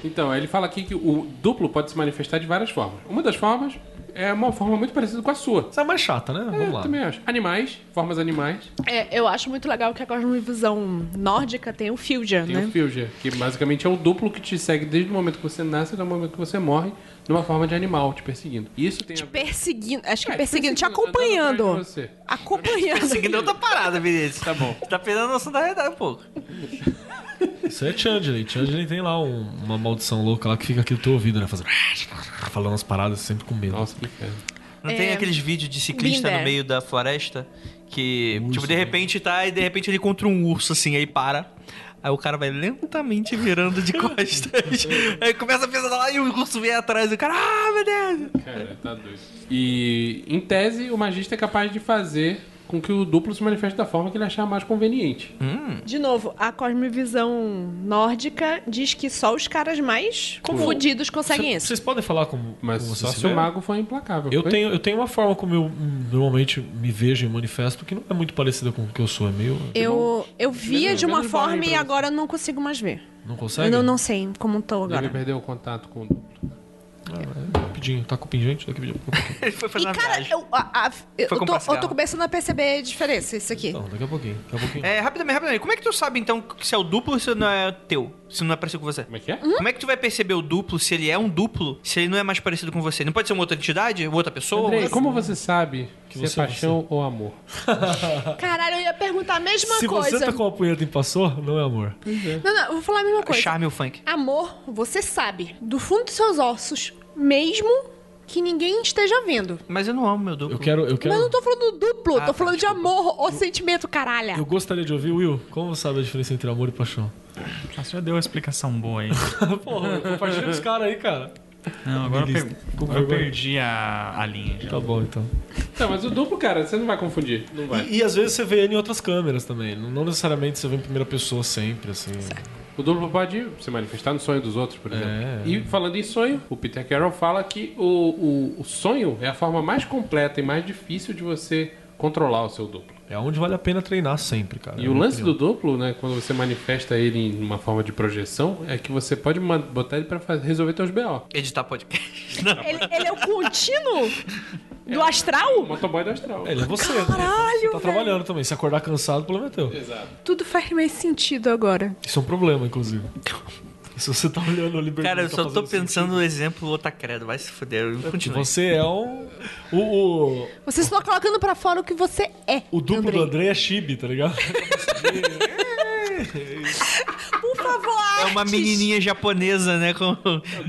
F: Então, ele fala aqui que o duplo pode se manifestar de várias formas. Uma das formas é uma forma muito parecida com a sua.
D: Essa é mais chata, né? Vamos
F: Eu
D: lá.
F: também acho. Animais, formas animais.
E: É, eu acho muito legal que a cosmovisão nórdica tem o Fjordan,
F: Tem
E: né?
F: o Filger, que basicamente é o duplo que te segue desde o momento que você nasce até o momento que você morre, numa forma de animal te perseguindo. Isso tem a...
E: Te perseguindo, acho que
F: É, te
E: perseguindo, te
F: perseguindo, andando
E: acompanhando.
F: atrás de você.
E: Acompanhando.
D: é
C: Seguindo outra parada, Vinícius. Tá bom. Tá perdendo a noção da realidade um pouco.
D: Isso é Chandley. Chandley tem lá um- uma maldição louca lá que fica aqui no teu ouvido, né? Fazendo... Falando as paradas sempre com medo.
F: Nossa, que inferno.
C: Não
E: É,
C: tem aqueles vídeos de ciclista
E: Been
C: no
E: there.
C: meio da floresta que, tipo, de repente tá e de repente ele encontra um urso assim, aí para. Aí o cara vai lentamente virando de costas. aí começa a pedalar e o urso vem atrás. E o cara, ah, meu Deus!
F: Cara, tá doido. E, em tese, o magista é capaz de fazer com que o duplo se manifeste da forma que ele achar mais conveniente.
E: De novo, a cosmovisão nórdica diz que só os caras mais confundidos conseguem
D: Cê-
E: isso.
D: Vocês podem falar como,
F: Mas
D: como
F: só
D: vocês
F: se o
D: vê?
F: mago for implacável.
D: Eu
F: foi?
D: tenho, eu tenho uma forma como eu hum, normalmente me vejo e manifesto que não é muito parecida com o que eu sou. É meio...
E: Eu, eu via de uma
F: menos barra
E: forma
F: aí
E: e
F: pra
E: agora eu não consigo mais ver.
D: Não
E: Eu
D: consegue?
E: não, não sei como tô
F: Deve
E: agora.
F: perder o contato com o duplo.
D: Rapidinho. Tá com o pingente? Daqui a pouquinho.
C: Ele foi fazer
E: E
C: uma
E: cara,
C: viagem.
E: eu, a- a- eu,
C: Foi
E: tô,
C: comprar
E: eu
C: cigarro.
E: tô começando a perceber a diferença, isso aqui.
D: Não, daqui a pouquinho. Daqui a pouquinho.
C: É, rapidamente, rapidamente. Como é que tu sabe, então, que se é o duplo ou se não é teu? Se não é parecido com você?
F: Como é que é?
C: Como é que tu vai perceber o duplo se ele é um duplo, se ele não é mais parecido com você? Não pode ser uma outra entidade? Uma outra pessoa?
F: Andrei,
C: Uma-
F: como você sabe que se é
D: você é
F: paixão ou amor?
E: Caralho, eu ia perguntar a mesma
D: Se
E: coisa.
D: você tá com É a punheta e passou, não é amor.
E: Não, não, eu vou falar a mesma coisa.
C: Charme ou funk?
E: Amor, você sabe, do fundo dos seus ossos, mesmo que ninguém esteja vendo.
C: Mas eu não amo meu duplo.
D: Eu quero... Eu
E: Mas eu
D: quero...
E: não tô falando do duplo,
C: Ah,
E: tô
C: tá,
E: falando de amor ou sentimento, caralho.
D: Eu gostaria de ouvir, Will, como você sabe a diferença entre amor e paixão?
G: Ah, você já deu a explicação boa aí.
D: Porra, compartilha com os caras aí, cara.
G: Não, agora eu,
D: Beleza.
G: per-
D: Com
G: agora eu
D: vergonha.
G: perdi a, a linha. Já.
D: Tá bom, então.
F: Tá, mas o duplo, cara, você não vai confundir. Não vai.
D: E, e às vezes você vê ele em outras câmeras também. Não, não necessariamente você vê em primeira pessoa sempre, assim.
F: O duplo pode se manifestar no sonho dos outros, por exemplo.
D: É.
F: E falando em sonho, o Peter Carroll fala que o, o, o sonho é a forma mais completa e mais difícil de você controlar o seu duplo.
D: É onde vale a pena treinar sempre, cara. É
F: E o lance do duplo, né, quando você manifesta ele em uma forma de projeção, é que você pode ma- botar ele pra fa- resolver teus BO.
C: Editar podcast. Não.
E: Ele, ele é o contínuo do astral?
F: Motoboy do astral.
D: É, ele é você. né?
E: Caralho,
D: Você tá
E: velho.
D: trabalhando também. Se acordar cansado, o problema é teu.
E: Tudo faz mais sentido agora.
D: Isso é um problema, inclusive. Se você tá olhando o Liberty
C: Cara, eu
D: tá
C: só tô
D: fazendo
C: pensando no exemplo outra credo, vai se fuder.
D: sentido,
C: Continua.
D: Você é um. O, o,
E: Você está colocando pra fora o que você é.
D: o duplo
E: Andrei.
D: do André é Chibi, tá ligado?
E: Por favor,
C: É uma
E: artes.
C: menininha japonesa, né, com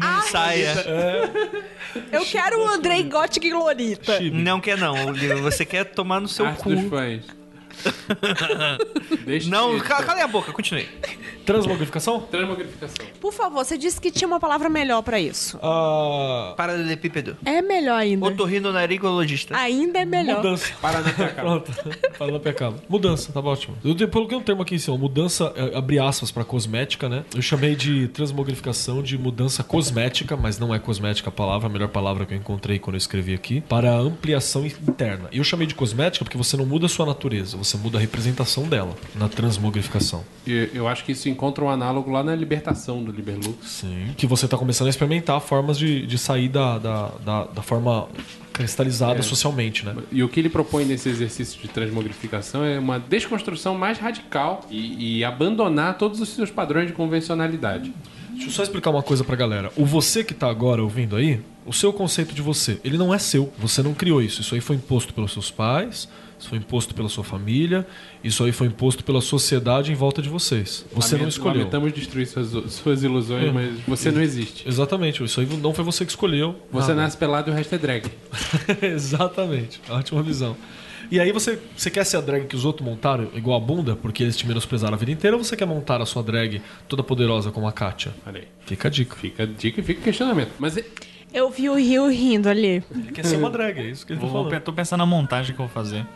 F: Ah,
C: com saia.
E: Eu quero o Andrei Gothic Glorita.
D: Chibi.
C: Não quer não, Olivia, você quer tomar no seu
F: Arte
C: cu.
F: dos fãs. Deixa
C: Não,
F: de-
C: ca- cala a boca, continue.
D: Transmogrificação?
F: Transmogrificação.
E: Por favor, você disse que tinha uma palavra melhor pra isso.
D: Ah.
C: Paralelepípedo.
E: É melhor ainda.
C: Otorrinolaringologista.
E: Ainda é melhor.
D: Mudança.
F: Paranapiacaba.
D: Pronto. Para na pecado. Mudança, tá ótimo. Eu te- coloquei um termo aqui em cima. Mudança, é, abre aspas, pra cosmética, né? Eu chamei de transmogrificação de mudança cosmética, mas não é cosmética a palavra, a melhor palavra que eu encontrei quando eu escrevi aqui, para ampliação interna. E eu chamei de cosmética porque você não muda a sua natureza, você muda a representação dela na transmogrificação.
F: E Eu acho que isso encontra um análogo lá na libertação do Liberlux.
D: Sim. Que você tá começando a experimentar formas de, de sair da, da, da, da forma cristalizada socialmente, né?
F: E o que ele propõe nesse exercício de transmogrificação é uma desconstrução mais radical e, e abandonar todos os seus padrões de convencionalidade.
D: Deixa eu só explicar uma coisa pra galera. O você que tá agora ouvindo aí, o seu conceito de você, ele não é seu. Você não criou isso. Isso aí foi imposto pelos seus pais, isso foi imposto pela sua família, isso aí foi imposto pela sociedade em volta de vocês. Você não
F: Lamento-
D: escolheu. É.
F: Lamentamos destruir suas, suas ilusões, mas você não existe.
D: Exatamente, isso aí não foi você que escolheu.
F: Você
D: Nada.
F: nasce pelado e o resto é drag.
D: Exatamente, ótima visão. E aí você, você quer ser a drag que os outros montaram igual a bunda, porque eles te menosprezaram a vida inteira, ou você quer montar a sua drag toda poderosa como a Kátia?
F: Olha aí.
D: Fica a dica.
F: Fica a dica e fica o questionamento. Mas é-
E: Eu vi o Rio rindo ali.
D: Ele quer ser uma drag, é isso que ele tá
G: Vou- vou-
D: falando.
G: tô pensando na montagem que eu vou fazer.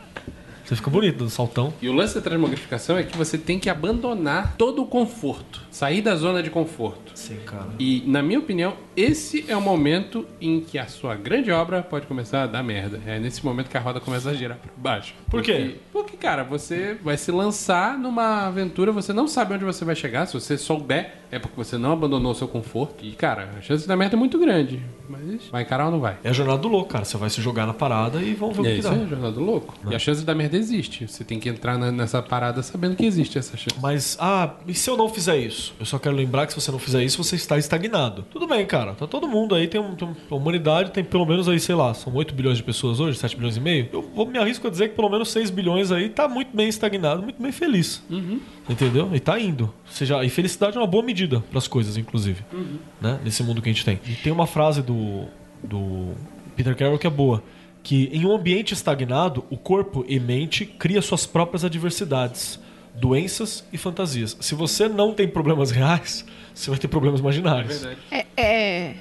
D: Você fica bonito, dando saltão.
F: E o lance da transmogrificação é que você tem que abandonar todo o conforto, sair da zona de conforto.
D: Sim, cara.
F: E, na minha opinião, esse é o momento em que a sua grande obra pode começar a dar merda. É nesse momento que a roda começa a girar pra baixo.
D: Por quê?
F: Porque, porque, cara, você vai se lançar numa aventura, você não sabe onde você vai chegar. Se você souber é porque você não abandonou o seu conforto. E, cara, a chance da merda é muito grande. Mas vai encarar ou não vai?
D: É a jornada do louco, cara. Você vai se jogar na parada e vamos ver o
F: É
D: que
F: isso
D: dá.
F: aí, é jornada do louco. E a chance da merda existe. Você tem que entrar na- nessa parada sabendo que existe essa chance.
D: Mas, ah, e se eu não fizer isso? Eu só quero lembrar que se você não fizer isso, você está estagnado. Tudo bem, cara. Tá todo mundo aí, tem, um- tem um- a humanidade tem pelo menos aí, sei lá, são 8 bilhões de pessoas hoje, 7 bilhões e meio. Eu vou, me arrisco a dizer que pelo menos 6 bilhões aí tá muito bem estagnado, muito bem feliz.
F: Uhum.
D: Entendeu? E tá indo. Ou Seja, e felicidade é uma boa medida para as coisas, inclusive.
F: Uhum.
D: Né? Nesse mundo que a gente tem. E tem uma frase do, do Peter Carroll que é boa. Que em um ambiente estagnado, o corpo e mente cria suas próprias adversidades, doenças e fantasias. Se você não tem problemas reais, você vai ter problemas imaginários.
E: É, é.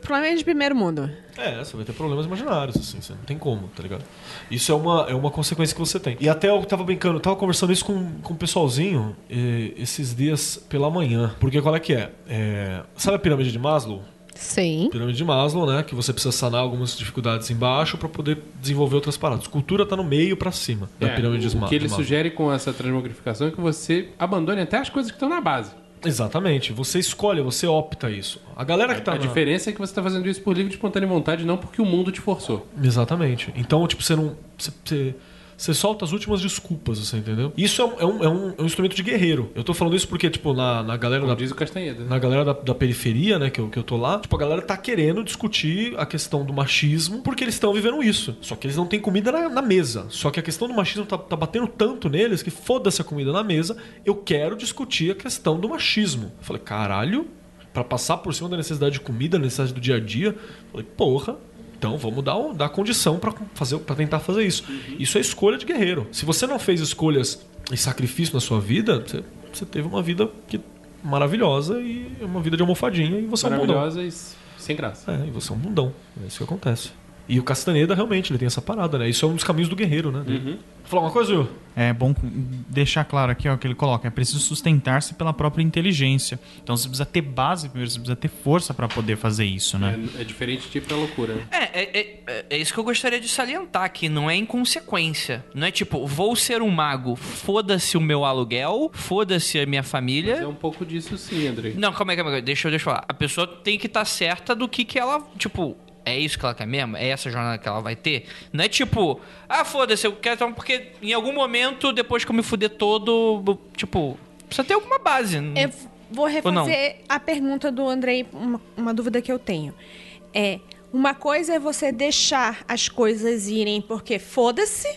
E: Problema de primeiro mundo.
D: É, você vai ter problemas imaginários, assim, você não tem como, tá ligado? Isso é uma, é uma consequência que você tem. E até eu tava brincando, eu tava conversando isso com, com o pessoalzinho eh, esses dias pela manhã. Porque qual é que é? É, Sabe a pirâmide de Maslow?
E: Sim.
D: Pirâmide de Maslow, né? Que você precisa sanar algumas dificuldades embaixo pra poder desenvolver outras paradas. Cultura tá no meio pra cima da
F: É,
D: pirâmide de
F: o
D: Maslow.
F: que ele sugere com essa transmogrificação é que você abandone até as coisas que estão na base.
D: Exatamente. Você escolhe, você opta isso. A galera que tá
F: a
D: na-
F: diferença é que você está fazendo isso por livre e espontânea vontade, não porque o mundo te forçou.
D: Exatamente. Então, tipo, você não. Você, você, você solta as últimas desculpas, você entendeu? Isso é um, é, um, é um- é um instrumento de guerreiro. Eu tô falando isso porque, tipo, na, na galera
F: Como
D: da.
F: diz o Castanheda. né?
D: Na galera da, da periferia, né, que eu, que eu tô lá, tipo, a galera tá querendo discutir a questão do machismo porque eles estão vivendo isso. Só que eles não têm comida na, na mesa. Só que a questão do machismo tá, tá batendo tanto neles que foda-se a comida na mesa, eu quero discutir a questão do machismo. Eu falei, caralho, pra passar por cima da necessidade de comida, da necessidade do dia a dia, eu falei, porra, então vamos dar, um- dar condição para fazer, para tentar fazer isso. Isso é escolha de guerreiro. Se você não fez escolhas e sacrifício na sua vida, você, você teve uma vida que, maravilhosa e uma vida de almofadinha e você é um bundão.
F: Maravilhosa e s- sem graça.
D: É, e você é um bundão. É isso que acontece. E o Castaneda realmente ele tem essa parada, né? Isso é um dos caminhos do guerreiro, né? dele. Vou Falar uma coisa, Will?
G: É bom deixar claro aqui ó, que ele coloca: é preciso sustentar-se pela própria inteligência. Então você precisa ter base primeiro, você precisa ter força pra poder fazer isso, né?
F: É, é diferente de ir pra loucura. né?
C: É, é, é- é- é isso que eu gostaria de salientar aqui. Não é inconsequência. Não é tipo, vou ser um mago, foda-se o meu aluguel, foda-se a minha família.
F: Mas é um pouco disso sim, Andrei.
C: Não, calma aí, calma aí. Deixa eu, deixa eu falar. A pessoa tem que estar certa do que que ela, tipo... É isso que ela quer mesmo? É essa jornada que ela vai ter? Não é tipo, ah, foda-se, eu quero tomar porque em algum momento, depois que eu me fuder todo, bo- tipo, precisa ter alguma base.
E: Eu vou
C: não?
E: refazer a pergunta do Andrei, uma, uma dúvida que eu tenho. É, uma coisa é você deixar as coisas irem porque foda-se,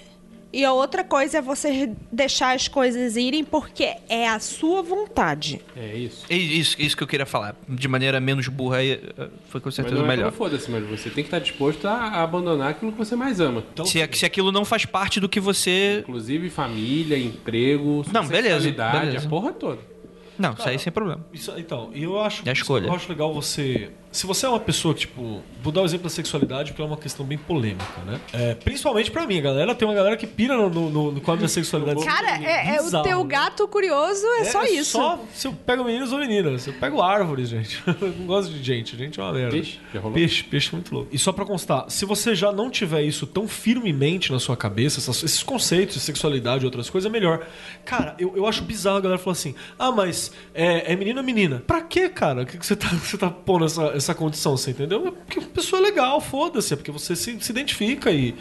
E: e a outra coisa é você deixar as coisas irem porque é a sua vontade.
F: É isso.
C: É Isso, isso que eu queria falar. De maneira menos burra, aí, eh, foi com
F: Mas
C: certeza
F: não é
C: melhor.
F: pelo foda-se, mas você tem que estar disposto a a abandonar aquilo que você mais ama.
C: Se, a- se aquilo não faz parte do que você.
F: Inclusive família, emprego,
C: Não, beleza,
F: sexualidade,
C: beleza.
F: a porra toda.
C: Não, isso aí sem problema.
D: Isso- então, e eu acho
C: É a escolha.
D: Eu acho legal você. Se você é uma pessoa que, tipo, vou dar o exemplo da sexualidade, porque é uma questão bem polêmica, né? É, principalmente pra mim, a galera tem uma galera que pira no, no, no quadro da sexualidade.
E: Cara, é, é o
D: Bizarro. né?
E: teu gato curioso, é, só isso.
D: Só se eu pego meninos ou meninas. Eu pego árvores, gente. Eu não gosto de gente. Gente é uma merda.
F: Peixe, já rolou?
D: Peixe, peixe é muito louco. E só pra constar, se você já não tiver isso tão firmemente na sua cabeça, essas- esses conceitos de sexualidade e outras coisas, é melhor. Cara, eu, eu acho bizarro a galera falar assim: ah, mas é, é menino ou menina? Pra quê, cara? O que, que você, tá, você tá pondo essa, essa condição, você entendeu? É porque a pessoa é legal, foda-se. É porque você se, se identifica e.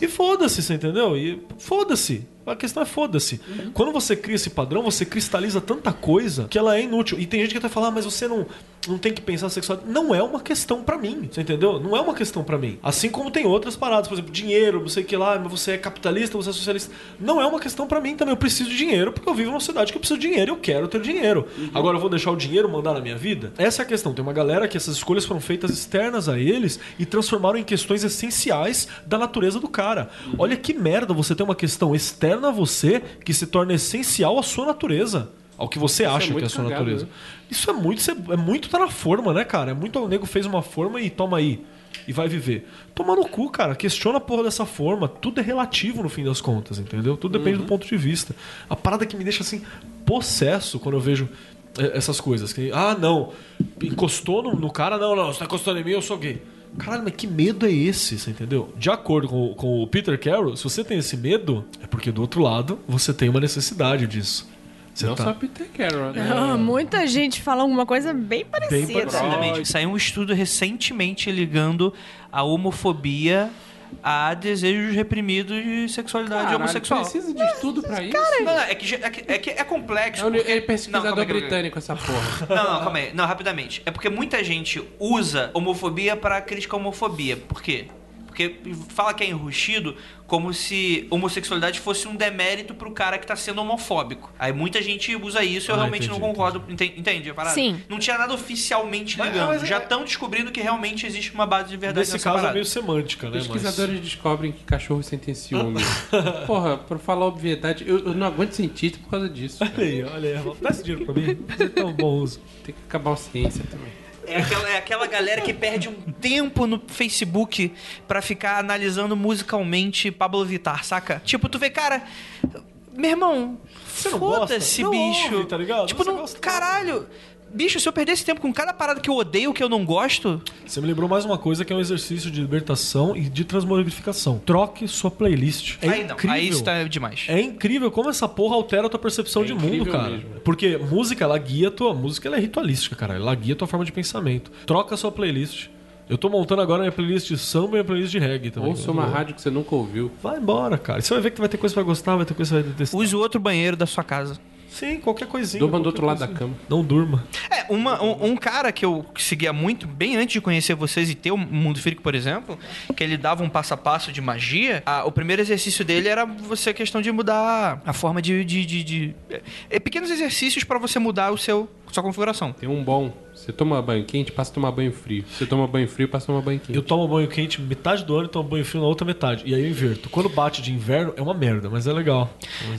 D: E foda-se, você entendeu? E foda-se. A questão é foda-se. Quando você cria esse padrão, você cristaliza tanta coisa que ela é inútil. E tem gente que até fala, ah, mas você não, não tem que pensar sexual. Não é uma questão pra mim, você entendeu? Não é uma questão pra mim. Assim como tem outras paradas, por exemplo, dinheiro, não sei o que lá, mas você é capitalista, você é socialista. Não é uma questão pra mim também. Eu preciso de dinheiro porque eu vivo numa sociedade que eu preciso de dinheiro e eu quero ter dinheiro.
F: Uhum.
D: Agora eu vou deixar o dinheiro mandar na minha vida? Essa é a questão. Tem uma galera que essas escolhas foram feitas externas a eles e transformaram em questões essenciais da natureza do cara.
F: Uhum.
D: Olha que merda você ter uma questão externa a você que se torna essencial à sua natureza. Ao que você
F: é
D: acha que
F: muito
D: é a sua
F: cagado,
D: natureza.
F: né?
D: Isso é muito, isso é é muito tá na forma, né, cara? É muito o nego fez uma forma e toma aí. E vai viver. Toma no cu, cara. Questiona a porra dessa forma. Tudo é relativo no fim das contas, entendeu? Tudo depende do ponto de vista. A parada que me deixa assim, possesso quando eu vejo é, essas coisas. Que, ah, não. Encostou no, no cara, não, não. Você tá encostando em mim, eu sou gay. Caralho, mas que medo é esse, você entendeu? De acordo com, o- com o Peter Carroll, se você tem esse medo, é porque do outro lado você tem uma necessidade disso. Você
F: não
D: tá-
F: só Peter Carroll, né?
E: Ah, muita gente fala alguma coisa bem parecida.
F: Freud.
C: Exatamente. Saiu um estudo recentemente ligando a homofobia a desejos reprimidos de sexualidade
F: Caralho,
C: homossexual.
F: precisa de estudo pra isso?
C: Não, não, é, que, já- é, que, é que é complexo.
F: É um
C: porque-
F: é pesquisador
C: Não, calma aí, calma aí.
F: britânico essa porra.
C: Não, não, calma aí. Não, rapidamente. É porque muita gente usa homofobia pra criticar a homofobia. Por quê? Porque fala que é enrustido como se homossexualidade fosse um demérito pro cara que tá sendo homofóbico. Aí muita gente usa isso e eu
D: Ah,
C: realmente
D: entendi,
C: não concordo. Entende, entende a parada?
E: Sim.
C: Não tinha nada oficialmente ligando.
D: mas é-
C: Já estão descobrindo que realmente existe uma base de verdade
D: Nesse
C: nessa
D: caso é
C: parada.
D: meio semântica, né?
F: Pesquisadores descobrem que cachorros sentem ciúme. porra, pra falar obviedade, eu, eu não aguento cientista por causa disso. cara.
D: Mas... Olha aí, olha aí. Dá esse dinheiro pra mim. Você tá um bom uso.
F: Tem que acabar a ciência também.
C: É aquela, é aquela galera que perde um tempo no Facebook pra ficar analisando musicalmente Pablo Vittar, saca? Tipo, tu vê, cara. Meu irmão,
D: não gosta?
C: foda-se,
D: Não
C: bicho.
D: ouve, tá ligado?
C: Tipo,
D: Você
C: não.
D: gosta.
C: Caralho! Bicho, se eu perder esse tempo com cada parada que eu odeio, que eu não gosto.
D: Você me lembrou mais uma coisa que é um exercício de libertação e de transmogrificação. Troque sua playlist. É
C: aí não,
D: incrível.
C: aí isso tá demais.
D: É incrível como essa porra altera a tua percepção
F: É
D: de mundo,
F: incrível
D: cara.
F: mesmo.
D: Porque música, ela guia a tua música, ela é ritualística, cara. Ela guia a tua forma de pensamento. Troca a sua playlist. Eu tô montando agora minha playlist de samba e minha playlist de reggae também.
F: Ouça uma rádio que você nunca ouviu.
D: Vai embora, cara. Você vai ver que vai ter coisa que vai gostar, vai ter coisa que vai detestar.
C: Use o outro banheiro da sua casa.
D: Sim, qualquer coisinha.
F: Durma do
D: qualquer
F: outro lado da
D: coisinha.
F: cama.
D: Não durma.
C: É, uma- um, um cara que eu seguia muito, bem antes de conhecer vocês e ter o Mundo Fírico, por exemplo, que ele dava um passo a passo de magia, a- o primeiro exercício dele era você a questão de mudar a forma de... de, de- de- é, é, pequenos exercícios pra você mudar o seu sua configuração.
F: Tem um bom. Você toma banho quente, passa a tomar banho frio. Você toma banho frio, passa a tomar banho quente.
D: Eu tomo banho quente metade do ano e tomo banho frio na outra metade. E aí eu inverto. Quando bate de inverno, é uma merda, mas é legal.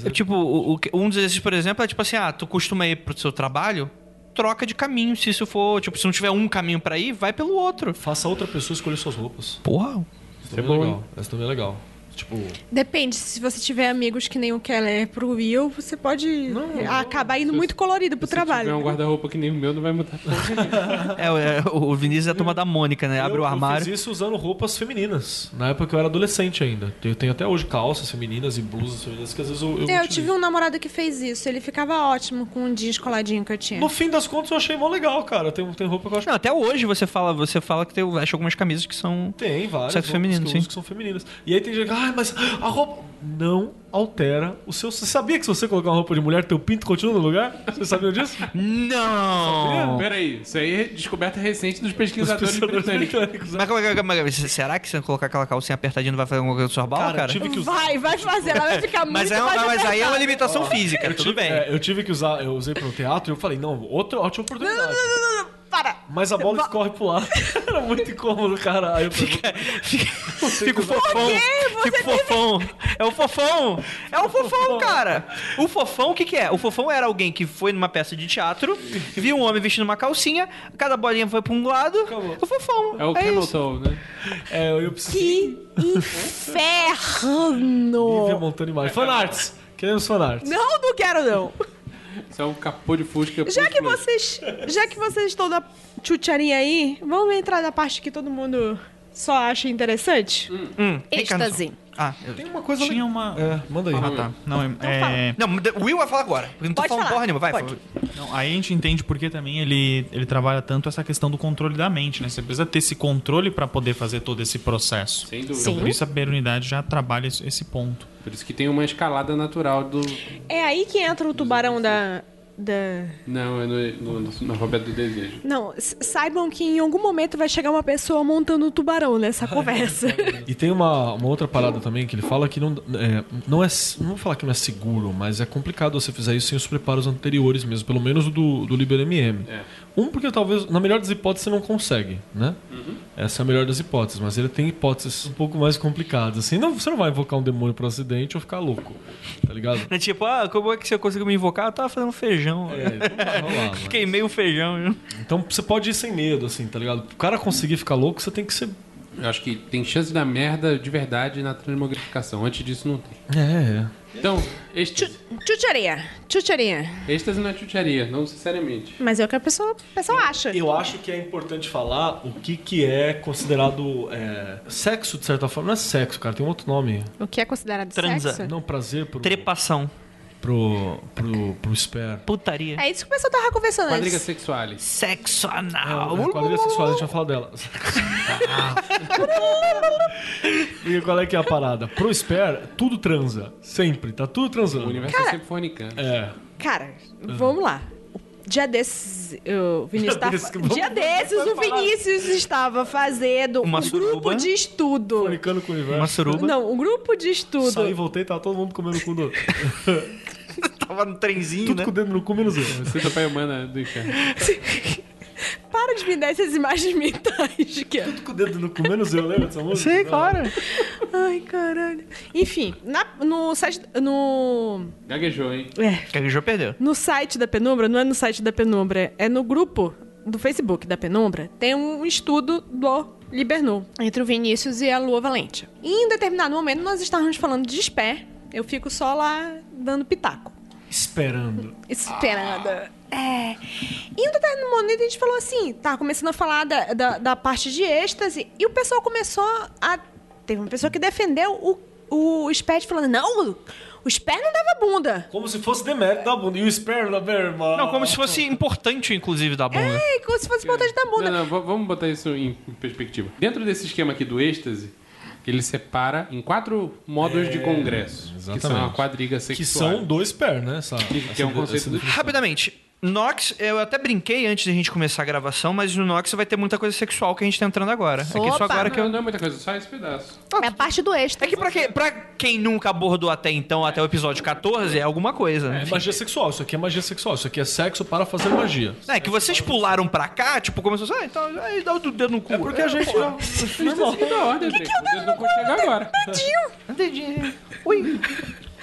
C: É, tipo, o- o que- um dos exercícios, por exemplo, é tipo assim, ah, tu costuma ir pro seu trabalho, troca de caminho, se isso for... Tipo, se não tiver um caminho pra ir, vai pelo outro.
D: Faça outra pessoa escolher suas roupas.
C: Porra,
D: Isso também é
F: bom,
D: legal. Isso também é legal. Tipo,
E: Depende, se você tiver amigos que nem o Keller pro Will, você pode acabar indo muito colorido pro
F: Se tiver um
E: trabalho.
F: guarda-roupa que nem o meu, não vai mudar.
C: É, é, o Vinícius é a turma da Mônica, né? Abre
D: eu,
C: o armário.
D: Eu fiz isso usando roupas femininas. Na época que eu era adolescente ainda. Eu tenho até hoje calças femininas e blusas femininas que às vezes eu. eu
E: É, eu
D: utilizo.
E: tive um namorado que fez isso, ele ficava ótimo com um jeans coladinho que eu tinha.
D: No fim das contas, eu achei mó legal, cara. Tem, tem roupa que eu acho.
C: Não, até hoje você fala, você fala que tem, acha algumas camisas que são.
D: Tem várias.
C: Sexo
D: roupas
C: feminino,
D: que eu
C: sim.
D: uso que são femininas. E aí tem gente que, ah, mas a roupa. Não altera o seu. Você sabia que se você colocar uma roupa de mulher, teu pinto continua no lugar? Você sabia disso?
C: Não!
F: Peraí, isso aí é descoberta recente dos pesquisadores
D: Pensadores
F: britânicos.
D: britânicos.
C: Mas, como é que- como é que- será que se eu colocar aquela calcinha apertadinha não vai fazer alguma coisa no seu
D: Cara,
C: cara?
D: eu
C: cara?
D: tive que usar.
E: Vai, vai fazer, ela vai ficar muito
C: Mas, é,
E: mais
C: uma- mas aí é uma
E: apertada.
C: limitação física, tudo bem.
D: É, eu tive que usar, eu usei pro teatro e eu falei, não, outra ótima oportunidade.
E: Para!
D: Mas a bola escorre pro lado. Era muito incômodo, cara. Aí eu falei,
C: Fico fofão. Fico Tipo fofão. É o fofão. É o fofão, cara. O fofão, o que que é? O fofão era alguém que foi numa peça de teatro, viu um homem vestindo uma calcinha, cada bolinha foi pra um lado. O fofão.
F: É o
C: é isso.
F: Hamilton, né?
D: é, eu
C: Tipo,
D: preciso
E: Que inferno!
D: ver montando imagem. Fanarts! Queremos fanarts.
E: Não, não quero não.
F: Isso é um capô de fusca.
E: Já que
F: fusca.
E: vocês, já que vocês estão na chucharinha aí, vamos entrar na parte que todo mundo só acha interessante?
C: Hum, Ricardo.
M: Êxtase.
C: Ah, eu-
D: Tem uma coisa
G: Tinha uma.
D: É, Então manda aí.
G: Ah, tá. Não, é- é,
C: Não, o Will vai falar agora. porque Eu não tô
E: Pode
C: falando
E: falar,
C: porra nenhuma, vai.
E: pode.
C: fala.
G: Não, aí a gente entende porque também ele, ele trabalha tanto essa questão do controle da mente, né? Você precisa ter esse controle para poder fazer todo esse processo.
F: Sem dúvida.
M: Sim.
G: Por isso a Berunidade já trabalha esse, esse ponto.
F: Por isso que tem uma escalada natural do.
E: É aí que entra o tubarão da. da...
F: Não, é no, no, no, na Roberto do Desejo.
E: Não, s- saibam que em algum momento vai chegar uma pessoa montando um tubarão nessa conversa.
D: E tem uma, uma outra parada também que ele fala que não é, não é. Não vou falar que não é seguro, mas é complicado você fizer isso sem os preparos anteriores mesmo, pelo menos o do, do Liber MM.
F: É.
D: Um, porque talvez, na melhor das hipóteses, você não consegue, né? Essa é a melhor das hipóteses, mas ele tem hipóteses um pouco mais complicadas. Assim, não, você não vai invocar um demônio por acidente ou ficar louco, tá ligado?
C: É tipo, ah, como é que você conseguiu me invocar? Eu tava fazendo um feijão.
D: É, não vai rolar, mano.
C: Queimei o feijão.
D: Então você pode ir sem medo, assim, tá ligado? Pro cara conseguir ficar louco, você tem que ser.
F: Eu acho que tem chance da merda de verdade na transmogrificação. Antes disso, não tem.
D: É,
F: Então, êxtase.
E: Chucharia, chucharia.
F: Êxtase não é chucharia, não necessariamente.
E: Mas é o que a pessoa, a pessoa acha.
D: Eu acho que é importante falar o que, que é considerado é, sexo, de certa forma. Não é sexo, cara, tem um outro nome.
E: O que é considerado
C: Transa.
E: sexo?
D: Não, prazer por.
C: Trepação.
D: pro, pro, pro Spare.
C: Putaria.
N: É isso que o pessoal tava conversando
F: Quadriga
N: antes.
F: sexualis.
C: Sexo
D: É,
F: Ah,
C: anal.
F: uh!
D: é quadrilha sexual, a gente vai falar dela. e qual é que é a parada? Pro Spare, tudo transa. Sempre. Tá tudo transando.
F: O universo é sempre fornicando.
D: É.
E: Cara, vamos lá. Dia desses, eu- o Vinícius
D: Dia
E: tava-
D: desses que vamos-
E: Dia desses, o Vinícius estava fazendo
C: Uma
E: um
C: suruba.
E: grupo de estudo.
D: Comunicando com o universo.
G: Uma suruba.
E: Não, um grupo de estudo.
D: Saí, voltei, tava todo mundo comendo com o do...
C: Tava no trenzinho,
D: Tudo
C: né?
D: com o dedo no cu, menos eu.
F: Você tá pai humana do inferno.
E: Para de me dar essas imagens mentais que é eu-
D: Tudo com o dedo no cu, menos eu. Lembra dessa música? Sim, claro.
E: Ai, caralho. Enfim, na- no site. No.
F: Gaguejou, hein?
E: É,
C: Que a já perdeu.
E: No site da Penumbra, não é no site da Penumbra, é no grupo do Facebook da Penumbra, tem um estudo do Libernu, entre o Vinícius e a Lua Valente. E em determinado momento nós estávamos falando de Spé, eu fico só lá dando pitaco.
D: Esperando.
E: Esperando. É. E em um determinado momento a gente falou assim, tá começando a falar da, da, da parte de êxtase, e o pessoal começou a. Teve uma pessoa que defendeu o, o Spé, falando, não, o Spé não dava bunda.
D: Como se fosse demérito da bunda. E o Spare da berma.
C: Não, como se fosse importante, inclusive, da bunda.
E: É, como se fosse vontade da bunda.
F: Não, não, v- vamos botar isso em em perspectiva. Dentro desse esquema aqui do êxtase, ele separa em quatro modos de congresso. Que são a
D: É, exatamente.
F: quadriga
D: Que
F: sexual.
D: são assim, dois Spare, né? Essa,
F: Que, que é um conceito do...
C: Rapidamente. Nox, eu até brinquei antes da gente começar a gravação, mas no Nox vai ter muita coisa sexual que a gente tá entrando agora. É que só
N: Opa!
C: agora que eu.
F: Não, não é muita coisa, só esse pedaço.
N: É a parte do extra.
C: É que pra, que pra quem nunca abordou até então, até o episódio 14, é alguma coisa, né?
D: É magia sexual, isso aqui é magia sexual, isso aqui é sexo para fazer magia.
C: É, que vocês pularam pra cá, tipo, começou assim, ah, então, aí dá o dedo no cu. É porque
D: a gente não.
C: é
D: assim,
F: Não, não, não, ordem, gente. Eu não consigo agora.
C: Ui.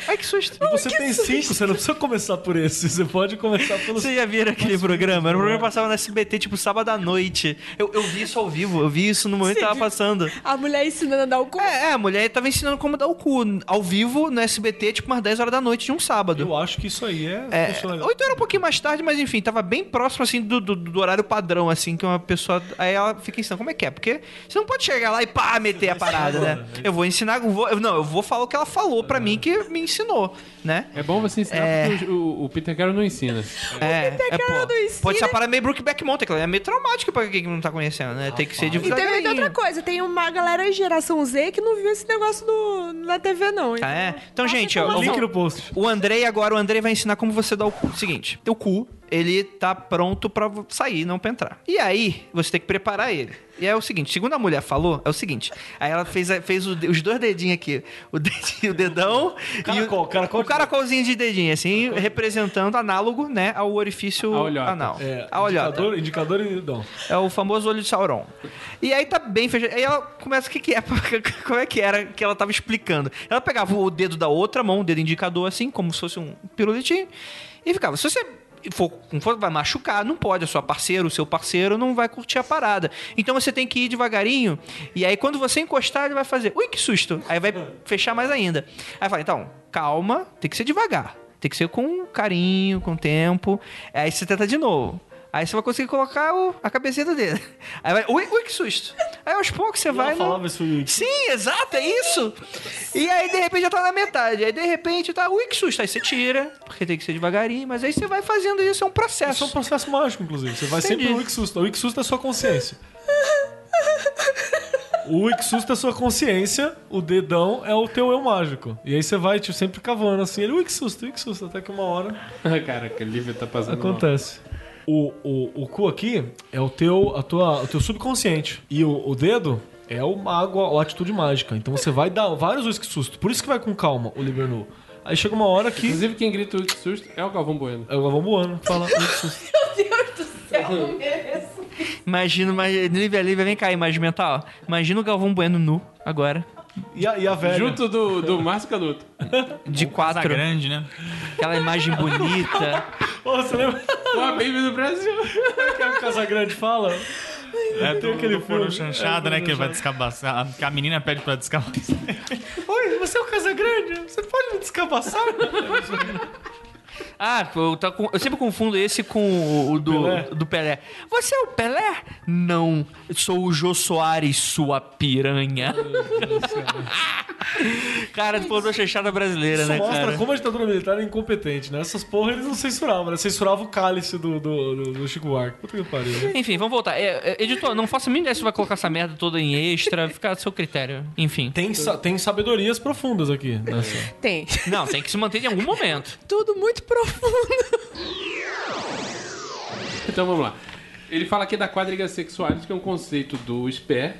C: Ai, que susto.
D: Você tem cinco, você não precisa começar por esse, você pode começar pelos.
C: Vocês já viram aquele programa? Era um programa que passava no SBT, tipo, sábado à noite. Eu, eu vi isso ao vivo, eu vi isso no momento que tava passando.
E: A mulher ensinando a dar o cu.
C: É, é, a mulher tava ensinando como dar o cu ao vivo no SBT, tipo, umas 10 horas da noite de um sábado.
D: Eu acho que isso aí é.
C: É,
D: funcionalidade.
C: ou então era um pouquinho mais tarde, mas enfim, tava bem próximo, assim, do, do- do horário padrão, assim, que uma pessoa... Aí ela fica ensinando, como é que é? Porque você não pode chegar lá e pá, meter a parada, né? Eu vou ensinar... eu vou- eu- não, eu vou falar o que ela falou pra mim, que me ensinou, né?
F: É bom você ensinar
C: É.
F: porque o, o Peter Carroll não ensina.
C: É, é,
E: cara
C: pô,
E: do ensino-
C: Pode ser a parada meio Brookback Mountain, claro. É meio traumático pra quem não tá conhecendo, né? Tem que ser
E: E
C: divulgado.
E: também Então, tem outra coisa, tem uma galera geração Z que não viu esse negócio do, na TV, não.
C: Ah, é? Então, gente, eu, eu
D: Link
C: vou-
D: no post.
C: O Andrei agora, o Andrei vai ensinar como você dá o cu. Seguinte, teu cu, ele tá pronto pra vo- sair, não pra entrar. E aí, você tem que preparar ele. E é o seguinte, segundo a mulher falou, é o seguinte. Aí ela fez, a- fez o de- os dois dedinhos aqui, o, dedinho, o dedão
D: Caracol,
C: e o,
D: caracol
C: o
D: de-
C: caracolzinho de dedinho, assim, representando análogo, né, ao orifício
F: A olhota.
C: anal.
D: É,
C: a olhota.
D: indicador, indicador e. Não.
C: É o famoso olho de Sauron. E aí tá bem fechado. Aí ela começa o que, que é, como é que era que ela tava explicando. Ela pegava o dedo da outra mão, o dedo indicador, assim, como se fosse um pirulitinho, e ficava. Se você for, não for- vai machucar, não pode. A sua parceira, o seu parceiro não vai curtir a parada. Então você tem que ir devagarinho. E aí quando você encostar, ele vai fazer. Ui, que susto! Aí vai fechar mais ainda. Aí fala, então, calma, tem que ser devagar. Tem que ser com carinho, com tempo. Aí você tenta de novo. Aí você vai conseguir colocar o- a cabecinha dele. Aí vai, ui, ui, que susto. Aí aos poucos você vai.
D: Ela
C: no-
D: falava isso em.
C: Sim, exato, é isso. E aí de repente já tá na metade. Aí de repente tá, ui, que susto. Aí você tira, porque tem que ser devagarinho, mas aí você vai fazendo isso, é um
D: Isso é um
C: processo.
D: processo mágico, inclusive. Você vai
C: Entendi.
D: sempre no Wixusta. O Wixusta é sua consciência. O Wixusta é sua consciência, o dedão é o teu eu mágico. E aí você vai tipo, sempre cavando assim, ele Wixusta, Wixusta, até que uma hora
F: Caraca, o Lívia tá passando mal.
D: Acontece. O, o, o cu aqui é o teu, a tua, o teu subconsciente. E o, o dedo é o água, a atitude mágica. Então você vai dar vários uísques susto. Por isso que vai com calma o Libernu. Aí chega uma hora que.
F: Inclusive, quem grita o susto é o Galvão Bueno.
D: É o Galvão Bueno que fala uísque susto.
C: Imagina, imagina, Lívia, Lívia, vem cá, imagem mental. Imagina o Galvão Bueno nu, agora,
D: E a, e a velha.
F: Junto do, do Márcio Canuto.
C: de
G: Tá
C: quatro.
G: grande, né?
C: Aquela imagem bonita.
D: Ô, você lembra
F: Uma baby do Brasil.
D: que o Casagrande fala?
G: É, do,
D: aquele
G: aquele do furo
D: filme.
G: chanchada,
D: um
G: né? Que vai descabaçar. Que a menina pede pra descabaçar.
D: Oi, você é o Casagrande? Você pode me descabaçar?
C: Ah, eu, tá com- eu sempre confundo esse com o, o do,
D: Pelé?
C: do Pelé. Você é o Pelé? Não, eu sou o Jô Soares, sua piranha. Cara, tu falou chechada brasileira,
D: Isso
C: né,
D: mostra
C: cara?
D: como a ditadura militar é incompetente, né? Essas porra eles não censuravam, né? Censuravam o cálice do, do, do, do Chico Buarque. Puta que pariu. né?
C: Enfim, vamos voltar. É, é, editor, não faça a mínima ideia se vai colocar essa merda toda em extra. Fica a seu critério. Enfim.
D: Tem, sa- tem sabedorias profundas aqui. né? Nessa.
K: Tem.
C: Não, tem que se manter em algum momento.
K: Tudo muito profundo.
F: Então vamos lá. Ele fala aqui da quadriga sexualis, que é um conceito do SPER,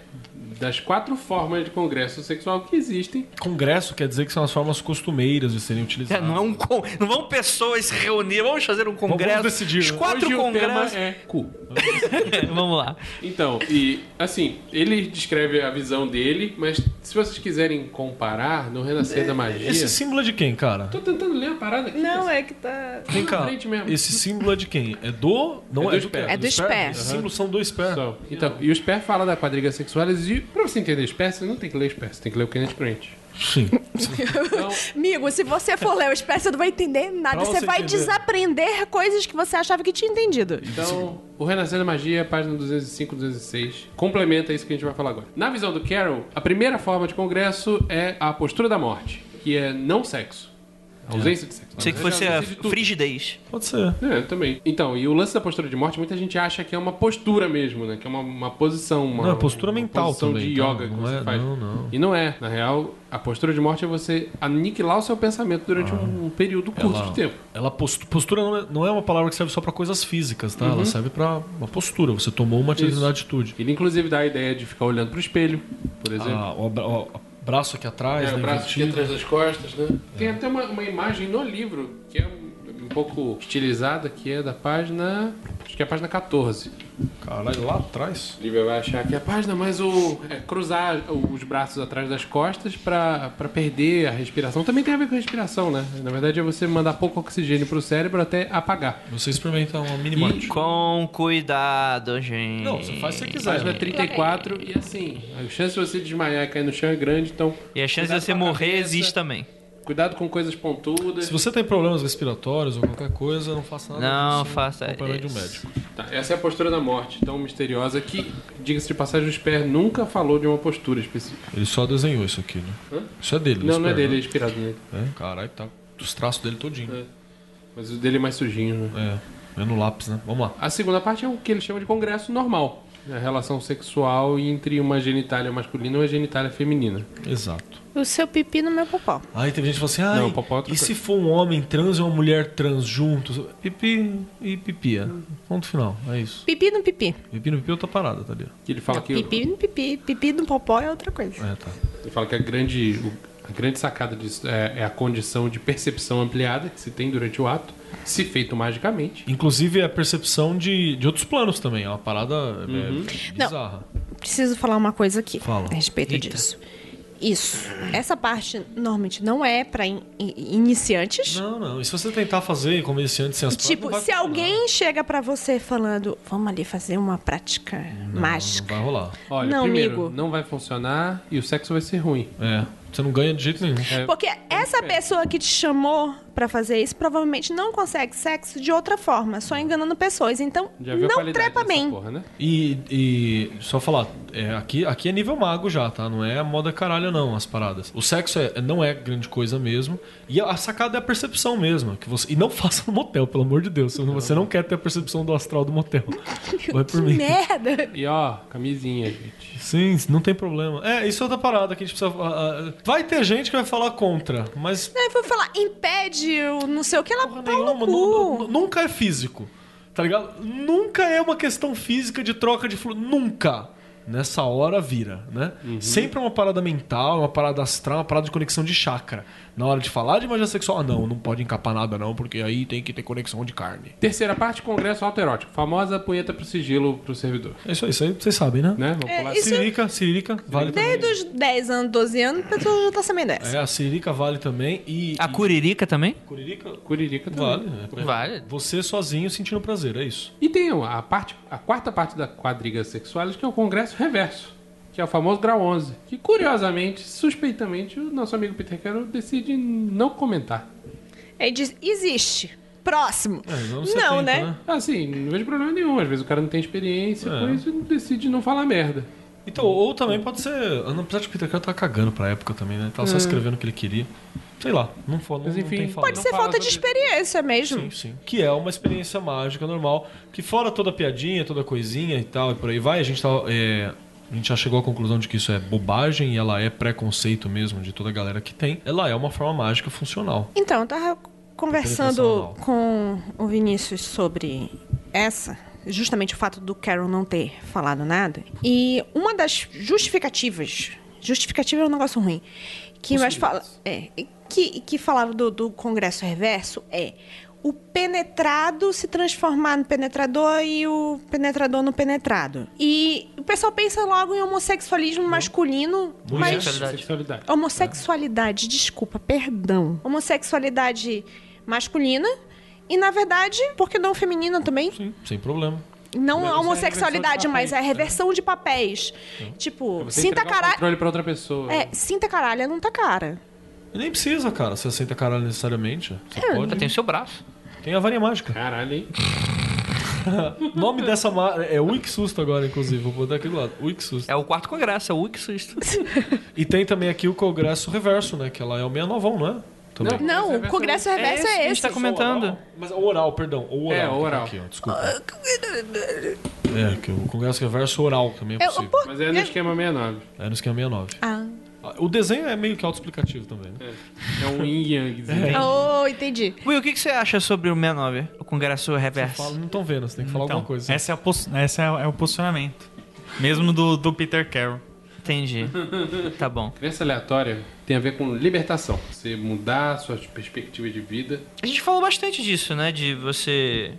F: das quatro formas de congresso sexual que existem.
D: Congresso quer dizer que são as formas costumeiras de serem
C: É,
D: utilizadas.
C: não, é um con- não vão pessoas se reunir, vamos fazer um congresso.
D: decidir,
C: Os
D: né?
C: quatro
F: Hoje o
C: congressos.
F: tema é cu.
C: vamos lá.
F: Então, e assim, ele descreve a visão dele, mas se vocês quiserem comparar no Renascer da Magia...
D: Esse símbolo é de quem, cara?
F: Tô tentando ler a parada aqui.
K: Não, é que tá.
D: Vem
F: na
D: cá.
F: frente mesmo.
D: Esse símbolo é de quem? É do. Não
F: É do
D: do
F: Sper.
D: quê?
K: É do Sper.
D: Sper? Esses símbolos são do Sper.
F: Então, então, e o Sper fala da quadriga sexualis, e pra você entender o Sper, você não tem que ler o Sper, você tem que ler o Kenneth Grant.
D: Sim.
K: Amigo, se você for ler o Expresso, você não vai entender nada.
D: Pra
K: Você,
D: você
K: vai
D: entender.
K: desaprender coisas que você achava que tinha entendido.
F: Então, o Renascer da Magia, página 205, 206, complementa isso que a gente vai falar agora. Na visão do Carol, a primeira forma de congresso é a postura da morte, que é não sexo. A ausência de sexo.
C: Sei que
F: Na
C: fosse
F: verdade, a
C: a
F: ausência de tudo.
C: frigidez.
D: Pode ser.
F: É, também. Então, e o lance da postura de morte, muita gente acha que é uma postura mesmo, né? Que é uma, uma posição, uma,
D: Não, é postura
F: uma
D: mental
F: posição
D: também,
F: de
D: tá?
F: yoga que
D: Não
F: você
D: é-
F: faz.
D: não, não.
F: E não é. Na real, a postura de morte é você aniquilar o seu pensamento durante um, um período curto
D: Ah. Ela-
F: de tempo.
D: Ela post- postura não é, não é uma palavra que serve só pra coisas físicas, tá?
F: Uhum.
D: Ela serve pra uma postura. Você tomou uma determinada atitude.
F: Ele, inclusive, dá a ideia de ficar olhando pro espelho, por exemplo.
D: Ah, o, abra- o braço aqui atrás,
F: É, o
D: né,
F: braço aqui
D: invertido.
F: atrás das costas, né?
D: É.
F: Tem até uma, uma imagem no livro que é um, um pouco estilizada, que é da página. Acho que é a página 14.
D: Caralho, lá atrás.
F: O livro vai achar que é a página, mas o. É cruzar os braços atrás das costas pra pra perder a respiração. Também tem a ver com respiração, né? Na verdade é você mandar pouco oxigênio pro cérebro até apagar.
D: Você experimenta uma mini morte.
C: Com cuidado, gente.
D: Não, você faz se você quiser.
F: Página
D: né?
F: 34 e assim, a chance de você desmaiar e cair no chão é grande, então
C: E a chance
F: Cuidado
C: de você
F: com a
C: morrer
F: cabeça.
C: existe também.
F: cuidado com coisas pontudas.
D: Se você tem problemas respiratórios ou qualquer coisa, não faça nada
C: Não
D: disso.
C: faça
D: acompanhamento de
C: isso.
D: um médico.
F: Tá, essa é a postura da morte, tão misteriosa que, diga-se de passagem, o Sper nunca falou de uma postura específica.
D: Ele só desenhou isso aqui, né?
F: Hã?
D: Isso é dele,
F: Não,
D: do
F: não é
D: Sperber.
F: dele, é inspirado nele.
D: É, caralho, tá dos traços dele todinho.
F: Mas o dele é mais sujinho, né?
D: É, é no lápis, né? Vamos lá.
F: A segunda parte é o que ele chama de congresso normal. É A relação sexual entre uma genitália masculina e uma genitália feminina.
D: Exato.
E: O seu pipi no meu popó.
D: Aí teve gente que falou assim, ah,
F: Não, popó é outra
D: e
F: coisa.
D: se for um homem trans e uma mulher trans juntos? Pipi e pipia. Ponto final, é isso.
E: Pipi no pipi.
D: Pipi no pipi outra parada, tá ali.
F: Que ele fala que,
E: É Pipi no pipi. Pipi no popó é outra coisa.
D: É, tá.
F: ele fala que a grande, o- a grande sacada disso é, é a condição de percepção ampliada que se tem durante o ato, se feito magicamente.
D: Inclusive a percepção de, de outros planos também. É uma parada é,
F: Uhum.
D: bizarra.
E: Preciso falar uma coisa aqui
D: Fala.
E: a respeito disso. Isso. Essa parte normalmente não é pra in- in- iniciantes.
D: Não, não. E se você tentar fazer como iniciante sem as paradas, não
E: Tipo,
D: vai
E: se
D: rolar.
E: alguém chega pra você falando, vamos ali fazer uma prática
D: Não
E: mágica.
D: vai rolar.
F: Olha,
E: Não,
F: primeiro,
E: amigo.
F: não vai funcionar e o sexo vai ser ruim.
D: É. Você não ganha de jeito nenhum.
E: Porque essa pessoa que te chamou pra fazer isso provavelmente não consegue sexo de outra forma, só enganando pessoas. Então,
F: Já viu a
E: não
F: qualidade
E: trepa
F: dessa
E: bem.
F: porra, né?
D: E, e só falar, é, aqui, aqui é nível mago já, tá? Não é moda caralho, não, as paradas. O sexo é- não é grande coisa mesmo. E a sacada é a percepção mesmo. Que você, e não faça no motel, pelo amor de Deus. Se você não quer ter a percepção do astral do motel. Vai por mim.
E: Merda!
F: E ó, camisinha, gente.
D: Sim, não tem problema. É, isso é outra parada que a gente precisa. ah, ah, vai ter gente que vai falar contra, mas
E: Aí foi falar, impede o não sei o que, ela
D: porra
E: pau Tá
D: nenhuma,
E: no cu.
D: nu- nu- nunca é físico. Tá ligado? Nunca é uma questão física de troca de fluido. Nunca. Nessa hora vira, né? Sempre é uma parada mental, uma parada astral, uma parada de conexão de chakra. Na hora de falar de magia sexual, ah, não, não pode encapar nada, não, porque aí tem que ter conexão de carne.
F: Terceira parte, congresso autoerótico. Famosa punheta pro sigilo pro servidor.
D: É isso aí, isso aí vocês sabem, né?
F: Né?
E: É,
F: Vamos pular assim.
D: Siririca, Siririca,
E: Né?
D: vale também.
E: Desde os 10 anos, 12 anos, a pessoa já tá sabendo dessa.
D: É, a Siririca vale também. E.
C: A curirica também?
D: e- Curirica?
E: é.
F: Curirica também.
D: Vale. né?
C: Vale.
D: Você sozinho sentindo prazer, é isso.
F: E tem a, parte, a quarta parte da quadriga sexualis, que é o congresso reverso. Que é o famoso grau 11. Que, curiosamente, suspeitamente, o nosso amigo Peter Carroll decide não comentar.
E: Aí diz, existe. Próximo.
D: É, nos anos
E: não,
D: 70,
E: né?
F: Assim, não vejo problema nenhum. Às vezes o cara não tem experiência
D: É.
F: com isso e decide não falar merda.
D: Então, ou também pode ser. Não precisa de Peter Quill tá cagando pra época também, né? Ele
E: Hum.
D: Tava só escrevendo o que ele queria. Sei lá, não foi.
F: Mas
D: não,
F: enfim,
D: não tem fala.
E: Pode
F: Não
E: ser
F: fala
E: é falta de
F: sobre-
E: experiência mesmo.
D: Sim, sim. Que é uma experiência mágica normal. Que fora toda piadinha, toda coisinha e tal, e por aí vai, a gente tá. é, A gente já chegou à conclusão de que isso é bobagem e ela é preconceito mesmo de toda a galera que tem. Ela é uma forma mágica funcional.
E: Então, eu tava conversando
D: Interpretação
E: com o Vinícius sobre essa, justamente o fato do Carol não ter falado nada. E uma das justificativas, justificativa é um negócio ruim, que mais fala, é, que, que falava do, do Congresso Reverso é o penetrado se transformar no penetrador e o penetrador no penetrado. E o pessoal pensa logo em homossexualismo masculino, mas
F: Sexualidade.
E: homossexualidade, desculpa, perdão. Homossexualidade masculina e na verdade, porque não feminina também,
D: Sim, sem problema.
E: não
F: Mas
E: a
F: é a
E: homossexualidade,
F: reversão de
E: mas é a
F: papéis,
E: reversão de papéis. Tipo,
F: Você
E: sinta
F: entregar o
E: caralho,
F: um controle pra outra pessoa.
E: é, sinta caralho, não tá cara.
D: E nem precisa, cara, você aceita caralho necessariamente. Você
E: É.
D: pode.
C: Tem o seu braço.
D: Tem a varinha mágica.
F: Caralho, hein?
D: nome dessa ma... é Wiki Susto agora, inclusive. Vou botar aqui do lado. Wiki Susto.
C: É o quarto congresso, é o Wiki Susto.
D: E tem também aqui o Congresso Reverso, né? Que ela é o meia novão, não é? Também.
E: Não, o Congresso Reverso é
C: A gente
E: esse.
C: tá comentando.
D: Mas o oral, perdão. O oral.
F: É,
D: que tá
F: oral.
D: Aqui, ó, desculpa. É, que o Congresso Reverso oral também é
E: Eu-
D: possível.
E: por-
F: Mas é no esquema 69.
D: É no esquema 69.
E: Ah.
D: O desenho é meio que autoexplicativo também, né?
F: É um yin yang.
E: Oh, entendi.
C: Will, o que, que você acha sobre o 69? O congresso reverso?
D: Fala, não estão vendo, você tem que falar
G: Então,
D: alguma coisa.
G: Essa é, a pos- essa é, é o posicionamento. Mesmo do, do Peter Carroll.
C: Entendi. tá bom.
F: Crença aleatória tem a ver com libertação. Você mudar suas perspectivas de vida.
C: A gente falou bastante disso, né? De você.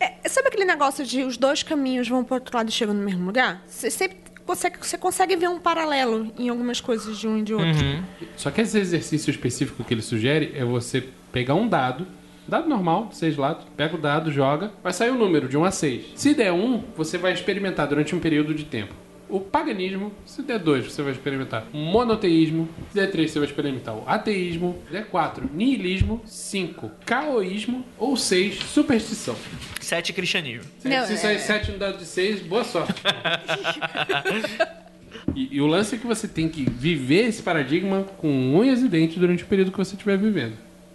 E: É, sabe aquele negócio de os dois caminhos vão pro outro lado e chegam no mesmo lugar? Você sempre consegue, você consegue ver um paralelo em algumas coisas de um e de outro.
F: Só que esse exercício específico que ele sugere é você pegar um dado, dado normal, seis lados, pega o dado, joga, vai sair o número de 1 a 6. Se der 1, você vai experimentar durante um período de tempo. O paganismo, se der 2, você vai experimentar o monoteísmo, se der 3, você vai experimentar o ateísmo, se der 4, niilismo, 5, caoísmo ou 6, superstição.
C: Sete cristianismo.
F: Se,
E: Não,
F: se
E: é-
F: sair 7 no dado de 6, boa sorte. E, e o lance é que você tem que viver esse paradigma com unhas e dentes durante o período que você estiver vivendo.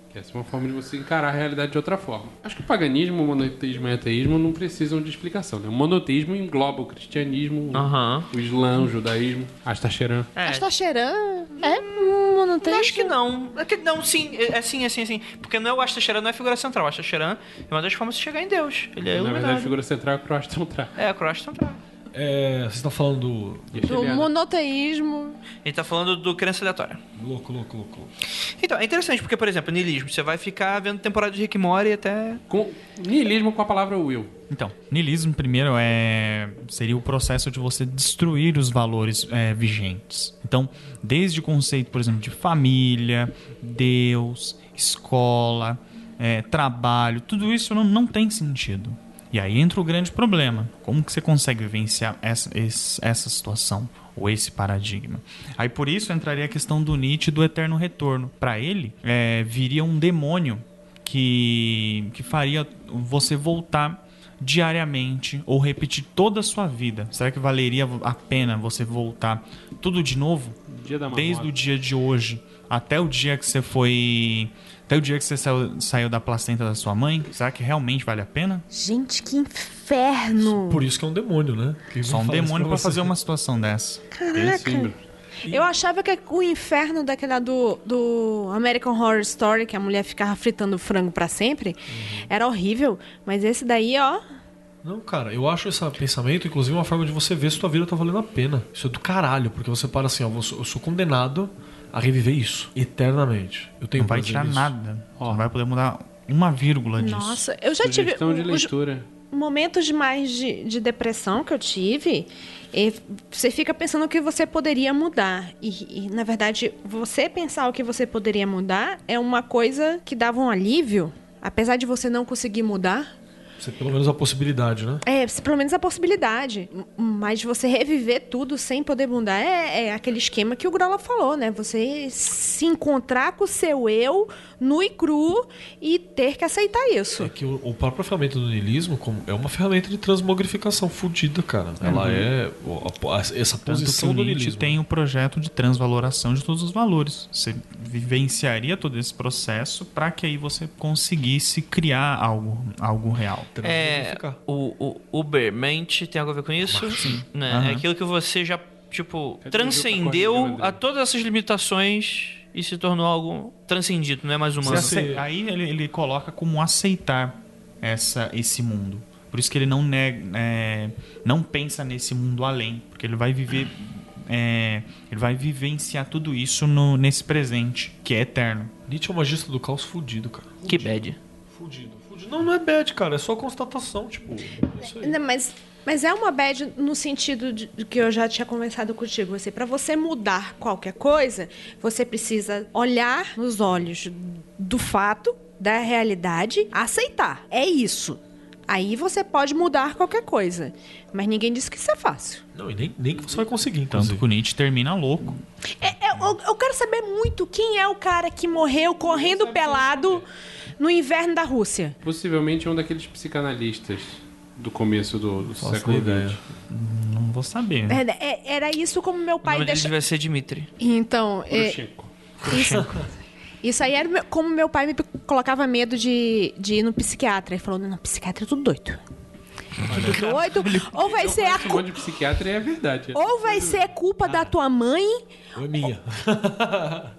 F: Que essa é uma forma de você encarar a realidade de outra forma. Acho que o paganismo, o monoteísmo e o ateísmo não precisam de explicação. Né? O monoteísmo engloba o cristianismo, o-
C: Aham.
F: o islã, o judaísmo, Astacheran.
C: É.
E: Mas tá cheirando. É, hum, eu não tem.
C: Eu acho que não. É que Não, sim, é é sim, é sim, é sim. Porque não é o Astacheran não é a figura central. O Astacheran é uma das formas de chegar em Deus. Ele é
F: Na verdade, a
C: iluminado.
F: figura central é o Croastantra.
C: É, o Cross central.
D: É, vocês estão falando do.
E: Do monoteísmo.
C: Ele tá falando do crença aleatória.
D: Louco, louco, louco, louco.
C: Então, é interessante, porque, por exemplo, niilismo. Você vai ficar vendo temporada de Rick e Morty até...
F: Com niilismo com a palavra will.
G: Então, niilismo primeiro é seria o processo de você destruir os valores é, vigentes. Então, desde o conceito, por exemplo, de família, Deus, escola, é, trabalho, tudo isso não, não tem sentido. E aí entra o grande problema. Como que você consegue vivenciar essa, esse- essa situação ou esse paradigma? Aí por isso entraria a questão do Nietzsche e do eterno retorno. Para ele, é, viria um demônio que, que faria você voltar diariamente ou repetir toda a sua vida? Será que valeria a pena você voltar tudo de novo?
F: Dia da marmota.
G: Desde o dia de hoje até o dia que você foi. Até o dia que você saiu, saiu da placenta da sua mãe? Será que realmente vale a pena?
E: Gente, que inferno.
D: Por isso que é um demônio, né? Que
G: Só um
D: fala isso
G: demônio pra
D: você.
G: fazer uma situação dessa.
E: Caraca. Eu achava que o inferno daquela do, do American Horror Story, que a mulher ficava fritando frango pra sempre, era horrível. Mas esse daí, ó.
D: Não, cara, eu acho esse pensamento, inclusive, uma forma de você ver se tua vida tá valendo a pena. Isso é do caralho, porque você para assim, ó, eu sou, eu sou condenado a reviver isso eternamente. Eu tenho
G: Não vai
D: prazer
G: tirar
D: nisso.
G: nada. Não vai poder mudar uma vírgula disso.
E: Nossa, eu já tive.
F: Sugestão de
E: os-
F: leitura.
E: momentos de mais de, de depressão que eu tive, e você fica pensando o que você poderia mudar. E, e, na verdade, você pensar o que você poderia mudar é uma coisa que dava um alívio, apesar de você não conseguir mudar.
D: Você pelo menos a possibilidade, né?
E: É, se- pelo menos a possibilidade. M- Mas você reviver tudo sem poder mudar é, é aquele esquema que o Grola falou, né? Você se encontrar com o seu eu nu e cru e ter que aceitar isso.
D: É que o, o próprio ferramenta do niilismo como- é uma ferramenta de transmogrificação fudida, cara. Ela é o- a- a- essa
G: Uhum. Tanto que
D: posição
G: o
D: do
G: Nietzsche
D: niilismo.
G: tem o projeto de transvaloração de todos os valores. Você vivenciaria todo esse processo para que aí você conseguisse criar algo, algo real.
C: É,
D: Transmogrificar.
C: o, o Ubermente tem algo a ver com isso? Sim.
G: Aham.
C: É aquilo que você já, tipo,
F: Atingiu o pacote de
C: transcendeu
F: André.
C: a todas essas limitações e se tornou algo transcendido, não é mais humano.
G: Você ace- Aí ele, ele coloca como aceitar essa, esse mundo. Por isso que ele não, nega, é, não pensa nesse mundo além, porque ele vai viver, é, ele vai vivenciar tudo isso no- nesse presente que é eterno.
D: Nietzsche é o magista do caos fudido, cara.
C: Que bad.
D: Fudido, fudido. Não, não é bad, cara. É só constatação, tipo. É isso aí.
E: Não, Mas, mas é uma bad no sentido de, de que eu já tinha conversado contigo. Assim, para você mudar qualquer coisa, você precisa olhar nos olhos do fato, da realidade, aceitar. É isso. Aí você pode mudar qualquer coisa. Mas ninguém disse que isso é fácil.
D: Não, e nem, nem que você vai conseguir,
G: Tanto
D: inclusive.
G: que o Nietzsche termina louco.
E: É- é- eu, eu quero saber muito quem é o cara que morreu correndo pelado no inverno da Rússia.
F: Possivelmente é um daqueles psicanalistas do começo do, do
D: Faço
F: século
D: ideia.
F: XX.
G: Não vou saber. né?
E: É, é- Era isso como meu
C: O
E: pai
C: nome dele
E: deixa...
C: vai ser Dimitri.
O: Então, é,
F: Chico.
E: Isso aí era meu- como meu pai me colocava medo de, de ir no psiquiatra. Ele falou, não, psiquiatra é tudo doido. Tudo doido. Ou vai ser a
F: Esse
E: cu-
F: monte de psiquiatra é verdade.
E: ou vai ser culpa da tua mãe,
D: Ou é minha.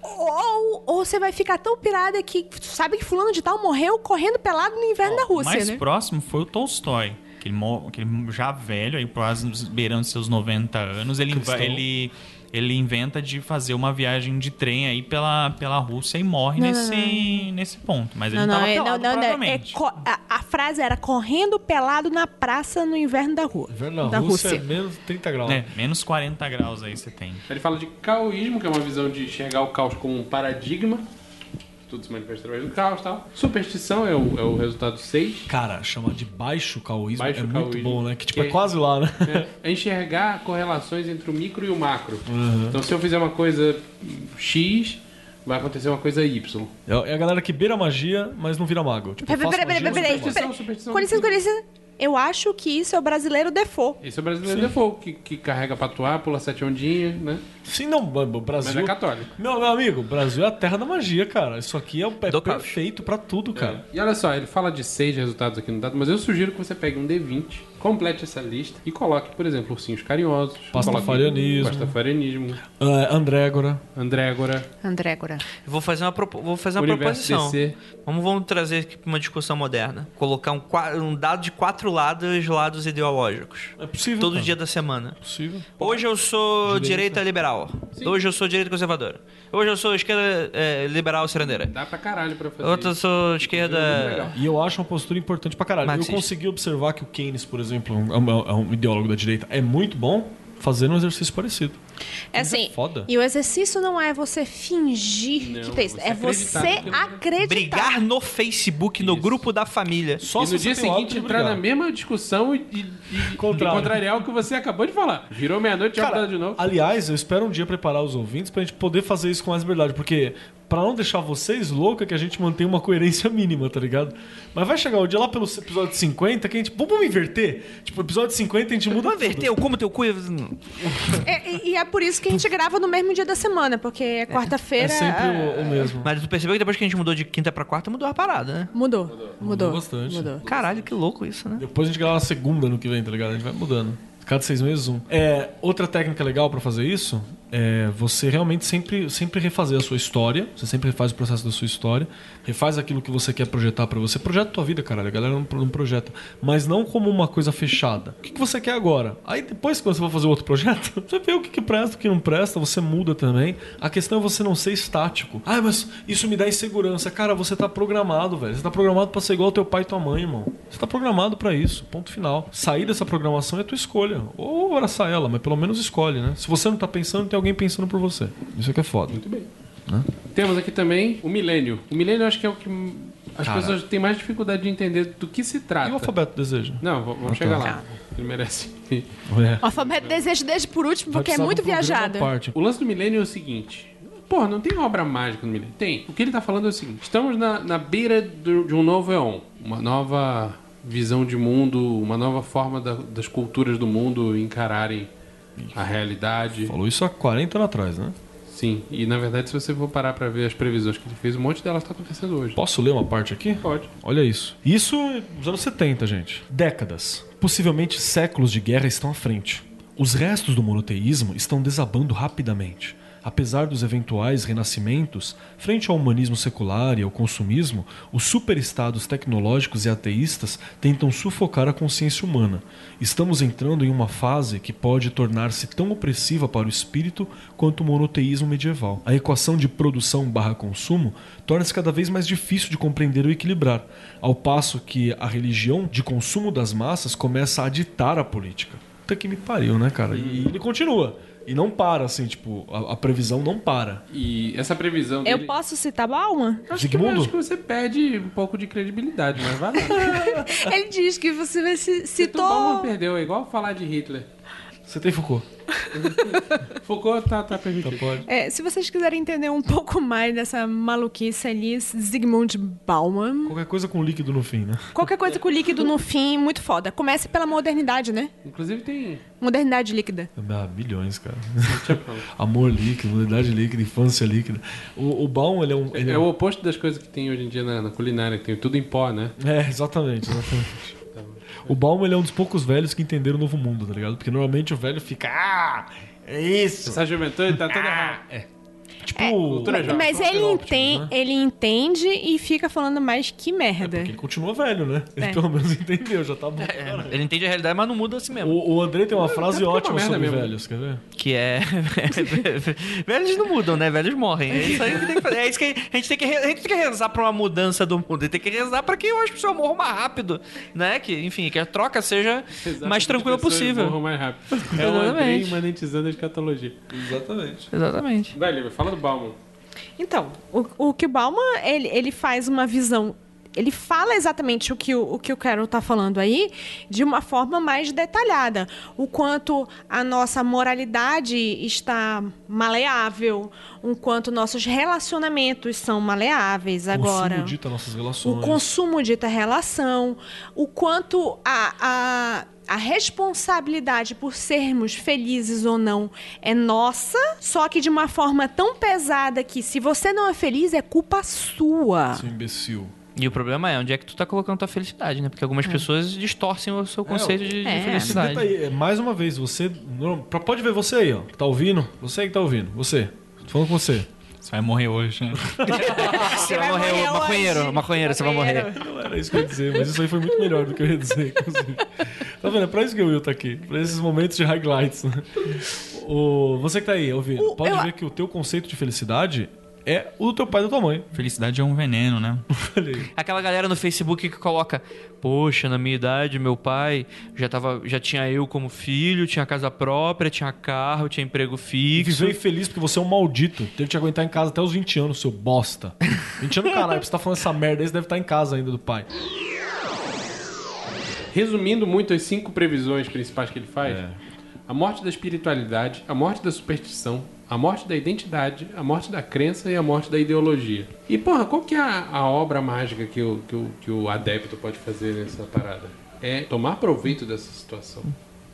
E: ou, ou você vai ficar tão pirada que tu sabe que fulano de tal morreu correndo pelado no inverno da
G: O
E: Rússia,
G: mais
E: né?
G: próximo foi o Tolstói. Que ele, mo- que ele já velho, aí quase beirando seus 90 anos, ele, inva- ele, ele inventa de fazer uma viagem de trem aí pela, pela Rússia e morre nesse, nesse ponto. Mas ele não, tava
E: é-
G: pelado,
E: é
G: provavelmente.
E: co- a, a frase era correndo pelado na praça no inverno da rua.
D: Inverno
E: da
D: na Rússia, é menos 30 graus.
G: É, menos 40 graus aí você tem.
F: Ele fala de caoísmo, que é uma visão de enxergar o caos como um paradigma. Tudo se manifesta através do caos e tal. Superstição é o, é o resultado 6.
D: Cara, chamar de baixo caoísmo
F: Baixo
D: é muito
F: caoísmo.
D: bom, né? Que tipo, é
F: Que-
D: quase lá, né?
F: É enxergar correlações entre o micro e o macro.
D: Uhum.
F: Então, se eu fizer uma coisa X, vai acontecer uma coisa Y.
D: É é a galera que beira a magia, mas não vira mago. Tipo,
E: Peraí,
D: faço
E: peraí, peraí,
D: magia,
E: peraí,
D: mas não
E: peraí.
F: Superstição, superstição.
E: Com licença, com licença. Eu acho que isso é o brasileiro default.
F: Esse é o brasileiro default, que, que carrega patuá, pula sete ondinhas, né?
D: Sim, não, o
F: Mas
D: Brasil.
F: é católico.
D: Meu, meu amigo, o Brasil é a terra da magia, cara. Isso aqui é, o- é
C: Do caos.
D: perfeito pra tudo, cara.
F: E olha só, ele fala de seis resultados aqui no dado, mas eu sugiro que você pegue um D20, complete essa lista e coloque, por exemplo, ursinhos carinhosos,
D: Pastafarianismo.
F: coloque um pastafarianismo,
D: Ah, Andrégora.
F: andrégora,
O: Andrégora.
C: Eu Vou fazer uma, propo- vou fazer uma
F: universo
C: proposição.
F: DC.
C: Vamos, vamos trazer aqui pra uma discussão moderna. Colocar um, qua- um dado de quatro lados, lados ideológicos.
D: É possível.
C: Todo
D: cara.
C: dia da semana.
D: É possível.
C: Hoje eu sou direita liberal. Hoje eu sou direita conservadora. Hoje eu sou esquerda eh, liberal serendeira.
F: Dá pra caralho pra fazer.
C: Outra eu
F: Tá, isso.
C: sou
F: Muito legal.
C: esquerda.
D: E eu acho uma postura importante pra caralho.
C: Marxista.
D: Eu consegui observar que o Keynes, por exemplo, é um, é um ideólogo da direita, é muito bom fazendo um exercício parecido.
E: É
D: Mas é
E: assim,
D: foda.
E: e o exercício não é você fingir
F: Não,
E: que tem isso,
F: você
E: é você
F: acreditar.
E: acreditar.
C: Brigar no Facebook, no grupo da família.
D: Só
F: e no dia seguinte entrar na mesma discussão e, e- e-
D: Contrário.
F: e contrariar o que você acabou de falar. Virou meia-noite, já mudou de novo.
D: Aliás, eu espero um dia preparar os ouvintes pra gente poder fazer isso com mais verdade, porque pra não deixar vocês louca que a gente mantém uma coerência mínima, tá ligado? Mas vai chegar o dia lá pelo episódio 50 que a gente. Vamos inverter? Tipo, episódio 50 a gente muda.
C: Vamos inverter, eu como teu cu. eu-
E: É, e- e é por isso que a gente grava no mesmo dia da semana, porque é
D: É
E: quarta-feira.
D: sempre
E: ah,
C: é
D: o, o mesmo.
C: Mas tu percebeu que depois que a gente mudou de quinta pra quarta, mudou a parada, né?
E: Mudou, mudou. Mudou
D: bastante.
C: Caralho, que louco isso, né?
D: Depois a gente grava na segunda no que vem, tá ligado? A gente vai mudando. Cada seis meses, um. É, outra técnica legal pra fazer isso é você realmente sempre, sempre refazer a sua história. Você sempre refaz o processo da sua história. Refaz aquilo que você quer projetar pra você. Projeta a tua vida, caralho. A galera não, não projeta. Mas não como uma coisa fechada. O que, que você quer agora? Aí depois, quando você for fazer outro projeto, você vê o que, que presta, o que não presta. Você muda também. A questão é você não ser estático. Ah, mas isso me dá insegurança. Cara, você tá programado, velho. Você tá programado pra ser igual teu pai e tua mãe, irmão. Você tá programado pra isso. Ponto final. Sair dessa programação é tua escolha. Ou abraçar ela, mas pelo menos escolhe, né? Se você não tá pensando, tem alguém pensando por você. Isso é que é foda.
F: Temos aqui também o milênio. O milênio eu acho que é o que as
D: Cara.
F: pessoas têm mais dificuldade de entender do que se trata.
D: E o alfabeto Então tá. deseja?
F: Não, v- vamos chegar lá. Ele merece.
D: É.
K: O alfabeto desejo desde por último,
D: Vai
K: porque é
D: precisar
K: muito
D: de um programa
K: viajado.
D: à parte.
F: O lance do milênio é o seguinte. Porra, não tem obra mágica no milênio. Tem. O que ele tá falando é o seguinte. Estamos na, na beira do- de um novo éon. Uma nova visão de mundo, uma nova forma da- das culturas do mundo encararem a realidade.
D: Falou isso há 40 anos atrás, né?
F: Sim. E, na verdade, se você for parar pra ver as previsões que ele fez, um monte delas tá acontecendo hoje.
D: Posso ler uma parte aqui?
F: Pode.
D: Olha isso. Isso nos anos 70, gente. Décadas, possivelmente séculos de guerra estão à frente. Os restos do monoteísmo estão desabando rapidamente. Apesar dos eventuais renascimentos, frente ao humanismo secular e ao consumismo, os superestados tecnológicos e ateístas tentam sufocar a consciência humana. Estamos entrando em uma fase que pode tornar-se tão opressiva para o espírito quanto o monoteísmo medieval. A equação de produção barra consumo torna-se cada vez mais difícil de compreender ou equilibrar, ao passo que a religião de consumo das massas começa a ditar a política. Puta que me pariu, né, cara? E ele continua. E não para, assim, tipo, a, a previsão não para.
F: E essa previsão dele...
E: Eu posso citar Bauman?
F: Acho que,
D: Zigmundo?
F: acho que você perde um pouco de credibilidade, mas vai lá.
E: Ele diz que você se-
F: O Bauman
E: citou.
F: perdeu, é igual falar de Hitler.
D: Você tem Foucault.
F: Foucault tá, tá permitido.
E: É, se vocês quiserem entender um pouco mais dessa maluquice ali, Zygmunt Bauman.
D: Qualquer coisa com líquido no fim, né?
E: Qualquer coisa com líquido no fim, muito foda. Comece pela modernidade, né?
F: Inclusive tem...
E: Modernidade líquida.
D: Ah, milhões, cara. Amor líquido, modernidade líquida, infância líquida. O, o Baum, ele é um. ele
F: É o oposto das coisas que tem hoje em dia na, na culinária, que tem tudo em pó, né?
D: É, exatamente, exatamente. O Baum ele é um dos poucos velhos que entenderam o novo mundo, tá ligado? Porque normalmente o velho fica. Ah! É isso!
F: Essa juventude tá
D: Ah,
F: toda errada.
D: Tipo. É,
F: cultura jovem.
E: Mas ele, enten- ele entende e fica falando mais que merda.
D: É porque ele continua velho, né? Ele pelo menos entendeu, já tá bom.
F: É.
C: Ele entende a realidade, mas não muda assim mesmo.
D: O, o André tem uma frase
F: porque é uma
D: ótima
F: merda
D: sobre
F: mesmo.
D: velhos, quer ver?
C: Que é. Velhos não mudam, né? Velhos morrem. É isso aí que tem que fazer. É isso que a gente tem que, re- a gente tem que rezar pra uma mudança do mundo. E tem que rezar pra que as pessoas morram mais rápido, né? Que, enfim, que a troca seja mais tranquila é possível.
F: Morram mais rápido. É o Andrei imanentizando a escatologia.
D: Exatamente.
C: Exatamente.
F: Vai, Lívia, fala do Bauman.
E: Então, o, o que o Bauman, ele, ele faz uma visão. Ele fala exatamente o que o, o que o Carol tá falando aí, de uma forma mais detalhada. O quanto a nossa moralidade está maleável, o quanto nossos relacionamentos são maleáveis agora.
D: Consumo dita nossas
E: o
D: relações.
E: consumo dita relação, o quanto a, a, a responsabilidade por sermos felizes ou não é nossa, só que de uma forma tão pesada que se você não é feliz é culpa sua.
D: Seu imbecil.
C: E o problema é onde é que tu tá colocando tua felicidade, né? Porque algumas pessoas distorcem o seu conceito de, de
E: É.
D: Esse
C: felicidade.
D: detalhe, é, mais uma vez, você. não, pra- Pode ver você aí, ó. Que tá ouvindo? Você aí que tá ouvindo. Você. Tô falando com você.
G: Você vai morrer hoje, né?
C: Você vai
E: É,
C: morrer, ô, maconheiro, maconheiro, você vai morrer.
D: Não era isso que eu ia dizer, mas isso aí foi muito melhor do que eu ia dizer, inclusive. Tá vendo? É pra isso que o Will tá aqui. Pra esses momentos de highlights, né? O, você que tá aí ouvindo,
E: O-
D: pode
E: eu-
D: ver que o teu conceito de felicidade é o do teu pai e da tua mãe.
G: Felicidade é um veneno, né?
D: Falei.
C: Aquela galera no Facebook que coloca: Poxa, na minha idade, meu pai já, tava, já tinha eu como filho, tinha casa própria, tinha carro, tinha emprego
D: E
C: fixo.
D: viver feliz porque você é um maldito. Teve que te aguentar em casa até os 20 anos, seu bosta. 20 anos, caralho, pra você tá falando essa merda aí, você deve estar em casa ainda do pai.
F: Resumindo muito as cinco previsões principais que ele faz: a morte da espiritualidade, a morte da superstição, a morte da identidade, a morte da crença e a morte da ideologia. E, porra, qual que é a, a obra mágica que o, que, o, que o adepto pode fazer nessa parada? É tomar proveito dessa situação.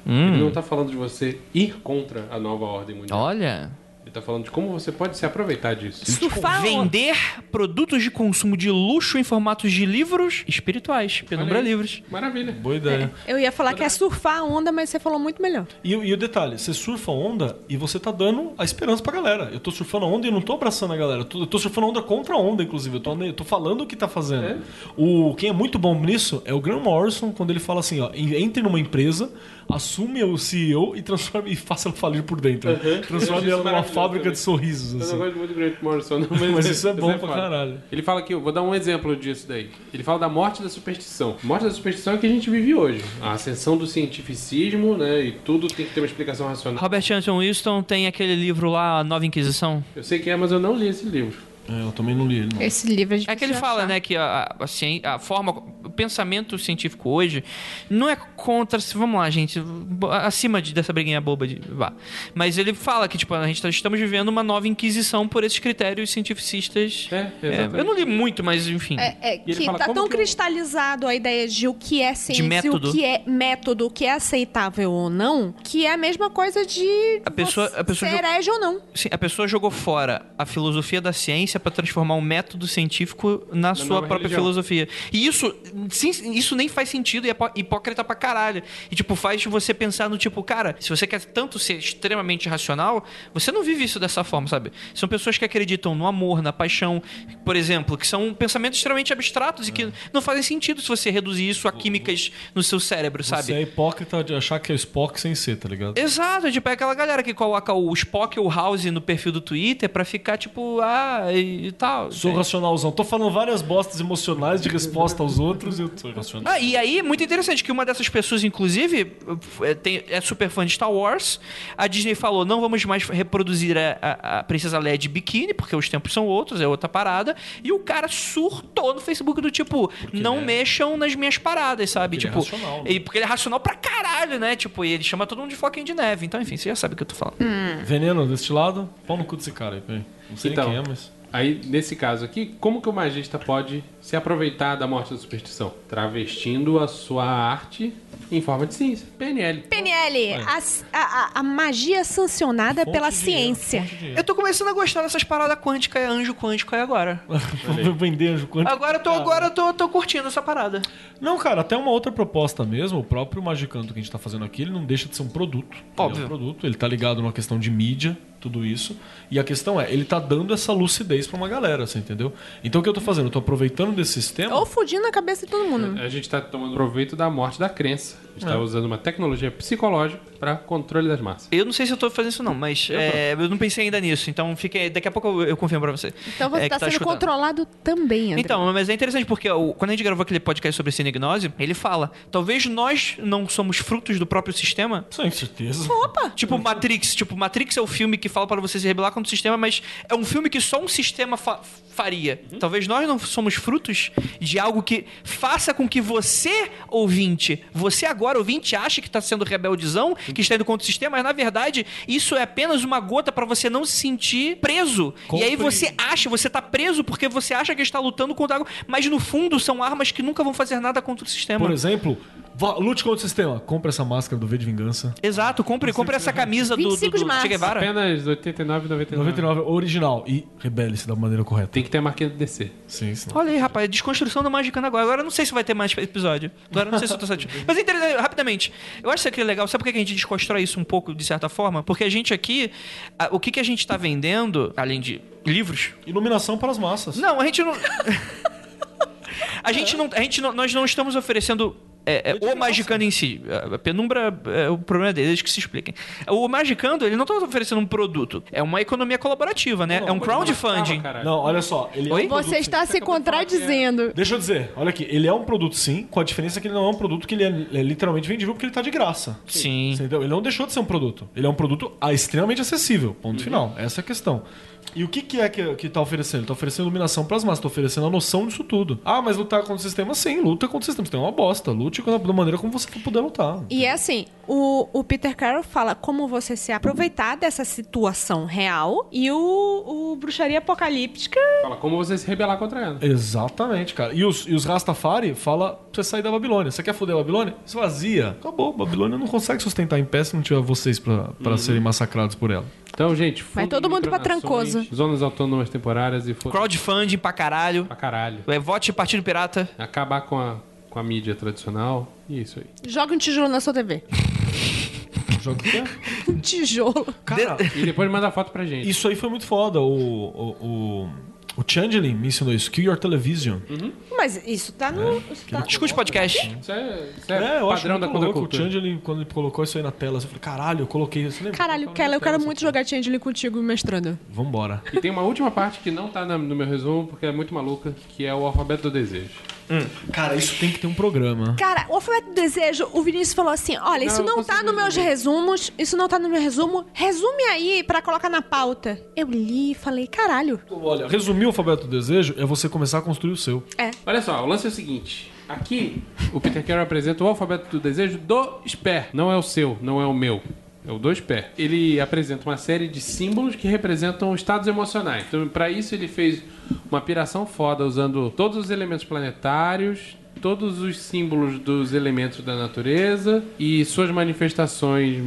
F: Ele não tá falando de você ir contra a nova ordem mundial.
C: Olha. Tipo,
F: Ele tá falando de como você pode se aproveitar disso.
E: Surfar o-
C: Vender produtos de consumo de luxo em formatos de livros espirituais,
D: é
C: penumbra
F: Olha aí.
C: livros.
F: Maravilha.
D: Boa ideia.
E: Eu ia falar que é surfar a onda, mas você falou muito melhor.
D: E, e o detalhe, você surfa a onda e você tá dando a esperança pra galera. Eu tô surfando a onda e não tô abraçando a galera. Eu tô, eu tô surfando a onda contra a onda, inclusive. Eu tô, eu tô falando o que tá fazendo. O, quem é muito bom nisso é o Graham Morrison, quando ele fala assim, ó, en- entre numa empresa, assume o CEO e transforma e faça ela falir por dentro. né?
F: Eu acho
D: Transforme
F: isso é
D: ela numa
F: maravilhoso
D: fábrica
F: também.
D: de sorrisos.
F: Eu não
D: Assim.
F: gosto muito do Grant Morrison, não, mas,
D: Mas isso é bom pra
F: foda.
D: caralho.
F: Ele fala aqui, eu vou dar um exemplo disso daí. Ele fala da morte da superstição. Morte da superstição é o que a gente vive hoje. A ascensão do cientificismo, né? E tudo tem que ter uma explicação racional.
C: Robert Anton Wilson tem aquele livro lá, A Nova Inquisição.
F: Eu sei que é, mas eu não li esse livro.
D: É, eu também não li ele. não.
E: Esse livro é difícil
C: É que ele
E: de
C: fala,
E: achar.
C: né, que a, a, cien- a forma, o pensamento científico hoje não é contra. Vamos lá, gente, bo- acima de- dessa briguinha boba de. Vá. Mas ele fala que, tipo, a gente tá, estamos vivendo uma nova inquisição por esses critérios cientificistas.
F: É, exatamente.
C: eu não li muito, mas enfim.
E: É, é,
F: ele
E: que
F: fala,
E: tá
F: como
E: tão
F: que eu-
E: cristalizado a ideia de o que é ciência,
C: método.
E: o que é método, o que é aceitável ou não, que é a mesma coisa de
C: A pessoa- um
E: você
C: a pessoa
E: ser
C: jogou-
E: herege ou não.
C: Sim, a pessoa jogou fora a filosofia da ciência para transformar um método científico na, sua
F: nova
C: própria
F: religião.
C: filosofia. E isso, sim, isso nem faz sentido e é hipó- hipócrita pra caralho. E, tipo, faz você pensar no tipo, cara, se você quer tanto ser extremamente racional, você não vive isso dessa forma, sabe? São pessoas que acreditam no amor, na paixão, por exemplo, que são pensamentos extremamente abstratos e que não fazem sentido se você reduzir isso a químicas no seu cérebro, sabe?
D: Você é hipócrita de achar que é o Spock sem ser, tá ligado?
C: Exato, tipo, é aquela galera que coloca o Spock ou o House no perfil do Twitter pra ficar, tipo, ah, e, e tal.
D: Sou racionalzão. Tô falando várias bostas emocionais de resposta aos outros e eu sou racional.
C: Ah, e aí é muito interessante que uma dessas pessoas, inclusive, é, tem- é super fã de Star Wars. A Disney falou: não vamos mais reproduzir a, a- a Princesa Leia de biquíni, porque os tempos são outros, é outra parada. E o cara surtou no Facebook do tipo, não mexam nas minhas paradas, sabe?
D: né?" Porque ele
C: tipo,
D: é racional, né?
C: e- porque ele é racional pra caralho, né? Tipo, e ele chama todo mundo de Floquinho de Neve. Então, enfim, você já sabe o que eu tô falando.
D: Veneno deste lado, pau no cu desse cara aí, peraí. Não sei
F: Então.
D: nem quem é, mas.
F: Aí, nesse caso aqui, como que o magista pode se aproveitar da morte da superstição? Travestindo a sua arte em forma de ciência. PNL.
E: PNL, a, a- a magia sancionada
D: Fonte
E: pela
D: de
E: ciência.
D: dinheiro, fonte de dinheiro.
C: Eu tô começando a gostar dessas paradas quânticas, é anjo quântico aí agora.
D: Vou vender anjo quântico.
C: Agora eu tô, agora eu tô, tô curtindo essa parada.
D: Não, cara, até uma outra proposta mesmo. O próprio Magicanto que a gente tá fazendo aqui, ele não deixa de ser um produto. Ele
C: Óbvio.
D: é um produto, ele tá ligado numa questão de mídia, tudo isso. E a questão é, ele tá dando essa lucidez pra uma galera, você entendeu? Então o que eu tô fazendo? Eu tô aproveitando desse sistema.
E: Ou fudindo a cabeça de todo mundo.
F: A gente tá tomando proveito da morte da crença. A gente tá
D: Ah.
F: usando uma tecnologia psicológica pra controle das massas.
C: Eu não sei se eu tô fazendo isso não, mas é, eu não pensei ainda nisso. Então fica aí, daqui a pouco eu, eu confirmo pra você.
E: Então você
C: é, que
E: está sendo
C: escutando.
E: controlado também, André.
C: Então, mas é interessante porque o- quando a gente gravou aquele podcast sobre cinegnose, ele fala: talvez nós não somos frutos do próprio sistema.
D: Sem certeza.
C: Tipo Matrix, tipo Matrix é o filme que fala para você se rebelar contra o sistema, mas é um filme que só um sistema fa- faria. Talvez nós não somos frutos de algo que faça com que você, ouvinte, você agora ouvinte acha que está sendo rebeldizão, que está indo contra o sistema, mas na verdade isso é apenas uma gota para você não se sentir preso. E aí
D: Compre-
C: você acha, você tá preso porque você acha que está lutando contra algo, mas no fundo são armas que nunca vão fazer nada contra o sistema.
D: Por exemplo, va- lute contra o sistema. Compre essa máscara do V de Vingança.
C: Exato, compre, compre essa camisa do, do,
E: 25 de
C: do Che
E: março.
C: Guevara.
F: Apenas 89,99.
D: 99 original. E rebele-se da maneira correta.
F: Tem que ter a marquinha do DC.
D: Sim, sim.
C: Olha aí, rapaz, desconstrução do Magicando agora. Agora eu não sei se vai ter mais episódio. Agora eu não sei se eu tô satisfeito. Mas é interessante, rapidamente, eu acho isso aqui legal. Sabe por que a gente desconstrói isso um pouco, de certa forma? Porque a gente aqui, a- o que, que a gente tá vendendo, além de livros?
D: Iluminação para as massas.
C: Não, a gente não. a gente não. A gente não nós não estamos oferecendo. é, é, o Magicando em si. A penumbra é o problema deles, eles que se expliquem. O Magicando, ele não tá oferecendo um produto. É uma economia colaborativa, né? é um crowdfunding.
F: Calma, caralho.
D: Não, olha só. Ele é
C: Oi?
D: um produto,
E: Você está se contradizendo.
D: Deixa eu dizer, olha aqui, ele é um produto sim, com a diferença que ele não é um produto que ele é, é literalmente vendível porque ele tá de graça.
C: Sim.
D: Você Entendeu? Ele não deixou de ser um produto. Ele é um produto ah, extremamente acessível. Ponto
C: Uhum.
D: final. Essa é a questão. E o que, que é que, que tá oferecendo? Ele tá oferecendo iluminação pras massas, tá oferecendo a noção disso tudo. Ah, mas lutar contra o sistema? Sim, luta contra o sistema. O sistema é uma bosta. Lute da da maneira como você puder lutar.
E: E é assim, o, o Peter Carroll fala como você se aproveitar dessa situação real e o, o Bruxaria Apocalíptica
F: Fala como você se rebelar contra ela.
D: Exatamente, cara. E os, e os Rastafari fala pra você sair da Babilônia. Você quer foder a Babilônia? Esvazia. Acabou. Babilônia não consegue sustentar em pé se não tiver vocês pra
F: Uhum.
D: pra serem massacrados por ela.
F: Então, gente,
E: Vai
F: fundo
E: todo
F: de
E: mundo pra
F: micronações,
E: Trancoso.
F: Zonas autônomas temporárias e foda
C: Crowdfunding pra caralho.
F: pra caralho.
C: É, vote Partido Pirata.
F: Acabar com a, com a mídia tradicional. E é isso aí.
E: joga um tijolo na sua TV.
D: Joga o quê?
E: Um tijolo.
D: Cara,
F: E depois manda foto pra gente.
D: isso aí foi muito foda. O, o, o, o Changeling me ensinou isso. Kill your television.
F: Uhum.
E: Mas isso tá no. isso tá-
C: Escute o podcast.
F: Isso é, isso é
D: É, eu acho
F: padrão da
D: muito louco. O
F: contracultura.
D: Changeling, quando ele colocou isso aí na tela, eu falei, caralho, eu coloquei isso. Lembra?
E: Caralho, Keller, eu quero muito jogar Changeling contigo, mestrando.
D: Vambora.
F: E tem uma última parte que não tá na- no meu resumo, porque é muito maluca, que é o alfabeto do desejo.
D: Cara, isso tem que ter um programa.
E: Cara, o alfabeto do desejo, o Vinícius falou assim: olha, isso
F: Não,
E: não,
F: eu
E: tá
F: consigo
E: nos meus
F: ler.
E: resumos, isso não tá no meu resumo. Resume aí pra colocar na pauta. Eu li e falei, caralho.
D: Olha, resumir o alfabeto do desejo é você começar a construir o seu.
F: Olha só, o lance é o seguinte. Aqui, o Peter Carroll apresenta o alfabeto do desejo do Sper. Não é o seu, não é o meu. É o do Sper. Ele apresenta uma série de símbolos que representam estados emocionais. Então, para isso, ele fez uma piração foda, usando todos os elementos planetários, todos os símbolos dos elementos da natureza e suas manifestações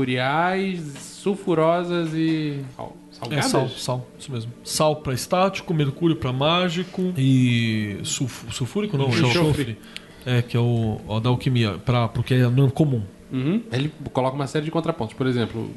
F: mercuriais, sulfurosas e sal-
D: É
F: salgadas.
D: sal, sal, isso mesmo. Sal pra estático, mercúrio pra mágico e sulf- sulfúrico não,
F: Enxofre.
D: enxofre. É, que é o, o da alquimia, pra, porque é não comum.
F: Uhum. Ele coloca uma série de contrapontos. Por exemplo,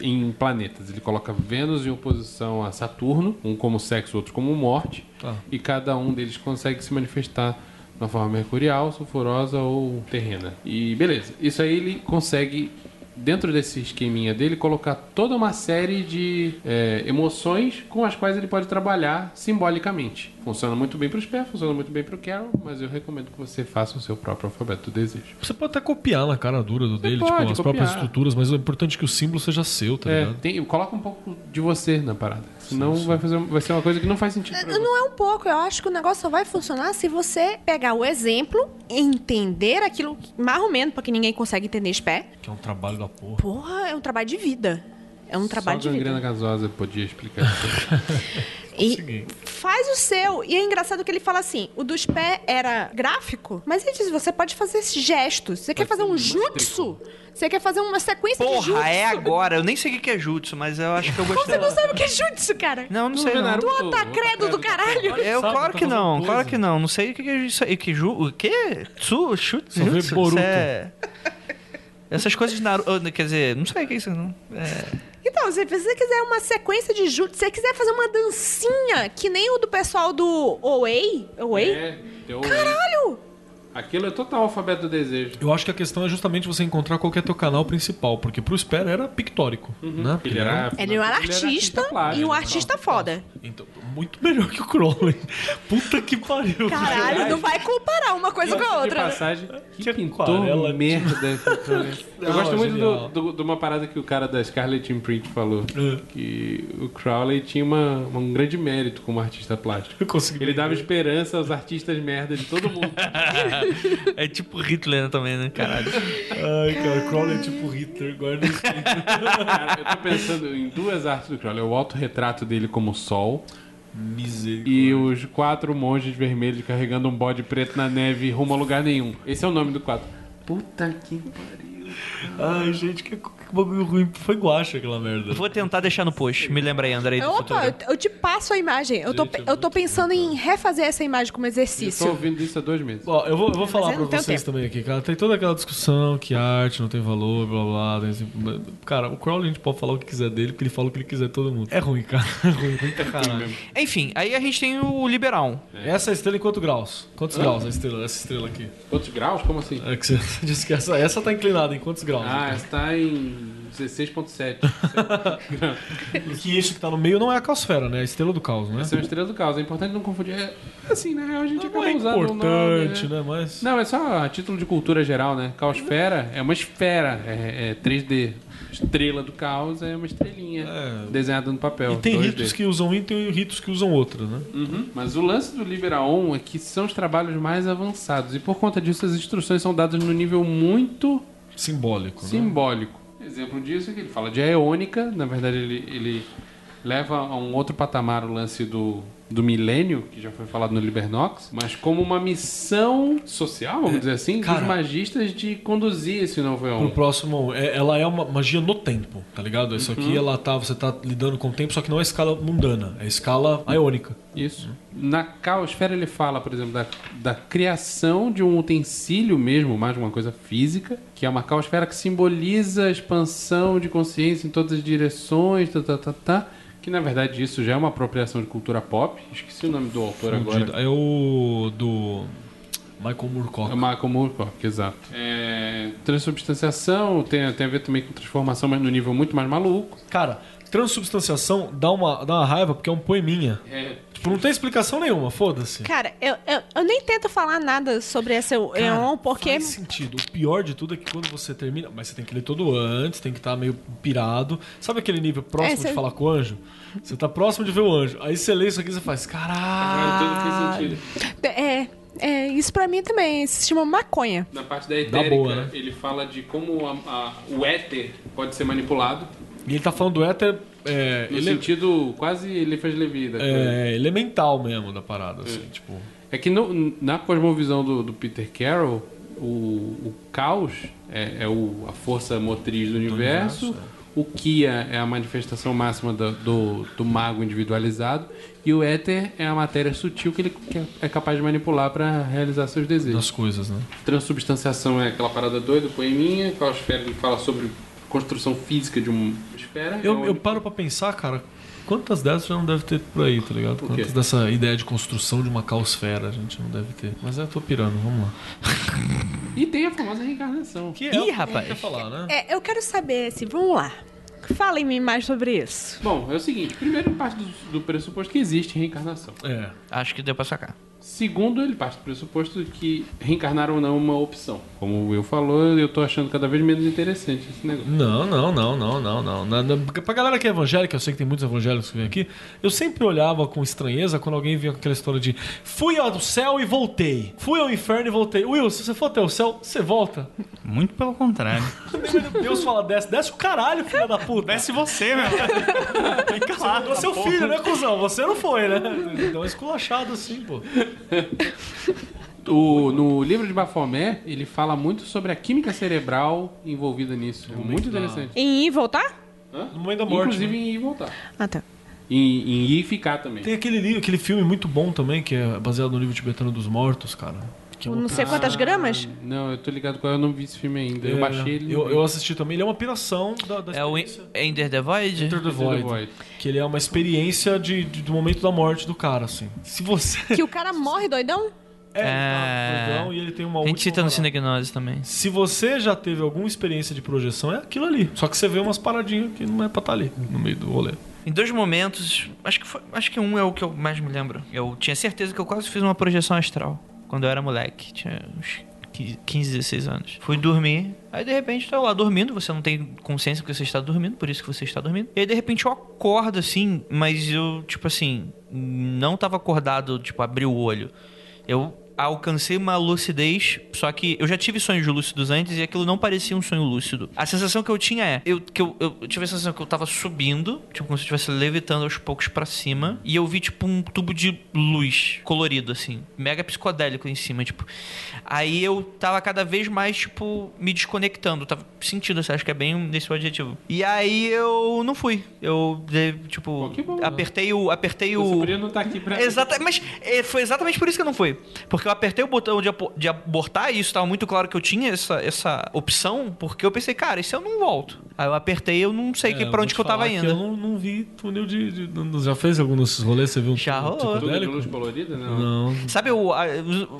F: em planetas, ele coloca Vênus em oposição a Saturno, um como sexo, outro como morte,
D: Tá.
F: e cada um deles consegue se manifestar de uma forma mercurial, sulfurosa ou terrena. E beleza, isso aí ele consegue, dentro desse esqueminha dele, colocar toda uma série de é, emoções com as quais ele pode trabalhar simbolicamente. Funciona muito bem para os pés, funciona muito bem para o Carol, mas eu recomendo que você faça o seu próprio alfabeto do desejo.
D: Você pode até copiar na cara dura do dele,
F: pode
D: tipo, as próprias
F: copiar.
D: estruturas, mas o importante é que o símbolo seja seu, tá
F: É,
D: ligado?
F: tem- coloca um pouco de você na parada. Senão vai, fazer, vai ser uma coisa que não faz sentido pra você.
E: Não é um pouco, eu acho que o negócio só vai funcionar se você pegar o exemplo, entender aquilo mais ou menos, porque ninguém consegue entender esse pé.
D: Que é um trabalho da porra.
E: Porra, é um trabalho de vida. É um trabalho
F: Só
E: de vida.
F: gangrena gasosa podia explicar isso.
E: E faz o seu. E é engraçado que ele fala assim: o dos pés era gráfico, mas ele diz: você pode fazer esses gestos. Você quer fazer um jutsu? Você quer fazer uma sequência de jutsu?
C: Porra, é agora. Eu nem sei o que que é jutsu, mas eu acho que eu
E: Você
C: gostei.
E: não sabe o que é jutsu, cara?
C: Não, não sei.
F: vê
C: Não.
F: Naruto?
E: Tu tá credo do caralho.
C: Eu,
D: Sabe,
C: claro
D: tá
C: que
D: fazendo
C: não,
D: coisa.
C: claro que não. Não sei o que que é isso aí. Que ju... O quê? Tsu, chute,
D: Só vê
C: jutsu? Isso
D: Boruto.
C: é- Essas coisas de Naruto. Quer dizer, não sei o que é isso, não. É...
E: Então, se você quiser uma sequência de jutsu, se você quiser fazer uma dancinha que nem o do pessoal do Owei, Owei?
F: É, teu-
E: Caralho!
F: Aquilo é total alfabeto do desejo.
D: Eu acho que a questão é justamente você encontrar qual que é teu canal principal, porque pro Sper era pictórico, né? Porque um-
E: Ele é um artista e um artista foda.
D: Então, muito melhor que o Crowley. Puta que pariu.
E: Caralho, não vai comparar uma coisa com a
F: De
E: outra. né?
F: passagem, que,
D: Que
F: pintor
D: aquarela, tio.
F: merda. esse cara. Eu
D: Não,
F: gosto
D: é
F: muito do-
D: genial.
F: do- de uma parada que o cara da Scarlet Imprint falou.
D: É.
F: Que o Crowley tinha uma, um grande mérito como artista plástico.
D: Eu consegui
F: Ele dava esperança aos artistas merda de todo mundo.
C: é tipo Hitler também, né? Caralho.
D: Ai, cara, Crowley é tipo Hitler, guarda isso.
F: Cara, eu tô pensando em duas artes do Crowley. O autorretrato dele como sol
D: Misericórdia.
F: e os quatro monges vermelhos carregando um bode preto na neve rumo a lugar nenhum. Esse é o nome do quadro. Puta que pariu.
D: Ai, gente, que, que bagulho ruim. Foi guacha aquela merda.
C: Vou tentar deixar no post. Me lembra aí, Andrei.
D: É um
C: do
E: Opa,
C: futuro.
E: eu, eu te passo a imagem. Eu tô,
D: Gente, é
E: eu tô pensando em refazer essa imagem como
F: Eu tô
E: exercício.
F: ouvindo isso há dois meses.
D: Ó, eu vou, eu vou falar
E: eu
D: pra
E: não tenho
D: vocês também aqui, cara. Tem toda aquela discussão que arte não tem valor, blá blá. blá tem- Cara, o Crowley a gente pode falar o que quiser dele, porque ele fala o que ele quiser de todo mundo. É ruim, cara. É ruim, ruim pra caralho.
C: Enfim, aí a gente tem o Liberal.
D: É. Essa estrela em quantos graus? Quantos graus a estrela, essa estrela aqui?
F: Quantos graus? Como assim?
D: É que você disse que essa, essa tá inclinada em quantos graus?
F: Ah, essa tá em 16.7.
D: Que isso que tá no meio não é a caosfera, né? É a estrela do caos, né?
F: Essa é uma estrela do caos. É importante não confundir. É, assim, na real, a gente
D: Não
F: acaba
D: é
F: usando o
D: importante,
F: nome, né?
D: né? Mas.
F: Não, é só a título de cultura geral, né? Caosfera é uma esfera, é, é 3D. Estrela do caos é uma estrelinha
D: É.
F: desenhada no papel.
D: E tem
F: 2D.
D: ritos que usam um e tem ritos que usam outro, né?
F: Uhum. Mas o lance do Liberaon é que são os trabalhos mais avançados. E por conta disso, as instruções são dadas no nível muito
D: Simbólico, né?
F: simbólico. Exemplo disso é que ele fala de eônica, na verdade ele, ele leva a um outro patamar o lance do, do milênio, que já foi falado no Libernox, mas como uma missão social, vamos dizer assim,
D: É, cara.
F: dos magistas de conduzir esse novo
D: Pro
F: eon.
D: próximo, é- ela é uma magia no tempo, tá ligado? Isso
F: Uhum.
D: aqui ela tá, você tá lidando com o tempo, só que não é escala mundana, é escala aiônica.
F: Isso. Na caosfera ele fala, por exemplo, da, da criação de um utensílio mesmo, mais uma coisa física, que é uma caosfera que simboliza a expansão de consciência em todas as direções, tá, tá, tá, tá. Que na verdade isso já é uma apropriação de cultura pop. Esqueci o nome do autor agora.
D: É o É do Michael Moorcock.
F: É Michael Moorcock, exato. É, transubstanciação tem, tem a ver também com transformação, mas no nível muito mais maluco.
D: Cara, transubstanciação dá uma, dá uma raiva porque é um poeminha.
F: É,
D: Tipo, não tem explicação nenhuma, foda-se.
K: Cara, eu, eu, eu nem tento falar nada sobre essa EON, é um porque.
D: Faz sentido. O pior de tudo é que quando você termina. Mas você tem que ler todo antes, tem que estar meio pirado. Sabe aquele nível próximo
K: É, você-
D: de falar com o anjo? Você tá próximo de ver o anjo. Aí você lê isso aqui e você faz,
F: agora
D: caralho.
F: tudo fez sentido.
K: É, é, isso pra mim também se chama maconha.
F: Na parte da etérica,
D: boa, né?
F: ele fala de como a- a- o éter pode ser manipulado.
D: E ele tá falando do éter. É,
F: No
D: ele-
F: sentido quase ele fez levida.
D: é, elemental mesmo da parada, assim, tipo.
F: É que no- na cosmovisão do, do Peter Carroll, o, o caos é, é o- a força motriz do universo, o Kia é a manifestação máxima do, do, do mago individualizado, e o éter é a matéria sutil que ele que é capaz de manipular para realizar seus desejos.
D: Das coisas, né?
F: Transubstanciação é aquela parada doida, poeminha, caosfera ele fala sobre construção física de uma esfera. é
D: Eu,
F: um-
D: eu paro pra pensar, cara, quantas dessas já não deve ter por aí, tá ligado?
F: quê?
D: Quantas dessa ideia de construção de uma caosfera a gente não deve ter. Mas é, eu tô pirando, vamos lá.
F: E tem a famosa reencarnação.
D: Que
H: Ih, rapaz.
D: Quer falar, né?
K: É, eu quero saber, assim, vamos lá. Falem-me mais sobre isso.
F: Bom, é o seguinte, primeiro ele parte do, do pressuposto que existe reencarnação.
D: É.
C: Acho que deu pra sacar.
F: Segundo, ele parte do pressuposto de que reencarnar ou não é uma opção. Como o Will falou, eu tô achando cada vez menos interessante esse negócio.
D: Não, não, não, não, não, não. Na, na, porque pra galera que é evangélica, eu sei que tem muitos evangélicos que vêm aqui, eu sempre olhava com estranheza quando alguém vinha com aquela história de fui ao céu e voltei. Fui ao inferno e voltei. Will, se você for até o céu, você volta.
G: Muito pelo contrário.
D: Deus fala, desce, desce o caralho, filha da puta.
G: Desce você, meu. Fica lá.
D: Você é seu filho, né, cuzão? Você não foi, né? Deu uma esculachada assim, pô.
F: O- no livro de Bafomé, ele fala muito sobre a química cerebral envolvida nisso.
D: um
F: É muito interessante.
K: Em ir e voltar?
F: Hã?
D: No momento da morte,
F: Inclusive
D: né?
F: em ir e voltar.
K: Ah, tá.
F: Em, em ir e ficar também.
D: Tem aquele, livro, aquele filme muito bom também, que é baseado no livro tibetano dos mortos, cara. Que é
K: Não sei quantas gramas?
F: Não, eu tô ligado é com ela, eu não vi esse filme ainda. Eu
D: É,
F: baixei ele.
D: Eu, eu assisti também. Ele é uma piração da, da
C: É o
D: experiência.
C: Ender the Void?
D: Enter the
F: Void.
D: Void. Que ele é uma experiência de, de- do momento da morte do cara, assim. Se você.
K: Que o cara morre doidão?
D: É, ele tá
C: É.
D: doidão e ele tem uma
C: A gente
D: última
C: cita no
D: parada.
C: Cinegnose também.
D: Se você já teve alguma experiência de projeção, é aquilo ali. Só que você vê umas paradinhas que não é pra estar ali, no meio do rolê.
C: Em dois momentos, acho que, foi- acho que um é o que eu mais me lembro. Eu tinha certeza que eu quase fiz uma projeção astral quando eu era moleque. Tinha uns 15, 16 anos. Fui dormir, aí de repente tô lá dormindo, você não tem consciência que você está dormindo, por isso que você está dormindo. E aí de repente eu acordo assim, mas eu, tipo assim, não tava acordado, tipo, abri o olho. Eu alcancei uma lucidez, só que eu já tive sonhos lúcidos antes e aquilo não parecia um sonho lúcido. A sensação que eu tinha é, eu, que eu, eu tive a sensação que eu tava subindo, tipo como se eu estivesse levitando aos poucos pra cima, e eu vi tipo um tubo de luz colorido assim, mega psicodélico em cima, tipo. Aí eu tava cada vez mais tipo me desconectando, tava sentindo, assim, acho que é bem nesse o adjetivo. E aí eu não fui. Eu de- tipo
F: Pô, que bom, né?
C: apertei o apertei
F: Você
C: o
F: podia não estar aqui pra.
C: Exata, mas é, foi exatamente por isso que eu não fui. Porque eu apertei o botão de, apo- de abortar e isso tava muito claro que eu tinha essa, essa opção, porque eu pensei, cara, e se eu não volto? Aí eu apertei eu não sei que,
D: É,
C: pra
D: vou
C: onde
D: te
C: que eu tava
D: falar
C: indo.
D: eu não, não vi túnel de, de- não- Já fez algum desses rolês? Você viu um
C: Já
D: túnel
C: rolou.
F: Tudo de
D: psicodélico?
F: luz colorida, né?
D: Não.
C: Sabe, o a-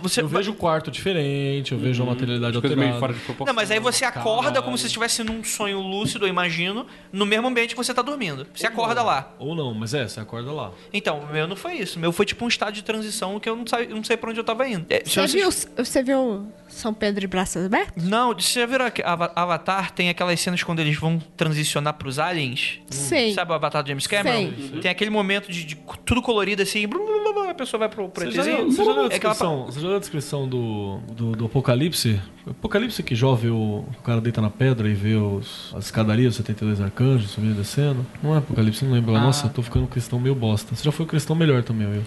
C: você.
D: Eu vejo um o quarto diferente, eu vejo a materialidade
F: Coisa Uhum. meio fora
D: alterada.
F: de proporção.
C: Não, mas aí você acorda como se estivesse num sonho lúcido, eu imagino, no mesmo ambiente que você tá dormindo. Você acorda lá.
D: Ou não, mas é, você acorda lá.
C: Então, o meu não foi isso. O meu foi tipo um estado de transição que eu não, sei não sei pra onde eu tava indo. É, se
K: Você
C: vocês-
K: viu, você viu São Pedro de braços abertos?
C: Não, vocês já viram que Ava- Avatar tem aquelas cenas quando eles vão transicionar pros aliens?
K: Sim.
C: Sabe o Avatar do James Cameron?
K: Sim.
C: Tem aquele momento de, de tudo colorido assim, blu, blu, blu, blu, a pessoa vai pro
D: Você já, leu,
C: pretezinho.
D: você já leu a
C: é aquela
D: descrição, você já leu a descrição do, do, do Apocalipse? O Apocalipse que jove o, o cara deita na pedra e vê os, as escadarias, os 72 arcanjos subindo e descendo. Não é Apocalipse, não lembro. Nossa, eu tô ficando um cristão meio bosta. Você já foi um cristão melhor também, Will.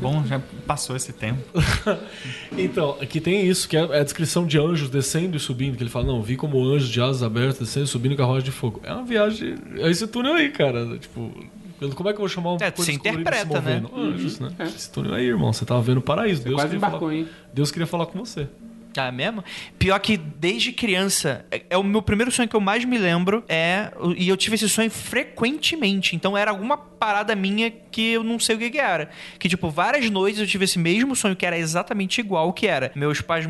G: Bom, já passou esse tempo.
D: Então, aqui tem isso, que é a descrição de anjos descendo e subindo, que ele fala, não, vi como anjos de asas abertas descendo e subindo em carruagem de fogo. É uma viagem, é esse túnel aí, cara, tipo... eu- Como é que eu vou chamar uma
C: É,
D: coisa
C: se
D: colorida se
C: interpreta, né?
D: movendo? Anjos, né? Esse túnel aí, irmão, você tava vendo o paraíso. Deus
F: Uhum. É. quase
D: queria falar-
F: embarcou, hein?
D: Deus queria falar com você.
C: Ah, é mesmo? Pior que desde criança, é, é o meu primeiro sonho que eu mais me lembro, é e eu tive esse sonho frequentemente, então era alguma parada minha que eu não sei o que, que era. Que tipo, várias noites eu tive esse mesmo sonho que era exatamente igual que era. Meus pais,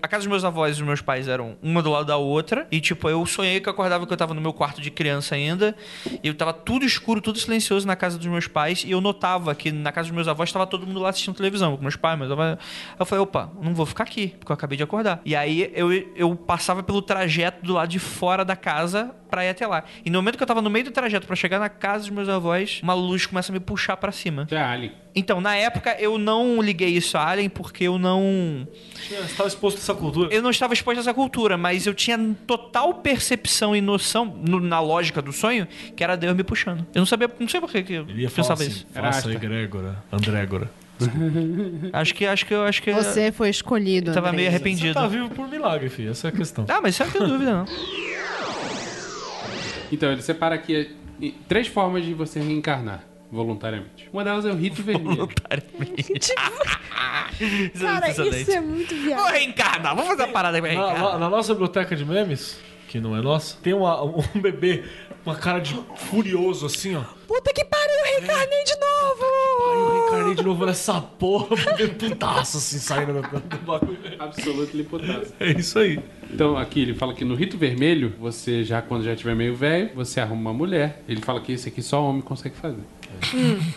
C: a casa dos meus avós e dos meus pais eram uma do lado da outra e tipo, eu sonhei que eu acordava que eu tava no meu quarto de criança ainda, e eu tava tudo escuro, tudo silencioso na casa dos meus pais e eu notava que na casa dos meus avós tava todo mundo lá assistindo televisão, com meus pais, meus avós. Eu falei, opa, não vou ficar aqui, porque eu acabei de acordar. E aí eu, eu passava pelo trajeto do lado de fora da casa pra ir até lá. E no momento que eu tava no meio do trajeto pra chegar na casa dos meus avós, uma luz começa a me puxar pra cima.
F: Isso é Alien.
C: Então, na época, eu não liguei isso a Alien porque eu não.
D: Você estava exposto a essa cultura.
C: É. Eu não estava exposto a essa cultura, mas eu tinha total percepção e noção, no- na lógica do sonho, que era Deus me puxando. Eu não sabia, não sei por que que eu
D: Ele ia falar
C: pensava
D: assim,
C: isso.
F: Era
D: faça
F: asta.
D: egrégora, andrégora.
C: Acho que, acho que, eu acho que.
E: Você foi escolhido.
C: eu tava
E: Andrei.
C: meio
D: Você
C: arrependido.
D: tá vivo por milagre, filho. Essa é a questão.
C: Ah, mas isso eu não tenho dúvida, não.
F: Então, ele separa aqui eh, três formas de você reencarnar voluntariamente. Uma delas é o rito vermelho.
K: Cara, isso é muito viado.
C: Vou reencarnar, vou fazer a parada pra
D: Na,
C: reencarnar.
D: na- na nossa biblioteca de memes, que não é nossa, tem uma- um bebê com uma cara de furioso assim, ó.
K: Puta que pariu, reencarnei de
D: Aí
K: novo!
D: eu reencarnei de novo nessa porra, um bebê putaço assim, saindo do, do bagulho.
F: Absoluto lipotase.
D: É isso aí.
F: Então, aqui ele fala que no rito vermelho, você já, quando já tiver meio velho, você arruma uma mulher. Ele fala que isso aqui só homem consegue fazer.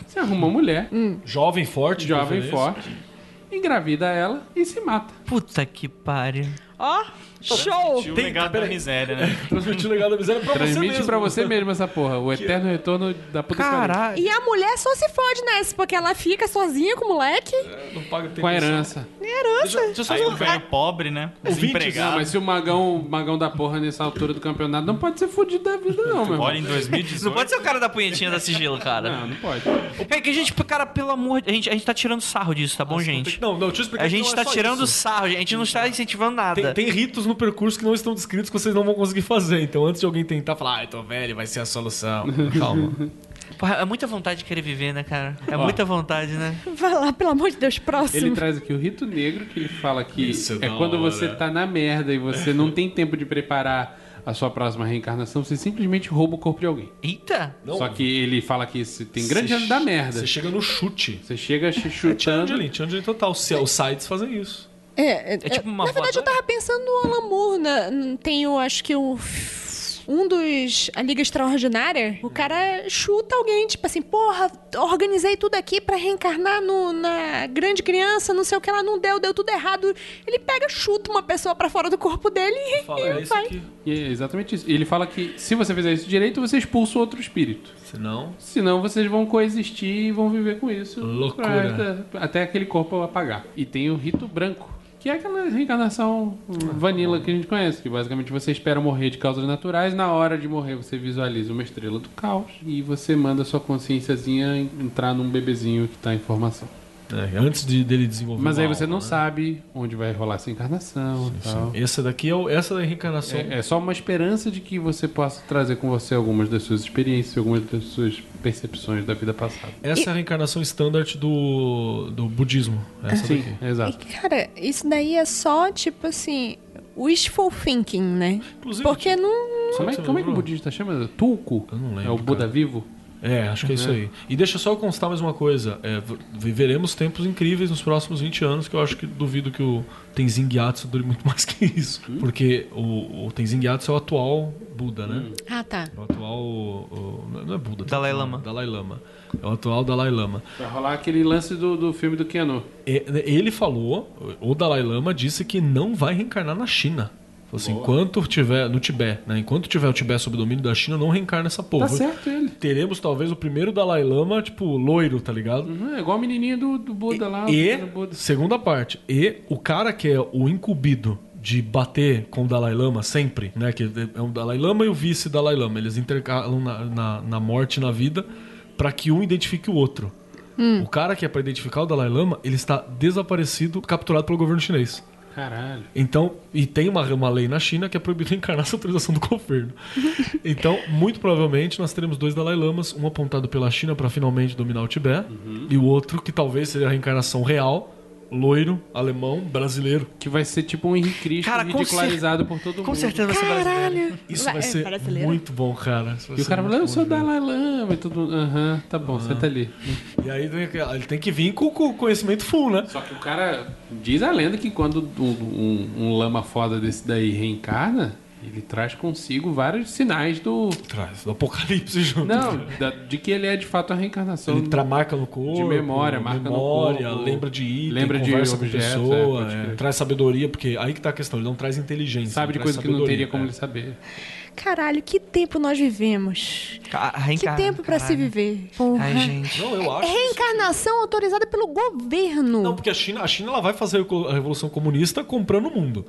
F: Você arruma uma mulher,
D: Jovem, forte,
F: jovem,
D: preferência.
F: forte, engravida ela e se mata.
C: Puta que pariu.
K: Ó, show!
M: Tio um legado da miséria, né?
D: Transmitiu o legado da miséria pra você
F: Transmite
D: mesmo.
F: pra você mesmo essa porra. O eterno retorno da puta que pariu.
C: Caralho.
K: E a mulher só se fode nessa, porque ela fica sozinha com o moleque.
D: Não paga
F: Com a herança.
D: Deixa É. eu só
M: Aí o velho pobre, né?
F: Ah,
M: Desempregado.
F: mas se o magão, o magão da porra nessa altura do campeonato não pode ser fudido da vida, não, meu irmão.
M: Olha, em
C: Não
M: 2018.
C: pode ser o cara da punhetinha da sigilo, cara.
F: Não, não pode.
C: É que a gente, cara, pelo amor de... A gente, a gente tá tirando sarro disso, tá bom, gente?
D: Não, não, deixa eu explicar.
C: A
D: que
C: gente
D: não é
C: tá
D: só
C: tirando
D: isso.
C: sarro, gente. A gente não está incentivando
D: Tem,
C: nada.
D: tem ritos no percurso que não estão descritos que vocês não vão conseguir fazer. Então, antes de alguém tentar falar, ah, eu tô velho, vai ser a solução. Calma.
C: Porra, é muita vontade de querer viver, né, cara? É muita vontade, né?
K: Vai lá, pelo amor de Deus, próximo.
F: Ele traz aqui o rito negro, que ele fala que
D: Isso da
F: é quando
D: hora.
F: você tá na merda e você não tem tempo de preparar a sua próxima reencarnação, você simplesmente rouba o corpo de alguém.
C: Eita!
D: Não.
F: Só que ele fala que se tem
D: Você
F: grande ano da merda.
D: Você chega no chute.
F: Você chega ch-
D: É
F: chutando.
D: Tiangelin, Tiangelin total. Se- é, Os sites fazem isso.
K: É, é,
C: É tipo uma
K: na verdade, eu
C: voadora?
K: tava pensando no Alan Moore. Na, n- tem, eu acho que o. Um dos. A Liga Extraordinária. O cara chuta alguém, tipo assim, porra, organizei tudo aqui pra reencarnar no- na grande criança, não sei o que ela não deu, deu tudo errado. Ele pega, chuta uma pessoa pra fora do corpo dele e,
D: Fala
K: e
D: isso
K: vai.
D: aqui.
F: E é exatamente isso. Ele fala que se você fizer isso direito, você expulsa o outro espírito.
D: Senão,
F: Senão vocês vão coexistir e vão viver com isso.
D: Loucura.
F: pra- até aquele corpo apagar. E tem o rito branco. Que é aquela reencarnação vanilla que a gente conhece, que basicamente você espera morrer de causas naturais, na hora de morrer você visualiza uma estrela do caos e você manda sua consciênciazinha en- entrar num bebezinho que tá em formação.
D: é, antes de, dele desenvolver.
F: Mas
D: uma
F: aí você
D: alma,
F: não
D: né?
F: sabe onde vai rolar essa encarnação e tal.
D: Essa daqui é o- essa da reencarnação.
F: É, é só uma esperança de que você possa trazer com você algumas das suas experiências, algumas das suas percepções da vida passada.
D: Essa é a reencarnação standard do, do budismo. Essa
F: Sim,
D: daqui.
F: exato.
K: E, cara, isso daí é só, tipo assim, wishful thinking, né?
D: Inclusive, tipo,
K: Porque não.
F: Como é,
D: Você
F: como é que o
D: lembrou?
F: budista chama? Tulku?
D: Eu não lembro,
F: É o Buda
D: cara.
F: vivo?
D: É, acho que é isso aí. E deixa eu só constar mais uma coisa. É, v- viveremos tempos incríveis nos próximos 20 anos, que eu acho que duvido que o Tenzin Gyatso dure muito mais que isso. Porque o, o Tenzin Gyatso é o atual Buda, né?
K: Ah, tá.
D: É o atual... o- não é Buda. tá?
C: Dalai Lama.
D: Dalai Lama. É o atual Dalai Lama.
F: Vai rolar aquele lance do, do filme do Keanu.
D: E- né, Ele falou, o Dalai Lama disse que não vai reencarnar na China. Falou assim, enquanto tiver no Tibete, né? Enquanto tiver o Tibete sob domínio da China, não reencarna essa porra.
F: Tá certo ele.
D: Teremos talvez o primeiro Dalai Lama, tipo, loiro, tá ligado?
F: Uhum, é igual a menininha do, do Buda lá. o
D: E,
F: pequeno Buda.
D: segunda parte, e o cara que é o incumbido de bater com o Dalai Lama sempre, né? Que é o Dalai Lama e o vice-Dalai Lama. Eles intercalam na, na, na morte e na vida pra que um identifique o outro. O cara que é pra identificar o Dalai Lama, ele está desaparecido, capturado pelo governo chinês.
F: Caralho.
D: Então, e tem uma, uma lei na China que é proibido encarnar sem autorização do governo. Então, muito provavelmente, nós teremos dois Dalai Lamas, um
F: Uhum.
D: apontado pela China para finalmente dominar o Tibete, e o outro que talvez seja a reencarnação real loiro, alemão, brasileiro.
F: Que vai ser tipo um Henrique Cristo
C: Cara, com
F: ridicularizado por todo mundo.
C: Com certeza vai ser brasileiro.
D: Isso
K: Vai-
D: vai
K: é,
D: ser
K: brasileiro.
D: muito bom, cara. Isso vai
F: E o
D: ser
F: cara
D: muito
F: fala, eu
D: bom
F: sou
D: de ver.
F: Dalai Lama e todo mundo. Aham, tá bom, senta ali.
D: E aí vem aquela- ele tem que vir com com o conhecimento full, né?
F: Só que o cara. Diz a lenda que quando um, um- um lama foda desse daí reencarna, ele traz consigo vários sinais do.
D: Traz do apocalipse junto.
F: Não, da- de que ele é de fato a reencarnação.
D: Ele tra marca no corpo.
F: Então, De memória, marca no
D: memória,
F: corpo.
D: lembra de item,
F: Lembra de
D: conversa
F: objetos,
D: com pessoa,
F: é, pode
D: é,
F: crer.
D: traz sabedoria, porque aí que tá a questão, ele não traz inteligência.
F: Sabe de
D: traz
F: coisa que não teria
D: sabedoria,
F: como
D: é.
F: ele saber.
E: Caralho, que tempo nós vivemos.
C: Ca-
E: Que
C: reencarna,
E: tempo pra se
C: caralho.
E: viver. Porra.
C: Ai, gente.
D: É. Não, eu
E: É
D: acho.
E: Reencarnação autorizada pelo governo.
D: Não, porque a China, a China ela vai fazer a Revolução Comunista comprando o mundo.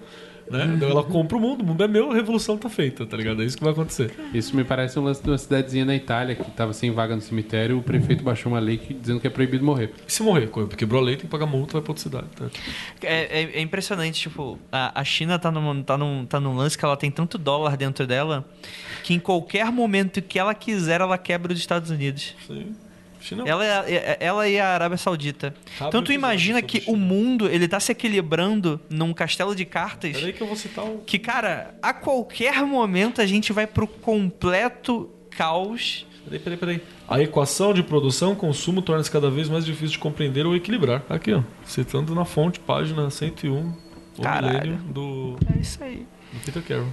D: Né? Então Ela compra o mundo, o mundo é meu, a revolução tá feita, tá ligado? É isso que vai acontecer.
F: Isso me parece um lance de uma cidadezinha na Itália que tava sem vaga no cemitério e o prefeito baixou uma lei que- dizendo que é proibido morrer.
D: E se morrer, co- quebrou a lei, tem que pagar multa, vai pra outra cidade. Tá?
C: É, é- é impressionante, tipo, a, a China tá num, tá, num, tá num lance que ela tem tanto dólar dentro dela que em qualquer momento que ela quiser, ela quebra os Estados Unidos.
D: Sim. China
C: Ela, é a- é- ela e a Arábia Saudita.
D: Sabe
C: então tu
D: o episódio
C: imagina
D: sobre
C: que
D: China?
C: o mundo, ele tá se equilibrando num castelo de cartas
D: Peraí que eu vou citar o.
C: que, cara, a qualquer momento a gente vai pro completo caos.
D: Peraí, peraí, peraí. A equação de produção consumo torna-se cada vez mais difícil de compreender ou equilibrar. Aqui, ó. Citando na fonte, página 101, o
C: Caralho.
D: milênio do,
C: É isso aí.
D: do Peter Carroll.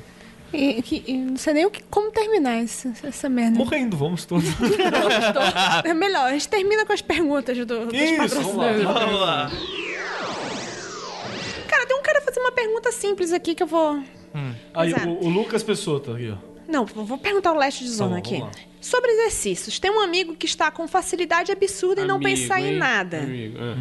E: E, que- e não sei nem o que, como terminar esse- essa merda.
D: Morrendo, vamos todos.
E: É melhor, a gente termina com as perguntas do, dos
D: Isso, vamos lá.
C: Vamos lá.
E: Cara, tem um cara fazer uma pergunta simples aqui que eu vou.
D: Aí,
E: Exato.
D: o, o Lucas Pessoa tá aqui, ó.
E: Não, vou vou perguntar o leste de
D: Tá
E: zona
D: bom,
E: aqui.
D: vamos lá.
E: Sobre exercícios. Tem um amigo que está com facilidade absurda em não
F: Amigo,
E: pensar em
F: hein?
E: nada.
F: Amigo, é.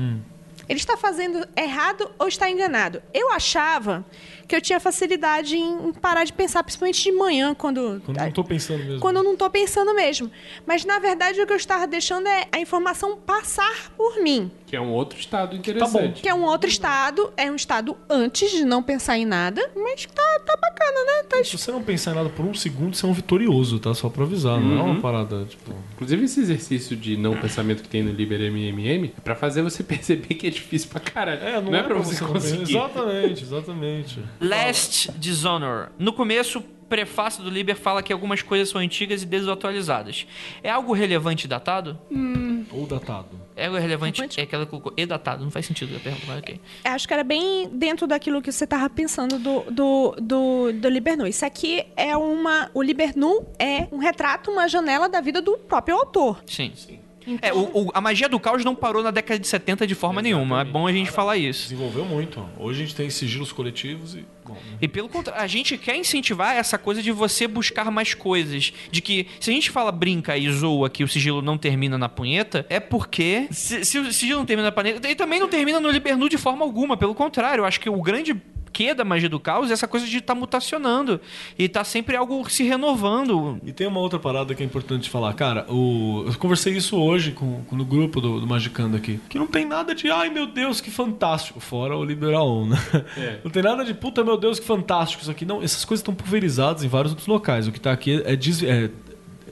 E: Ele está fazendo errado ou está enganado? Eu achava que eu tinha facilidade em em parar de pensar, principalmente de manhã, quando.
D: Quando eu não tô pensando mesmo.
E: quando eu não tô pensando mesmo. Mas na verdade o que eu estava deixando é a informação passar por mim.
F: Que é um outro estado interessante.
E: Que é um outro estado, é um estado antes de não pensar em nada, mas tá, tá bacana, né? Tá
D: Se você não pensar em nada por um segundo, você é um vitorioso, tá? Só pra avisar, não é
F: Uhum.
D: uma parada, tipo...
F: Inclusive, esse exercício de não pensamento que tem no Liber MMM é pra fazer você perceber que é difícil pra caralho. não, é, pra você
D: não
F: conseguir.
D: pensar. Exatamente, exatamente.
C: Last Dishonor. No começo, o prefácio do Liber fala que algumas coisas são antigas e desatualizadas. É algo relevante e datado?
D: Ou datado.
C: É algo relevante. É que ela colocou e datado. Não faz sentido a pergunta, mas ok.
E: Acho que era bem dentro daquilo que você tava pensando do, do, do, do Libernu. Isso aqui é uma. O Libernu é um retrato, uma janela da vida do próprio autor.
C: Sim. É, o- o- a magia do caos não parou na década de 70 de forma nenhuma. É bom a gente falar isso.
D: Desenvolveu muito. Hoje a gente tem sigilos coletivos e... Bom,
C: E pelo contrário, a gente quer incentivar essa coisa de você buscar mais coisas. De que se a gente fala brinca e zoa que o sigilo não termina na punheta, é porque se, se o sigilo não termina na punheta, ele também não termina no Libernu de forma alguma. Pelo contrário, eu acho que o grande que da magia do caos é essa coisa de estar mutacionando e tá sempre algo se renovando.
D: E tem uma outra parada que é importante falar, cara. O... Eu conversei isso hoje com, com- no grupo do, do Magicando aqui. Que não tem nada de, ai meu Deus, que fantástico. Fora o Liberal, né? Não tem nada de, puta meu Deus, que fantástico isso aqui. Não, essas coisas estão pulverizadas em vários outros locais. O que tá aqui é, des- é-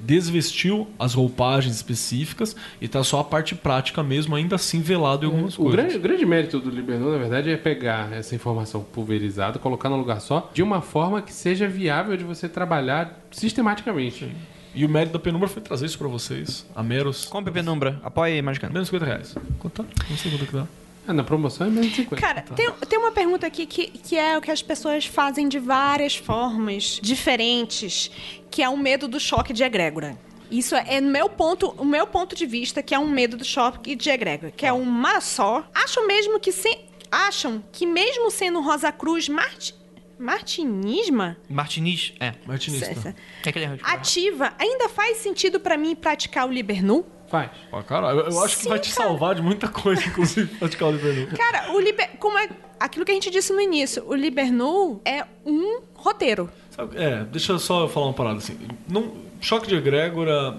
D: desvestiu as roupagens específicas e tá só a parte prática mesmo, ainda assim velado em algumas
F: Hum, O
D: coisas.
F: grande, o grande mérito do Libernu, na verdade, é pegar essa informação pulverizada, colocar num lugar só, de uma forma que seja viável de você trabalhar sistematicamente.
D: E o mérito da penumbra foi trazer isso pra vocês, a meros.
C: Compre penumbra. Apoia aí, Magicano.
D: Menos 50 reais. Quanto tá? Não sei quanto que dá.
F: Ah, na promoção é menos de 50.
E: Cara, tem, tem uma pergunta aqui que, que é o que as pessoas fazem de várias formas diferentes, que é o medo do choque de egrégora. Isso é, é no meu ponto, o meu ponto de vista, que é um medo do choque de egrégora, que é um má só. Acham mesmo que sem, acham que mesmo sendo Rosa Cruz Marti, martinisma
C: Martiniz, é.
D: Martinista.
E: Certo.
C: É aquele erro de-
E: ativa ainda faz sentido pra mim praticar o libernu?
F: Faz.
D: Pra caralho. Eu, eu acho que
E: Sim,
D: vai te
E: cara.
D: salvar de muita coisa, inclusive, praticar o Liberal.
E: Cara, o liber, como é aquilo que a gente disse no início, o libernu é um roteiro.
D: Sabe, É, deixa eu só falar uma parada assim. Não, choque de egrégora,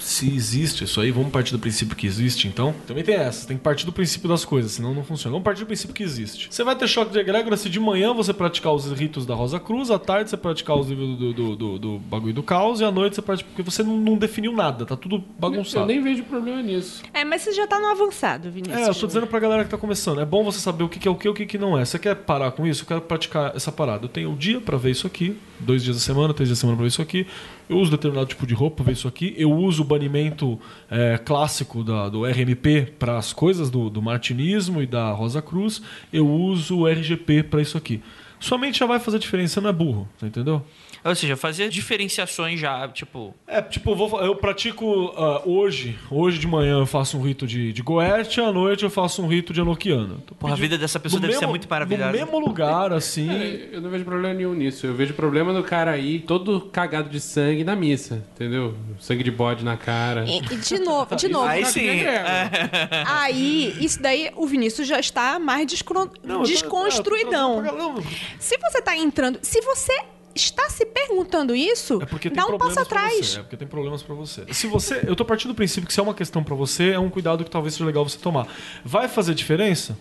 D: se existe isso aí, vamos partir do princípio que existe, então. Também tem essa, tem que partir do princípio das coisas, senão não funciona. Vamos partir do princípio que existe. Você vai ter choque de egrégora se de manhã você praticar os ritos da Rosa Cruz, à tarde você praticar os ritos do, do, do- do bagulho do caos, e à noite você pratica. Porque você não, não definiu nada, tá tudo bagunçado.
F: Eu nem vejo problema nisso.
P: É, mas você já tá no avançado, Vinícius.
D: É, eu tô dizendo pra galera que tá começando. É bom você saber o que que é o que e o que que não é. Você quer parar com isso? Eu quero praticar essa parada. Eu tenho um dia pra ver isso aqui, dois dias da semana, três dias da semana pra ver isso aqui. Eu uso determinado tipo de roupa pra ver isso aqui. Eu uso o banimento é, clássico da- do RMP para as coisas do, do martinismo e da Rosa Cruz. Eu uso o RGP pra isso aqui. Sua mente já vai fazer diferença, você não é burro, você entendeu?
Q: Ou seja, fazer diferenciações já, tipo.
D: É, tipo, eu, vou fa- eu pratico ah, hoje, hoje de manhã eu faço um rito de, de Goethe, à noite eu faço um rito de Enochiana. Tô
Q: Porra, a vida dessa pessoa
D: no
Q: deve ser
D: mesmo-
Q: muito maravilhosa.
D: No mesmo lugar, assim.
F: Cara, eu não vejo problema nenhum nisso. Eu vejo problema do cara aí todo cagado de sangue na missa, entendeu? Sangue de bode na cara.
E: E, e de novo, de novo.
Q: Aí sim.
F: É,
E: Aí, isso daí, o Vinícius já está mais descro-
D: Não, eu tô- é,
E: desconstruidão.
D: eu tô- eu tô- eu tô- não,
E: Se você tá entrando. Se você está se perguntando isso,
D: É porque tem
E: dá um
D: problemas
E: passo
D: pra
E: atrás.
D: Você, é porque tem problemas pra você. Se você, eu tô partindo do princípio que se é uma questão pra você, é um cuidado que talvez seja legal você tomar. Vai fazer diferença?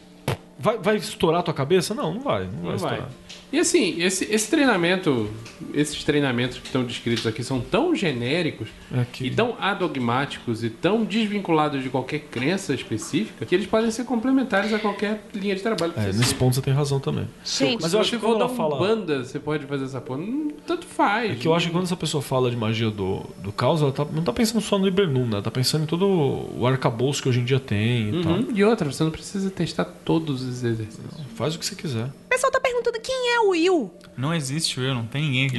D: Vai, vai estourar a tua cabeça? Não, não vai, não vai
F: Não vai.
D: estourar.
F: E assim, esse, esse treinamento, esses treinamentos que estão descritos aqui são tão genéricos
D: É que-
F: e tão adogmáticos e tão desvinculados de qualquer crença específica que eles podem ser complementares a qualquer linha de trabalho. que
D: É,
F: você
D: nesse
F: siga.
D: ponto você tem razão também.
E: Gente,
D: É. Mas eu acho
F: Se
D: que
F: você for
D: quando
F: dar
D: ela
F: uma
D: fala.
F: banda, você pode fazer essa porra. Não, tanto faz.
D: É que eu acho que quando essa pessoa fala de magia do, do caos, ela tá- não tá pensando só no Libernum, né? Ela tá pensando em todo o arcabouço que hoje em dia tem e tal.
F: Uhum. E outra, você não precisa testar todos os exercícios.
D: Faz o que você quiser.
E: O pessoal tá perguntando quem é o Will.
G: Não existe o eu, não tem ninguém aqui.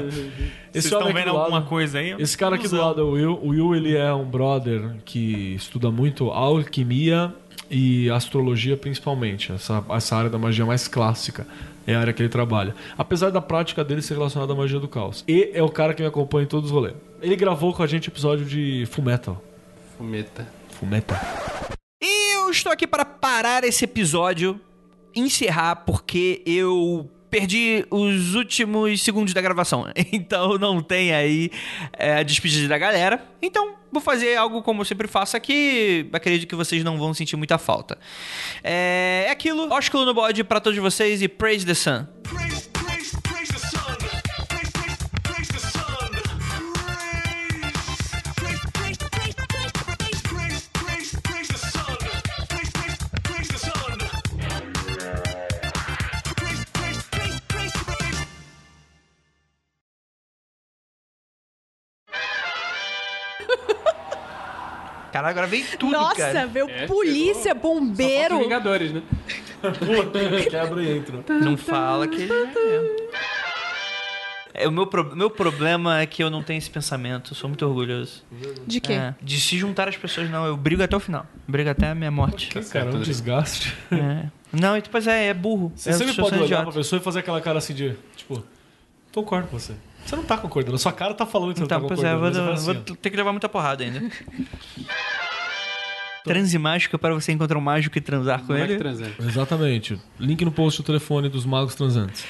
G: Vocês
D: Esse
G: estão
D: homem aqui
G: vendo
D: do lado-
G: alguma coisa aí?
D: Esse cara aqui do lado é o Will. O Will ele é um brother que estuda muito alquimia e astrologia principalmente. Essa, essa área da magia mais clássica é a área que ele trabalha. Apesar da prática dele ser relacionada à magia do caos. E é o cara que me acompanha em todos os rolês. Ele gravou com a gente episódio de Fullmetal.
F: Fumeta.
D: Fullmetal.
C: E eu estou aqui para parar esse episódio, encerrar, porque eu perdi os últimos segundos da gravação. Então não tem aí é, a despedida da galera. Então vou fazer algo como eu sempre faço aqui. Acredito que vocês não vão sentir muita falta. É, é aquilo. Ósculo no bode para todos vocês e praise the sun.
B: Praise, praise, praise the sun. Praise, praise, praise the sun. Praise, praise, praise, praise, praise, praise, praise, praise the sun. Praise, praise, praise the sun. Praise, praise, praise, praise, praise.
C: Caralho, agora vem tudo,
E: Nossa,
C: cara.
E: veio
Q: É,
E: polícia, bombeiro.
F: Vingadores, né?
D: Quebra e entra.
C: Não fala que. É, o meu, pro- meu problema é que eu não tenho esse pensamento. Eu sou muito orgulhoso.
E: De quê?
C: É, de se juntar às pessoas, não. Eu brigo até o final. Brigo até a minha morte.
D: Cara, é um desgaste.
C: né? É. Não, e depois é, é burro.
D: Você
C: é,
D: sempre
C: sou
D: pode olhar
C: idiota.
D: pra pessoa e fazer aquela cara assim de, tipo, concordo com você. Você não tá concordando, sua cara tá falando que você
C: Então,
D: não tá
C: pois é,
D: concordando.
C: vou,
D: mas você fala
C: vou
D: assim, ó.
C: ter que levar muita porrada ainda. Transe mágica para você encontrar um mágico e transar com
F: Como é que
C: ele.
F: transar?
D: Exatamente. Link no post do telefone dos magos transantes.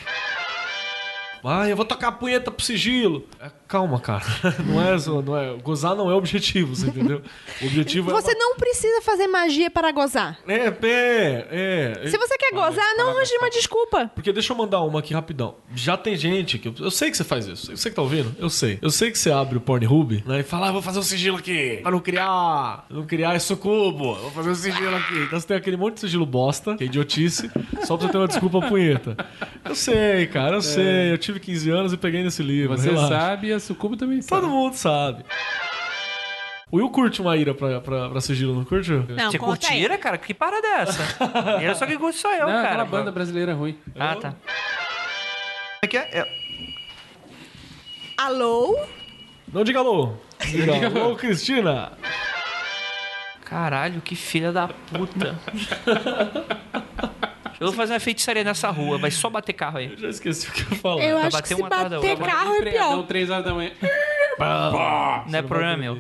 D: Ah, eu vou tocar a punheta pro sigilo. É, calma, cara. Não é, zo- não é, gozar não é o objetivo, você entendeu? O objetivo
E: Você não precisa fazer magia para gozar.
D: é... É, é, é.
E: Se você quer gozar, não arranje uma desculpa.
D: Porque deixa eu mandar uma aqui rapidão. Já tem gente que. Eu, eu sei que você faz isso. Você que tá ouvindo? Eu sei. Eu sei que você abre o Pornhub né, e fala, ah, vou fazer um sigilo aqui. Pra não criar. Não criar esse cubo. Vou fazer um sigilo aqui. Então você tem aquele monte de sigilo bosta, que é idiotice, só pra você ter uma desculpa punheta. Eu sei, cara, eu sei. Eu tive 15 anos e peguei nesse livro.
F: É. Você
D: relaxa.
F: sabe e a Sucubo também sabe.
D: Todo mundo sabe. O Will curte uma ira pra, pra, pra sigilo, não curte?
E: Não,
Q: Você
E: coloca aí.
Q: curtira, cara? Que parada é essa? eu só que curto sou eu,
C: é
F: Não,
C: um
Q: cara.
F: aquela banda brasileira ruim.
Q: Ah, tá.
C: Aqui é- é-
E: Alô?
D: Não diga alô. Diga alô, Cristina.
Q: Caralho, que filha da puta. Eu vou fazer uma feitiçaria nessa rua, vai só bater carro aí.
D: Eu já esqueci o que eu ia falar.
E: Eu acho que
Q: bater
E: se
Q: uma atrás da
E: bater
Q: outra.
E: carro é
F: Feriadão,
E: pior.
F: 3 horas da manhã.
Q: Não é problema meu.